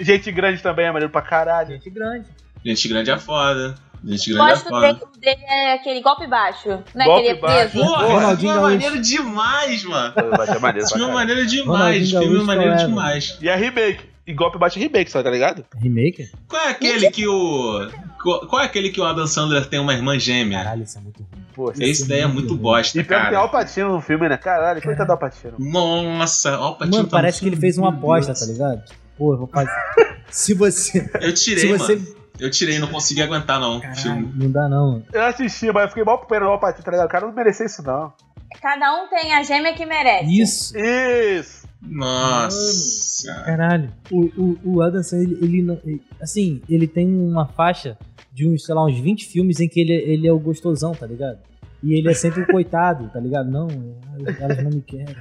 Speaker 6: Gente grande também é maneiro pra caralho.
Speaker 4: Gente grande.
Speaker 3: Gente grande é foda. Gente grande é
Speaker 5: Gosto
Speaker 3: foda.
Speaker 5: dele, dele é aquele golpe baixo, né?
Speaker 6: Golpe
Speaker 5: que ele é
Speaker 6: baixo.
Speaker 5: preso.
Speaker 3: Porra, esse
Speaker 4: Ronaldinho
Speaker 3: filme é
Speaker 4: Gaúcho.
Speaker 3: maneiro demais, mano.
Speaker 6: Vai
Speaker 3: Esse
Speaker 6: ser maneiro pra
Speaker 3: filme é
Speaker 6: caralho.
Speaker 3: maneiro demais.
Speaker 4: Ronaldinho
Speaker 3: Esse filme é
Speaker 4: Gaúcho
Speaker 3: maneiro
Speaker 4: forever.
Speaker 3: demais.
Speaker 6: E é remake. E golpe bate remake, só, tá ligado?
Speaker 4: Remake?
Speaker 3: Qual é aquele que o. Qual qual é aquele que o Adam Sandler tem uma irmã gêmea?
Speaker 4: Caralho, isso é muito ruim.
Speaker 6: Pô, esse-
Speaker 3: Esse daí é muito bosta,
Speaker 6: E pior que tem
Speaker 3: cara.
Speaker 6: Alpatino no filme, né? Caralho, coitado do Alpatino.
Speaker 3: Nossa, ó, o Patino
Speaker 4: Mano,
Speaker 3: tá
Speaker 4: parece que
Speaker 3: muito-
Speaker 4: ele fez uma
Speaker 3: Meu
Speaker 4: aposta,
Speaker 3: Deus.
Speaker 4: tá ligado? Pô, eu vou fazer. Se você.
Speaker 3: Eu
Speaker 4: Se
Speaker 3: tirei, mano.
Speaker 4: você.
Speaker 3: Eu tirei, não consegui aguentar, não. o
Speaker 4: Caralho,
Speaker 3: filme.
Speaker 4: não dá não, mano.
Speaker 6: Eu assisti, mas eu fiquei mal pro pé do Alpatino, tá ligado? O cara não merecia isso, não.
Speaker 5: Cada um tem a gêmea que
Speaker 3: É,
Speaker 5: merece.
Speaker 4: Isso.
Speaker 6: Isso!
Speaker 3: Nossa.
Speaker 4: Caralho. O, o, o Adam Sandler, ele, ele não- ele- Assim, ele tem uma faixa de uns, sei lá, uns 20 filmes em que ele, ele é o gostosão, tá ligado? E ele é sempre o coitado, tá ligado? Não, é- elas não me querem.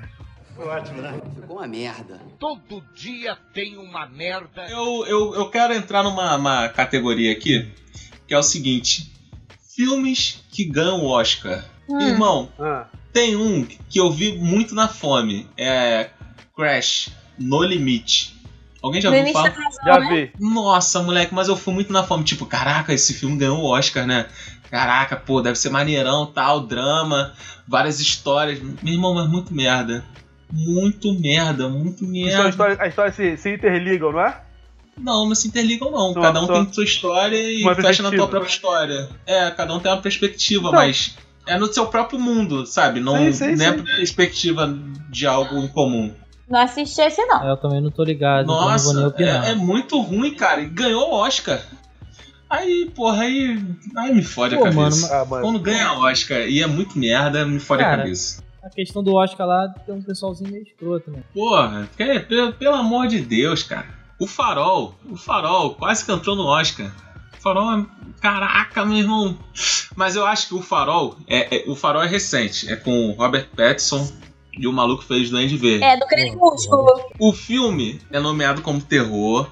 Speaker 9: Ficou uma merda.
Speaker 1: Todo dia tem uma merda.
Speaker 3: Eu, eu, eu quero entrar numa uma categoria aqui, que é o seguinte: filmes que ganham o Oscar.
Speaker 5: Hum.
Speaker 3: Irmão,
Speaker 6: Ah,
Speaker 3: Tem um que eu vi muito na fome. É Crash, No Limite. Alguém já
Speaker 5: No
Speaker 3: ouviu
Speaker 5: início da
Speaker 3: falar?
Speaker 5: razão,
Speaker 6: já
Speaker 5: né?
Speaker 6: vi.
Speaker 3: Nossa, moleque, mas eu fui muito na fome. Tipo, caraca, esse filme ganhou o Oscar, né? Caraca, pô, deve ser maneirão, tal, drama, várias histórias. Meu irmão, mas muito merda. Muito merda, muito
Speaker 6: Então, a
Speaker 3: merda.
Speaker 6: história, a história se, se interligam, não é?
Speaker 3: Não, não se interligam, não.
Speaker 6: Só-
Speaker 3: cada um
Speaker 6: só-
Speaker 3: tem sua história e
Speaker 6: Uma
Speaker 3: fecha na
Speaker 6: perspectiva.
Speaker 3: tua própria história. É, cada um tem uma perspectiva,
Speaker 6: Então.
Speaker 3: mas é no seu próprio mundo, sabe? Não,
Speaker 6: Sim, sim,
Speaker 3: não é
Speaker 6: sim.
Speaker 3: perspectiva de algo em comum.
Speaker 5: Não assisti esse, não.
Speaker 4: É, Eu também não tô ligado, então não
Speaker 3: Nossa,
Speaker 4: vou nem opinar.
Speaker 3: é, é muito ruim, cara. E ganhou o Oscar. Aí, porra, aí, aí me fode
Speaker 4: Pô,
Speaker 3: a cabeça.
Speaker 4: mano,
Speaker 6: Ah, mano.
Speaker 3: Quando ganha o Oscar e é muito merda, me fode
Speaker 4: Cara.
Speaker 3: a cabeça.
Speaker 4: A questão do Oscar lá tem um pessoalzinho meio escroto, né?
Speaker 3: Porra, que- é, pelo, pelo amor de Deus, cara. O Farol, o Farol quase cantou no Oscar. O Farol é. Caraca, meu irmão. Mas eu acho que o Farol é, é- o Farol é recente. É com o Robert Pattinson e o maluco fez Duende Verde.
Speaker 5: É, do Crepúsculo.
Speaker 3: O filme é nomeado como terror.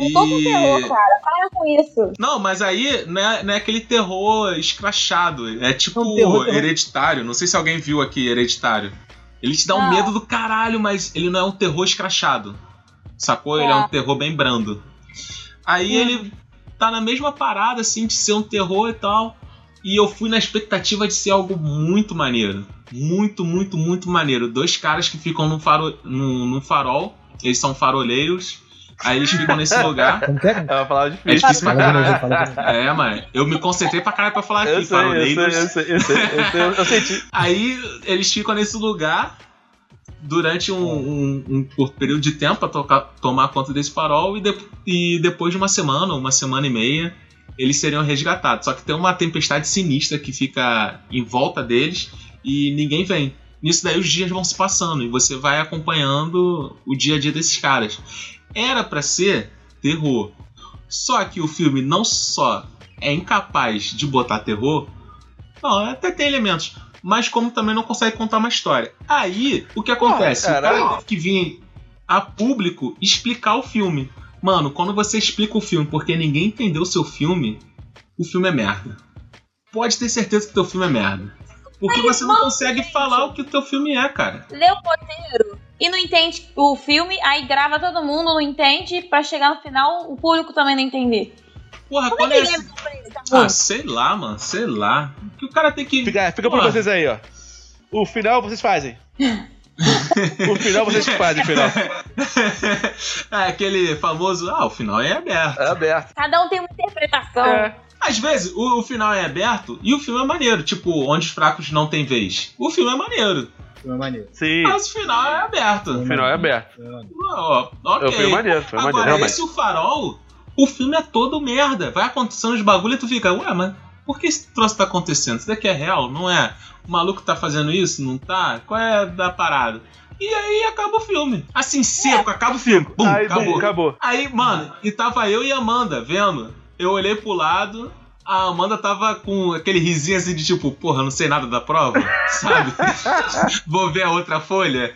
Speaker 3: E...
Speaker 5: Todo É um terror, cara. Para com isso.
Speaker 3: Não, mas aí não é, não é aquele terror escrachado. É tipo
Speaker 4: Não, um terror, terror.
Speaker 3: hereditário. Não sei se alguém viu aqui hereditário. Ele te dá um
Speaker 5: Não.
Speaker 3: medo do caralho, mas ele não é um terror escrachado. Sacou? Ele é um terror bem brando. Aí ele tá na mesma parada, assim, de ser um terror e tal. E eu fui na expectativa de ser algo muito maneiro. Muito, muito, muito maneiro. Dois caras que ficam num, faro... num- num farol. Eles são faroleiros. Aí eles ficam nesse lugar.
Speaker 4: Como que é?
Speaker 6: É uma
Speaker 3: É
Speaker 6: palavra difícil.
Speaker 3: difícil pra
Speaker 4: Fala de
Speaker 3: caralho.
Speaker 4: novo, fala de novo.
Speaker 3: É, mano, eu me concentrei pra caralho pra falar
Speaker 6: Eu
Speaker 3: aqui,
Speaker 6: sei, eu sei, eu
Speaker 3: faroleiros.
Speaker 6: sei, eu sei, eu sei, eu- eu senti.
Speaker 3: Aí eles ficam nesse lugar durante um, um- um curto período de tempo pra tocar, tomar conta desse farol e, de- e depois de uma semana, uma semana e meia, eles seriam resgatados. Só que tem uma tempestade sinistra que fica em volta deles e ninguém vem. Nisso daí os dias vão se passando e você vai acompanhando o dia a dia desses caras. Era pra ser terror. Só que o filme não só é incapaz de botar terror, não, até tem elementos, mas como também não consegue contar uma história. Aí, o que acontece?
Speaker 6: Ah,
Speaker 3: o cara
Speaker 6: caralho.
Speaker 3: teve que vir a público explicar o filme. Mano, quando você explica o filme porque ninguém entendeu o seu filme, o filme é merda. Pode ter certeza que o teu filme é merda. Porque você não consegue falar o que o teu filme é, cara.
Speaker 5: Lê o roteiro e não entende o filme, aí grava todo mundo, não entende, pra chegar no final o público também não entender.
Speaker 3: Porra,
Speaker 5: Como
Speaker 3: quando
Speaker 5: é
Speaker 3: é
Speaker 5: que
Speaker 3: assim?
Speaker 5: lembra pra ele? Tá bom.
Speaker 3: Ah, sei lá, mano, sei lá. Que o cara tem que.
Speaker 6: Fica, fica por
Speaker 3: Porra.
Speaker 6: vocês aí, ó. O final vocês fazem. o final vocês que fazem, o final.
Speaker 3: é aquele famoso. Ah, o final é aberto.
Speaker 6: É aberto.
Speaker 5: Cada um tem uma
Speaker 3: Então,
Speaker 5: interpretação.
Speaker 6: É.
Speaker 3: Às vezes o, o final é aberto e o filme é maneiro, tipo, onde os fracos não têm vez. O filme é maneiro,
Speaker 4: Foi maneiro.
Speaker 6: Sim,
Speaker 3: mas o final é
Speaker 6: o
Speaker 3: aberto.
Speaker 6: final é aberto.
Speaker 3: Ó, ok.
Speaker 6: Eu fui maneiro, foi maneiro,
Speaker 3: Agora, é
Speaker 6: realmente.
Speaker 3: esse o farol, o filme é todo merda. Vai acontecendo os bagulho e tu fica, ué, mas por que esse troço tá acontecendo? Isso daqui é real, não é? O maluco tá fazendo isso, não tá? Qual é a da parada? E aí acaba o filme. Assim, seco, acaba o filme. Bum,
Speaker 6: Aí,
Speaker 3: acabou.
Speaker 6: bum, acabou.
Speaker 3: Aí, mano, e tava eu e a Amanda vendo. Eu olhei pro lado, a Amanda tava com aquele risinho assim de tipo, porra, não sei nada da prova, sabe? Vou ver a outra folha.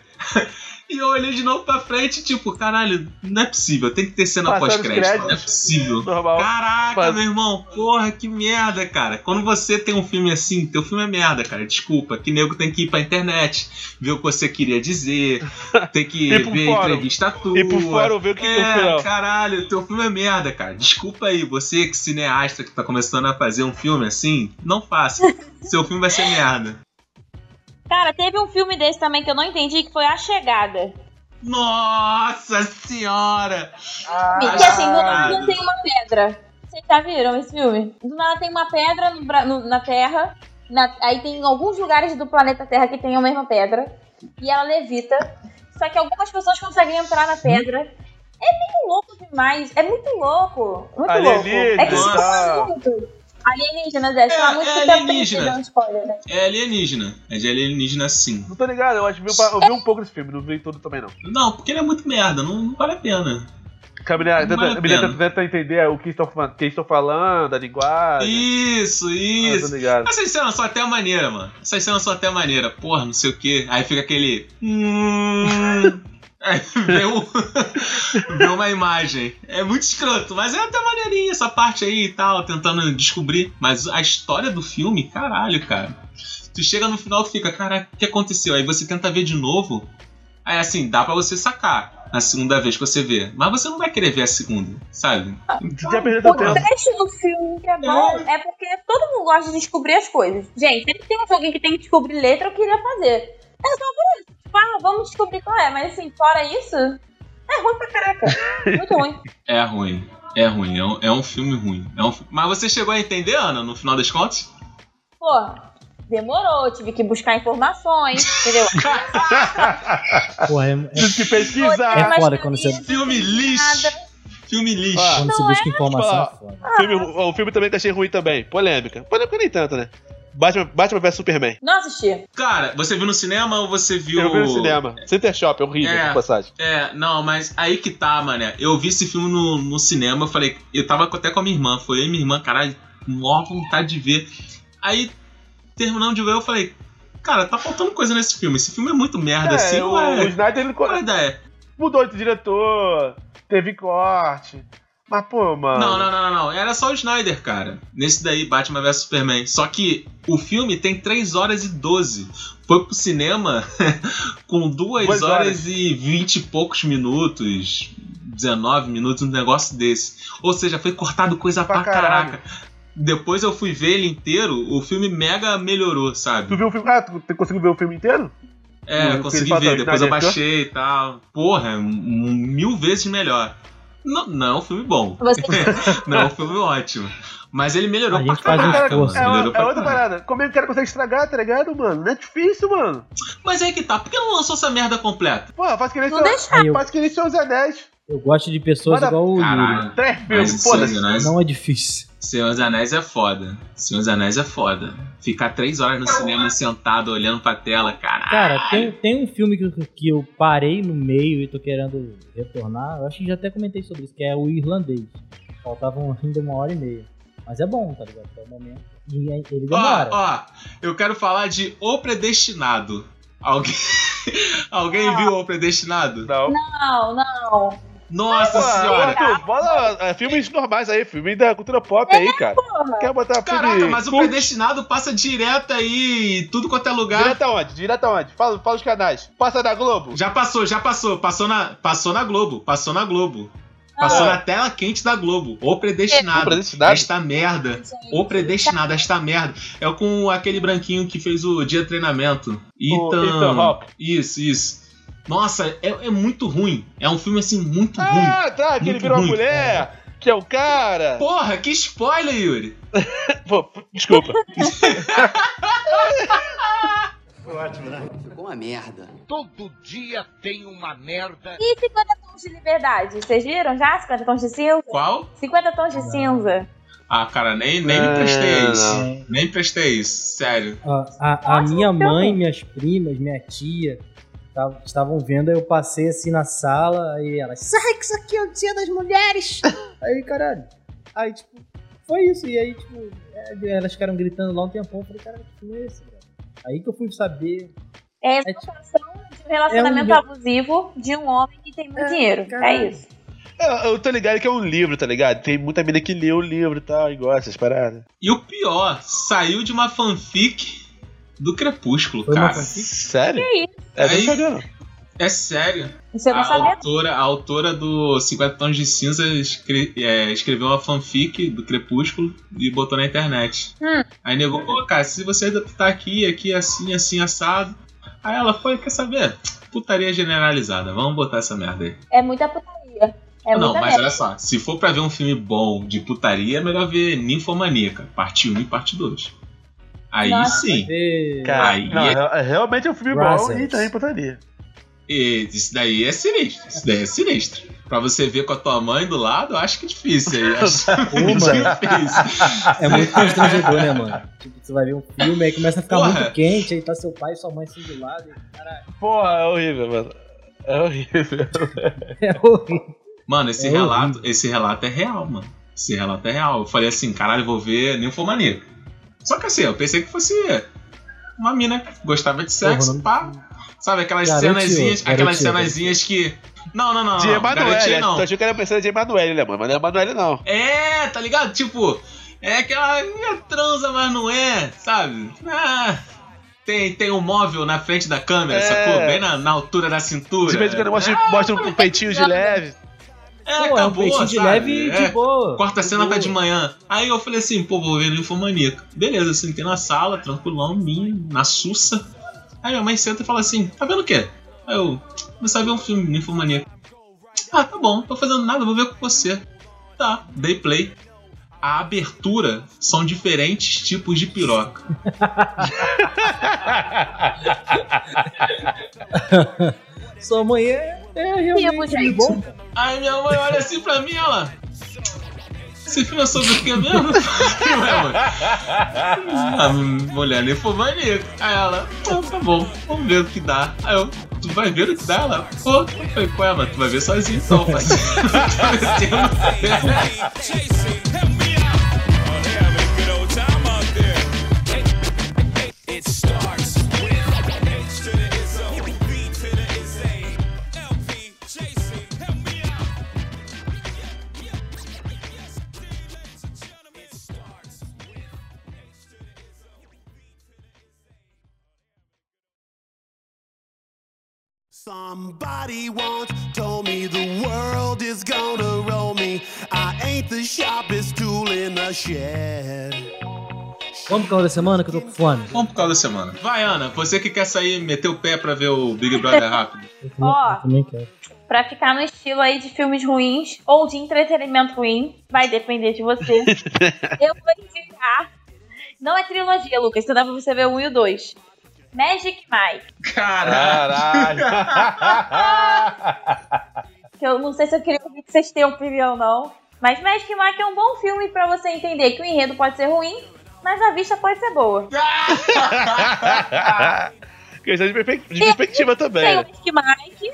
Speaker 3: E eu olhei de novo pra frente, tipo, caralho, não é possível, tem que ter cena
Speaker 6: Passaram os
Speaker 3: pós-crédito, não é
Speaker 6: créditos.
Speaker 3: possível.
Speaker 6: Normal.
Speaker 3: Caraca,
Speaker 6: Faz-
Speaker 3: meu irmão, porra, que merda, cara. Quando você tem um filme assim, teu filme é merda, cara. Desculpa, que nego tem que ir pra internet, ver o que você queria dizer, tem que
Speaker 6: Ir pro
Speaker 3: ver
Speaker 6: fórum.
Speaker 3: entrevista tua.
Speaker 6: E por fora eu ver o que que eu fui,
Speaker 3: É,
Speaker 6: ó.
Speaker 3: caralho, teu filme é merda, cara. Desculpa aí, você que cineasta que tá começando a fazer um filme assim, não faça. Seu filme vai ser merda.
Speaker 5: Cara, teve um filme desse também que eu não entendi, que foi A Chegada.
Speaker 3: Nossa senhora!
Speaker 6: Ah,
Speaker 5: E que assim, do nada tem uma pedra. Vocês já viram esse filme? Do nada tem uma pedra no Bra- no- na Terra. na- aí tem alguns lugares do planeta Terra que tem a mesma pedra. E ela levita. Só que algumas pessoas conseguem entrar na pedra. É meio louco demais. É muito louco. Muito
Speaker 6: Alienígena,
Speaker 5: louco. É que se
Speaker 6: tá.
Speaker 5: fala muito. Alienígenas, é.
Speaker 3: É,
Speaker 5: Fala muito
Speaker 3: é
Speaker 5: que tá
Speaker 3: alienígena.
Speaker 5: brincando, spoiler, né?
Speaker 3: É alienígena. É de alienígena sim.
Speaker 6: Não tô ligado, eu acho que
Speaker 8: Eu pa- Eu vi um pouco desse filme, não vi todo também, não.
Speaker 3: Não, porque ele é muito merda, não, não vale a pena.
Speaker 6: Caminhar,
Speaker 3: Não vale a
Speaker 6: tenta, Emília,
Speaker 3: pena.
Speaker 6: tenta, tenta entender o que estão fa- que estão falando, a linguagem.
Speaker 3: Isso,
Speaker 6: Ah,
Speaker 3: isso.
Speaker 6: tô ligado.
Speaker 3: Essas cenas são até maneira, mano. Essas cenas são até maneira. Porra, não sei o que. Aí fica aquele. hum. Aí vê, um- vê uma imagem. É muito escroto, mas é até maneirinha essa parte aí e tal, tentando descobrir. Mas a história do filme, caralho, cara. Tu chega no final e fica, caraca, o que aconteceu? Aí você tenta ver de novo. Aí assim, dá pra você sacar a segunda vez que você vê. Mas você não vai querer ver a segunda, sabe?
Speaker 6: Já perdeu
Speaker 5: O
Speaker 6: teu tempo.
Speaker 5: trecho do filme que é bom é porque todo mundo gosta de descobrir as coisas. Gente, sempre tem um joguinho que tem que descobrir letra, eu queria fazer. É só por isso. Tipo, ah, vamos descobrir qual é. Mas assim, fora isso, é ruim pra caraca. Muito ruim.
Speaker 3: É ruim. É ruim, é um, é um filme ruim. É um fi- Mas você chegou a entender, Ana, no final das contas?
Speaker 5: Pô, demorou, tive que buscar informações, entendeu?
Speaker 4: Porra, é, é
Speaker 6: Tive que pesquisar. Ah.
Speaker 4: É
Speaker 5: Mas
Speaker 4: foda quando você-
Speaker 5: não
Speaker 3: Filme lixo!
Speaker 5: nada.
Speaker 3: Filme lixo!
Speaker 6: Ó,
Speaker 4: quando você busca informação.
Speaker 6: ó.
Speaker 3: tipo,
Speaker 4: é foda.
Speaker 6: filme ru- ó, o filme também que eu achei ruim também. Polêmica. Polêmica nem tanto, né? Batman, Batman vs Superman.
Speaker 5: Não assisti.
Speaker 3: Cara, você viu no cinema ou você viu.
Speaker 6: Eu vi no cinema. Center Shop, horrível,
Speaker 3: É.
Speaker 6: de passagem.
Speaker 3: É, não, mas aí que tá, mané. Eu vi esse filme no, no cinema, eu falei. Eu tava até com a minha irmã, foi eu e minha irmã, caralho, maior vontade de ver. Aí, terminando de ver, eu falei. Cara, tá faltando coisa nesse filme. Esse filme é muito merda, assim,
Speaker 6: o,
Speaker 3: não
Speaker 6: o
Speaker 3: é?
Speaker 6: Snyder ele co-
Speaker 3: Qual a ideia?
Speaker 6: mudou de diretor, teve corte. Mas, pô, mano.
Speaker 3: Não, não, não, não, não. Era só o Snyder, cara. Nesse daí, Batman vs Superman. Só que o filme tem 3 horas e 12. Foi pro cinema com 2
Speaker 6: Duas
Speaker 3: horas,
Speaker 6: horas.
Speaker 3: e 20 e poucos minutos. 19 minutos, um negócio desse. Ou seja, foi cortado coisa pra,
Speaker 6: Pra
Speaker 3: caraca. Depois eu fui ver ele inteiro, o filme mega melhorou,
Speaker 6: Tu
Speaker 3: sabe?
Speaker 6: viu o filme? Ah, tu, tu conseguiu ver o filme inteiro?
Speaker 3: É,
Speaker 6: Hum,
Speaker 3: eu consegui
Speaker 6: ele
Speaker 3: ver,
Speaker 6: fala,
Speaker 3: depois eu
Speaker 6: Snyder,
Speaker 3: baixei e tal. Porra, um- um- mil vezes melhor. Não, não é um filme bom.
Speaker 5: Você
Speaker 3: Não, é um filme ótimo. Mas ele melhorou
Speaker 4: A
Speaker 3: pra
Speaker 4: gente faz um
Speaker 3: caraca, mano.
Speaker 4: esforço.
Speaker 6: É,
Speaker 3: Melhorou
Speaker 6: uma, é
Speaker 3: pra
Speaker 6: outra
Speaker 3: caraca.
Speaker 6: parada. Como é que o cara consegue estragar, tá ligado, mano? Não é difícil, mano.
Speaker 3: Mas aí que tá, por que não lançou essa merda completa?
Speaker 6: Pô, faz que nem
Speaker 5: não
Speaker 6: seu-
Speaker 5: deixa.
Speaker 4: Aí eu,
Speaker 6: Faz que nem seus anéis.
Speaker 4: eu gosto de pessoas
Speaker 6: Manda-
Speaker 4: igual o Yuri. né?
Speaker 3: Caralho.
Speaker 6: Três
Speaker 3: Mas o
Speaker 6: filmes,
Speaker 3: Senhor dos
Speaker 6: foda-se.
Speaker 3: Anéis,
Speaker 4: Não é difícil.
Speaker 3: Senhor dos Anéis é foda. Senhor dos Anéis é foda. Ficar três horas no cinema sentado olhando pra tela, caralho.
Speaker 4: Cara, tem, tem um filme que, que eu parei no meio e tô querendo retornar. Eu acho que já até comentei sobre isso, que é o irlandês. Faltavam ainda uma hora e meia. Mas é bom, tá ligado? É o momento. E aí ele
Speaker 3: Ó,
Speaker 4: demora.
Speaker 3: ó, eu quero falar de O Predestinado. Alguém, Alguém viu O Predestinado?
Speaker 6: Não.
Speaker 5: Não, não.
Speaker 3: Nossa
Speaker 6: Pô,
Speaker 3: senhora!
Speaker 6: Arthur, bola é, filmes normais aí, filme da cultura pop aí, cara.
Speaker 5: Porra.
Speaker 6: Quer botar filme.
Speaker 3: Caraca, mas o
Speaker 6: cult?
Speaker 3: Predestinado passa direto aí, em tudo quanto é lugar.
Speaker 6: Direto aonde? Direto aonde? Fala, fala os canais. Passa da Globo.
Speaker 3: Já passou, já passou. Passou na, passou na Globo. Passou na Globo. Passou na tela quente da Globo. O
Speaker 6: Ah. O
Speaker 3: predestinado.
Speaker 6: Predestinado?
Speaker 3: Esta merda. O predestinado, esta merda. É com aquele branquinho que fez o dia de treinamento.
Speaker 6: O
Speaker 3: Então.
Speaker 6: Ethan
Speaker 3: Ethan.
Speaker 6: Hawke.
Speaker 3: Isso, isso. Nossa, é, é muito ruim. É um filme assim muito ruim.
Speaker 6: Ah, tá, que ele
Speaker 3: Muito
Speaker 6: virou uma
Speaker 3: ruim.
Speaker 6: mulher, que é o cara.
Speaker 3: Porra, que spoiler, Yuri.
Speaker 6: Pô, desculpa.
Speaker 9: Ficou uma merda.
Speaker 11: Todo dia tem uma merda.
Speaker 5: E 50 tons de liberdade? Vocês viram já? 50 tons de cinza?
Speaker 3: Qual?
Speaker 5: 50 tons de cinza.
Speaker 3: Ah, cara, nem, nem me
Speaker 6: É,
Speaker 3: prestei a isso.
Speaker 6: não.
Speaker 3: Nem prestei a isso, sério.
Speaker 4: É, Ó, a, a
Speaker 5: Nossa,
Speaker 4: minha
Speaker 5: então.
Speaker 4: mãe, minhas primas, minha tia tav- estavam vendo, aí eu passei assim na sala, aí elas, sai que isso aqui é o dia das mulheres! aí, caralho. Aí, tipo, foi isso. E aí, tipo, é, elas ficaram gritando lá um tempão. Eu falei, caralho, que filme é esse, cara? Aí que eu fui saber.
Speaker 5: É a exaltação de Relacionamento
Speaker 4: É um-
Speaker 5: abusivo de um homem que tem muito dinheiro. É isso.
Speaker 6: Eu, eu tô ligado que é um livro, tá ligado? Tem muita mina que lê o livro e tal, e gosta dessas paradas.
Speaker 3: E o pior, saiu de uma fanfic do Crepúsculo,
Speaker 4: Foi uma
Speaker 3: cara.
Speaker 4: fanfic?
Speaker 6: Sério?
Speaker 5: Que isso?
Speaker 6: É,
Speaker 3: Aí-
Speaker 6: não sabia, não.
Speaker 3: É sério.
Speaker 5: Isso eu não
Speaker 3: a
Speaker 5: sabia.
Speaker 3: autora, a autora do 50 Tons de Cinza escre- é, escreveu uma fanfic do Crepúsculo e botou na internet.
Speaker 5: Hum.
Speaker 3: Aí negou, pô, cara, se você tá aqui, aqui, assim, assim, assado. Aí ela foi, quer saber? Putaria generalizada, vamos botar essa merda aí.
Speaker 5: É muita putaria. É
Speaker 3: Não,
Speaker 5: muita
Speaker 3: mas
Speaker 5: merda.
Speaker 3: olha só, se for pra ver um filme bom de putaria, é melhor ver Ninfomaníaca, parte 1 e parte 2. Aí
Speaker 5: Nossa.
Speaker 3: sim.
Speaker 4: E-
Speaker 6: Cara,
Speaker 3: Aí
Speaker 6: não,
Speaker 3: é-
Speaker 6: é- é realmente é um filme bom
Speaker 4: Russell.
Speaker 6: e também putaria.
Speaker 3: E isso daí é sinistro. Isso daí é sinistro. Pra você ver com a tua mãe do lado, eu acho que é difícil. aí, Eu acho muito
Speaker 4: Uma.
Speaker 3: difícil.
Speaker 4: É muito constrangedor, né, mano? Tipo, você vai ver um filme, aí começa a ficar
Speaker 3: Porra.
Speaker 4: muito quente, aí tá seu pai e sua mãe assim do lado. e-
Speaker 6: Porra, é horrível, mano. É horrível.
Speaker 4: É horrível.
Speaker 3: Mano, esse
Speaker 4: É
Speaker 3: relato, esse relato é real, mano. Esse relato é real. Eu falei assim, caralho, vou ver Ninfomaníaca. Só que assim, eu pensei que fosse uma mina que gostava de sexo, pá. Sabe, aquelas
Speaker 4: Garoteou,
Speaker 3: cenazinhas, aquelas
Speaker 4: garoteou.
Speaker 3: cenazinhas que. Não, não, não.
Speaker 6: De
Speaker 3: não, garotinha
Speaker 6: Emanuele, é
Speaker 3: não.
Speaker 6: tu achou que era pensando de Emanuele, né, mano? Mas não é Emanuele, não.
Speaker 3: É, tá ligado? Tipo, é aquela é transa, mas não é, sabe? Ah, tem, tem um móvel na frente da câmera,
Speaker 6: É.
Speaker 3: sacou? Bem na, na altura da cintura.
Speaker 6: De vez em quando mostra, mostra um peitinho de leve.
Speaker 3: É,
Speaker 4: Pô, é um
Speaker 3: acabou,
Speaker 4: peitinho de
Speaker 3: sabe?
Speaker 4: leve e tipo,
Speaker 3: É,
Speaker 4: de boa.
Speaker 3: Quarta cena tá
Speaker 4: boa.
Speaker 3: de manhã. Aí eu falei assim, pô, vou ver Ninfomaníaca. Beleza, eu sentei na sala, tranquilão, minha, na sussa. Aí minha mãe senta e fala assim, tá vendo o quê? Aí eu comecei a ver um filme, Ninfomaníaca. Ah, tá bom, tô fazendo nada, vou ver com você. Tá, dei play. A abertura são diferentes tipos de piroca.
Speaker 4: Sua mãe é, é realmente
Speaker 5: gente.
Speaker 4: bom.
Speaker 3: Aí minha mãe olha assim pra mim, ela... Esse filme é sobre o quê mesmo? Não é, mãe? A mulher nem foi maníaca. Aí ela, "Ah, tá bom, vamos ver o que dá. Aí eu, tu vai ver o que dá? Ela, pô, eu falei, qual é, mano? Tu vai ver sozinho então, parceiro. Não tá metendo.
Speaker 9: Somebody once told me the world is gonna roll me. I ain't the sharpest tool in the shed.
Speaker 4: Vamos pro calor da semana que eu tô com fome.
Speaker 3: Vamos pro causa da semana. Vai, Ana, você que quer sair, meter o pé pra ver o Big Brother rápido.
Speaker 5: Ó.
Speaker 4: Eu também quero.
Speaker 3: é-
Speaker 5: Pra ficar no estilo aí de filmes ruins ou de entretenimento ruim, vai depender de você. eu vou indicar. Não é trilogia, Lucas, então dá pra você ver o 1 e o 2. Magic Mike.
Speaker 3: Caralho.
Speaker 6: Caralho.
Speaker 5: Que eu não sei se eu queria ouvir que vocês tenham opinião ou não. Mas Magic Mike é um bom filme pra você entender que o enredo pode ser ruim, mas a vista pode ser boa.
Speaker 6: Questão de, perpe- de perspectiva
Speaker 5: Tem
Speaker 6: também.
Speaker 5: o
Speaker 6: né?
Speaker 5: Magic Mike.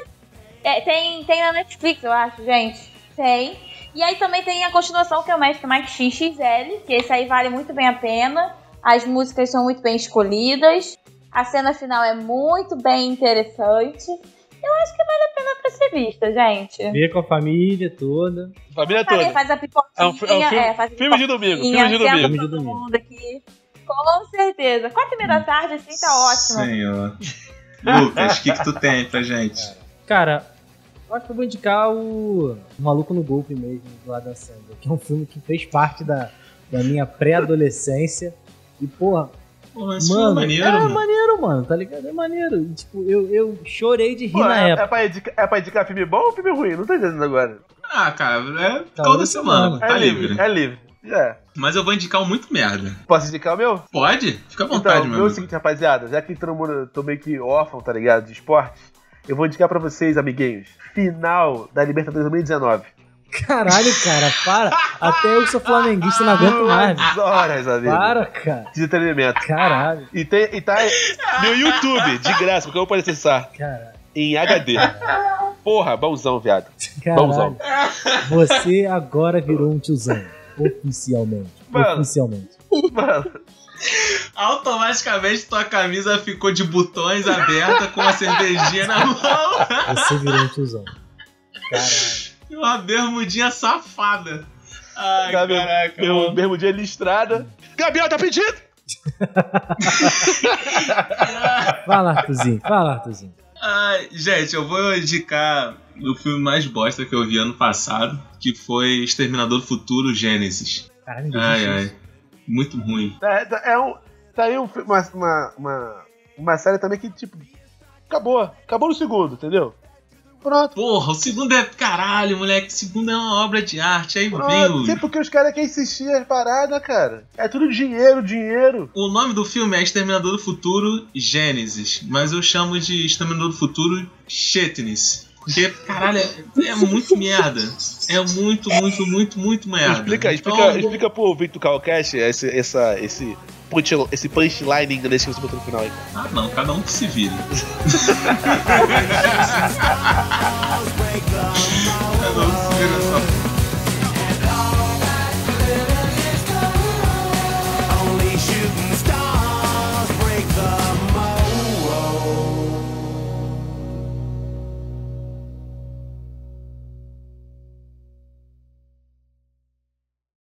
Speaker 5: É, tem, tem na Netflix, eu acho, gente. Tem. E aí também tem a continuação, que é o Magic Mike XXL, que esse aí vale muito bem a pena. As músicas são muito bem escolhidas. A cena final é muito bem interessante. Eu acho que vale a pena pra ser vista, gente.
Speaker 4: Ver com a família toda.
Speaker 6: Família
Speaker 5: Falei,
Speaker 6: toda.
Speaker 5: faz a pipoquinha.
Speaker 6: É um fi- é um filme-
Speaker 5: faz a
Speaker 6: filme de domingo, filme de
Speaker 5: pipoquinha,
Speaker 4: domingo.
Speaker 5: senta
Speaker 4: Filme de
Speaker 5: todo
Speaker 4: domingo.
Speaker 5: mundo aqui. Com certeza. Quatro e meia da tarde, assim, tá ótimo.
Speaker 3: Senhor. Lucas, o que, que tu tem pra gente?
Speaker 4: Cara, eu acho que eu vou indicar o Maluco no Golpe mesmo, do Adam Sandler, que é um filme que fez parte da, da minha pré-adolescência. E, porra,
Speaker 3: Pô, esse filme é
Speaker 4: mano,
Speaker 3: maneiro,
Speaker 4: é
Speaker 3: mano.
Speaker 4: maneiro, mano, tá ligado? É maneiro. E, tipo, eu, eu chorei de rir
Speaker 6: Pô,
Speaker 4: na
Speaker 6: é,
Speaker 4: época.
Speaker 6: é pra indicar, é pra indicar filme bom ou filme ruim? Não tô entendendo agora.
Speaker 3: Ah, cara, é
Speaker 4: Tá
Speaker 3: toda
Speaker 4: outra
Speaker 3: semana,
Speaker 4: semana.
Speaker 3: tá
Speaker 6: é livre,
Speaker 3: livre.
Speaker 6: é livre. É.
Speaker 3: Mas eu vou indicar um muito merda.
Speaker 6: Posso indicar o meu?
Speaker 3: Pode? Fica à
Speaker 6: Então,
Speaker 3: vontade,
Speaker 6: meu
Speaker 3: meu
Speaker 6: é o
Speaker 3: amigo.
Speaker 6: seguinte, rapaziada, já que todo mundo eu tô meio que órfão, tá ligado, de esporte, eu vou indicar pra vocês, amiguinhos, final da Libertadores 2019.
Speaker 4: Caralho, cara, para. Até eu que sou flamenguista não aguento mais.
Speaker 6: Duas horas, amigo,
Speaker 4: Para, cara.
Speaker 6: de entretenimento.
Speaker 4: Caralho,
Speaker 6: E, tem, e tá no YouTube, de graça, porque eu posso acessar,
Speaker 4: cara.
Speaker 6: em HD. Porra, bonzão, viado.
Speaker 4: Caralho.
Speaker 6: Bonzão.
Speaker 4: Você agora virou um tiozão. Oficialmente.
Speaker 6: Mano.
Speaker 4: Oficialmente.
Speaker 6: Mano,
Speaker 3: Automaticamente tua camisa ficou de botões aberta com a cervejinha na mão
Speaker 4: Você virou um tiozão. Caralho.
Speaker 3: e uma bermudinha safada. Ai,
Speaker 6: Gabi,
Speaker 3: caraca.
Speaker 6: Meu é
Speaker 3: mano.
Speaker 6: bermudinha listrada. Gabriel, tá pedindo?
Speaker 4: Fala, Arthurzinho. Fala, Arthurzinho.
Speaker 3: Ai, gente, eu vou indicar o filme mais bosta que eu vi ano passado, que foi Exterminador do Futuro Gênesis.
Speaker 4: Caralho, ninguém
Speaker 3: Ai,
Speaker 4: assistiu
Speaker 3: ai. Muito ruim.
Speaker 6: Tá, tá- é um, tá aí um fi- uma, uma, uma, uma série também que, tipo, acabou. Acabou no segundo, entendeu? Pronto.
Speaker 3: Porra, o segundo é caralho, moleque. O segundo é uma obra de arte. Aí vem
Speaker 6: Pronto.
Speaker 3: o
Speaker 6: Sempre Ah, porque os caras querem insistir as paradas, cara. É tudo dinheiro, dinheiro.
Speaker 3: O nome do filme é Exterminador do Futuro Gênesis, mas eu chamo de Exterminador do Futuro Chetnis. Porque, caralho, é, é muito merda. É muito, muito, muito, muito merda.
Speaker 6: Explica,
Speaker 3: Então,
Speaker 6: explica, explica pro Vitor do Calcast esse, essa, esse, punch, esse punchline em inglês que você botou no final aí.
Speaker 3: Ah, não, cada um que se vira. cada um que se vira.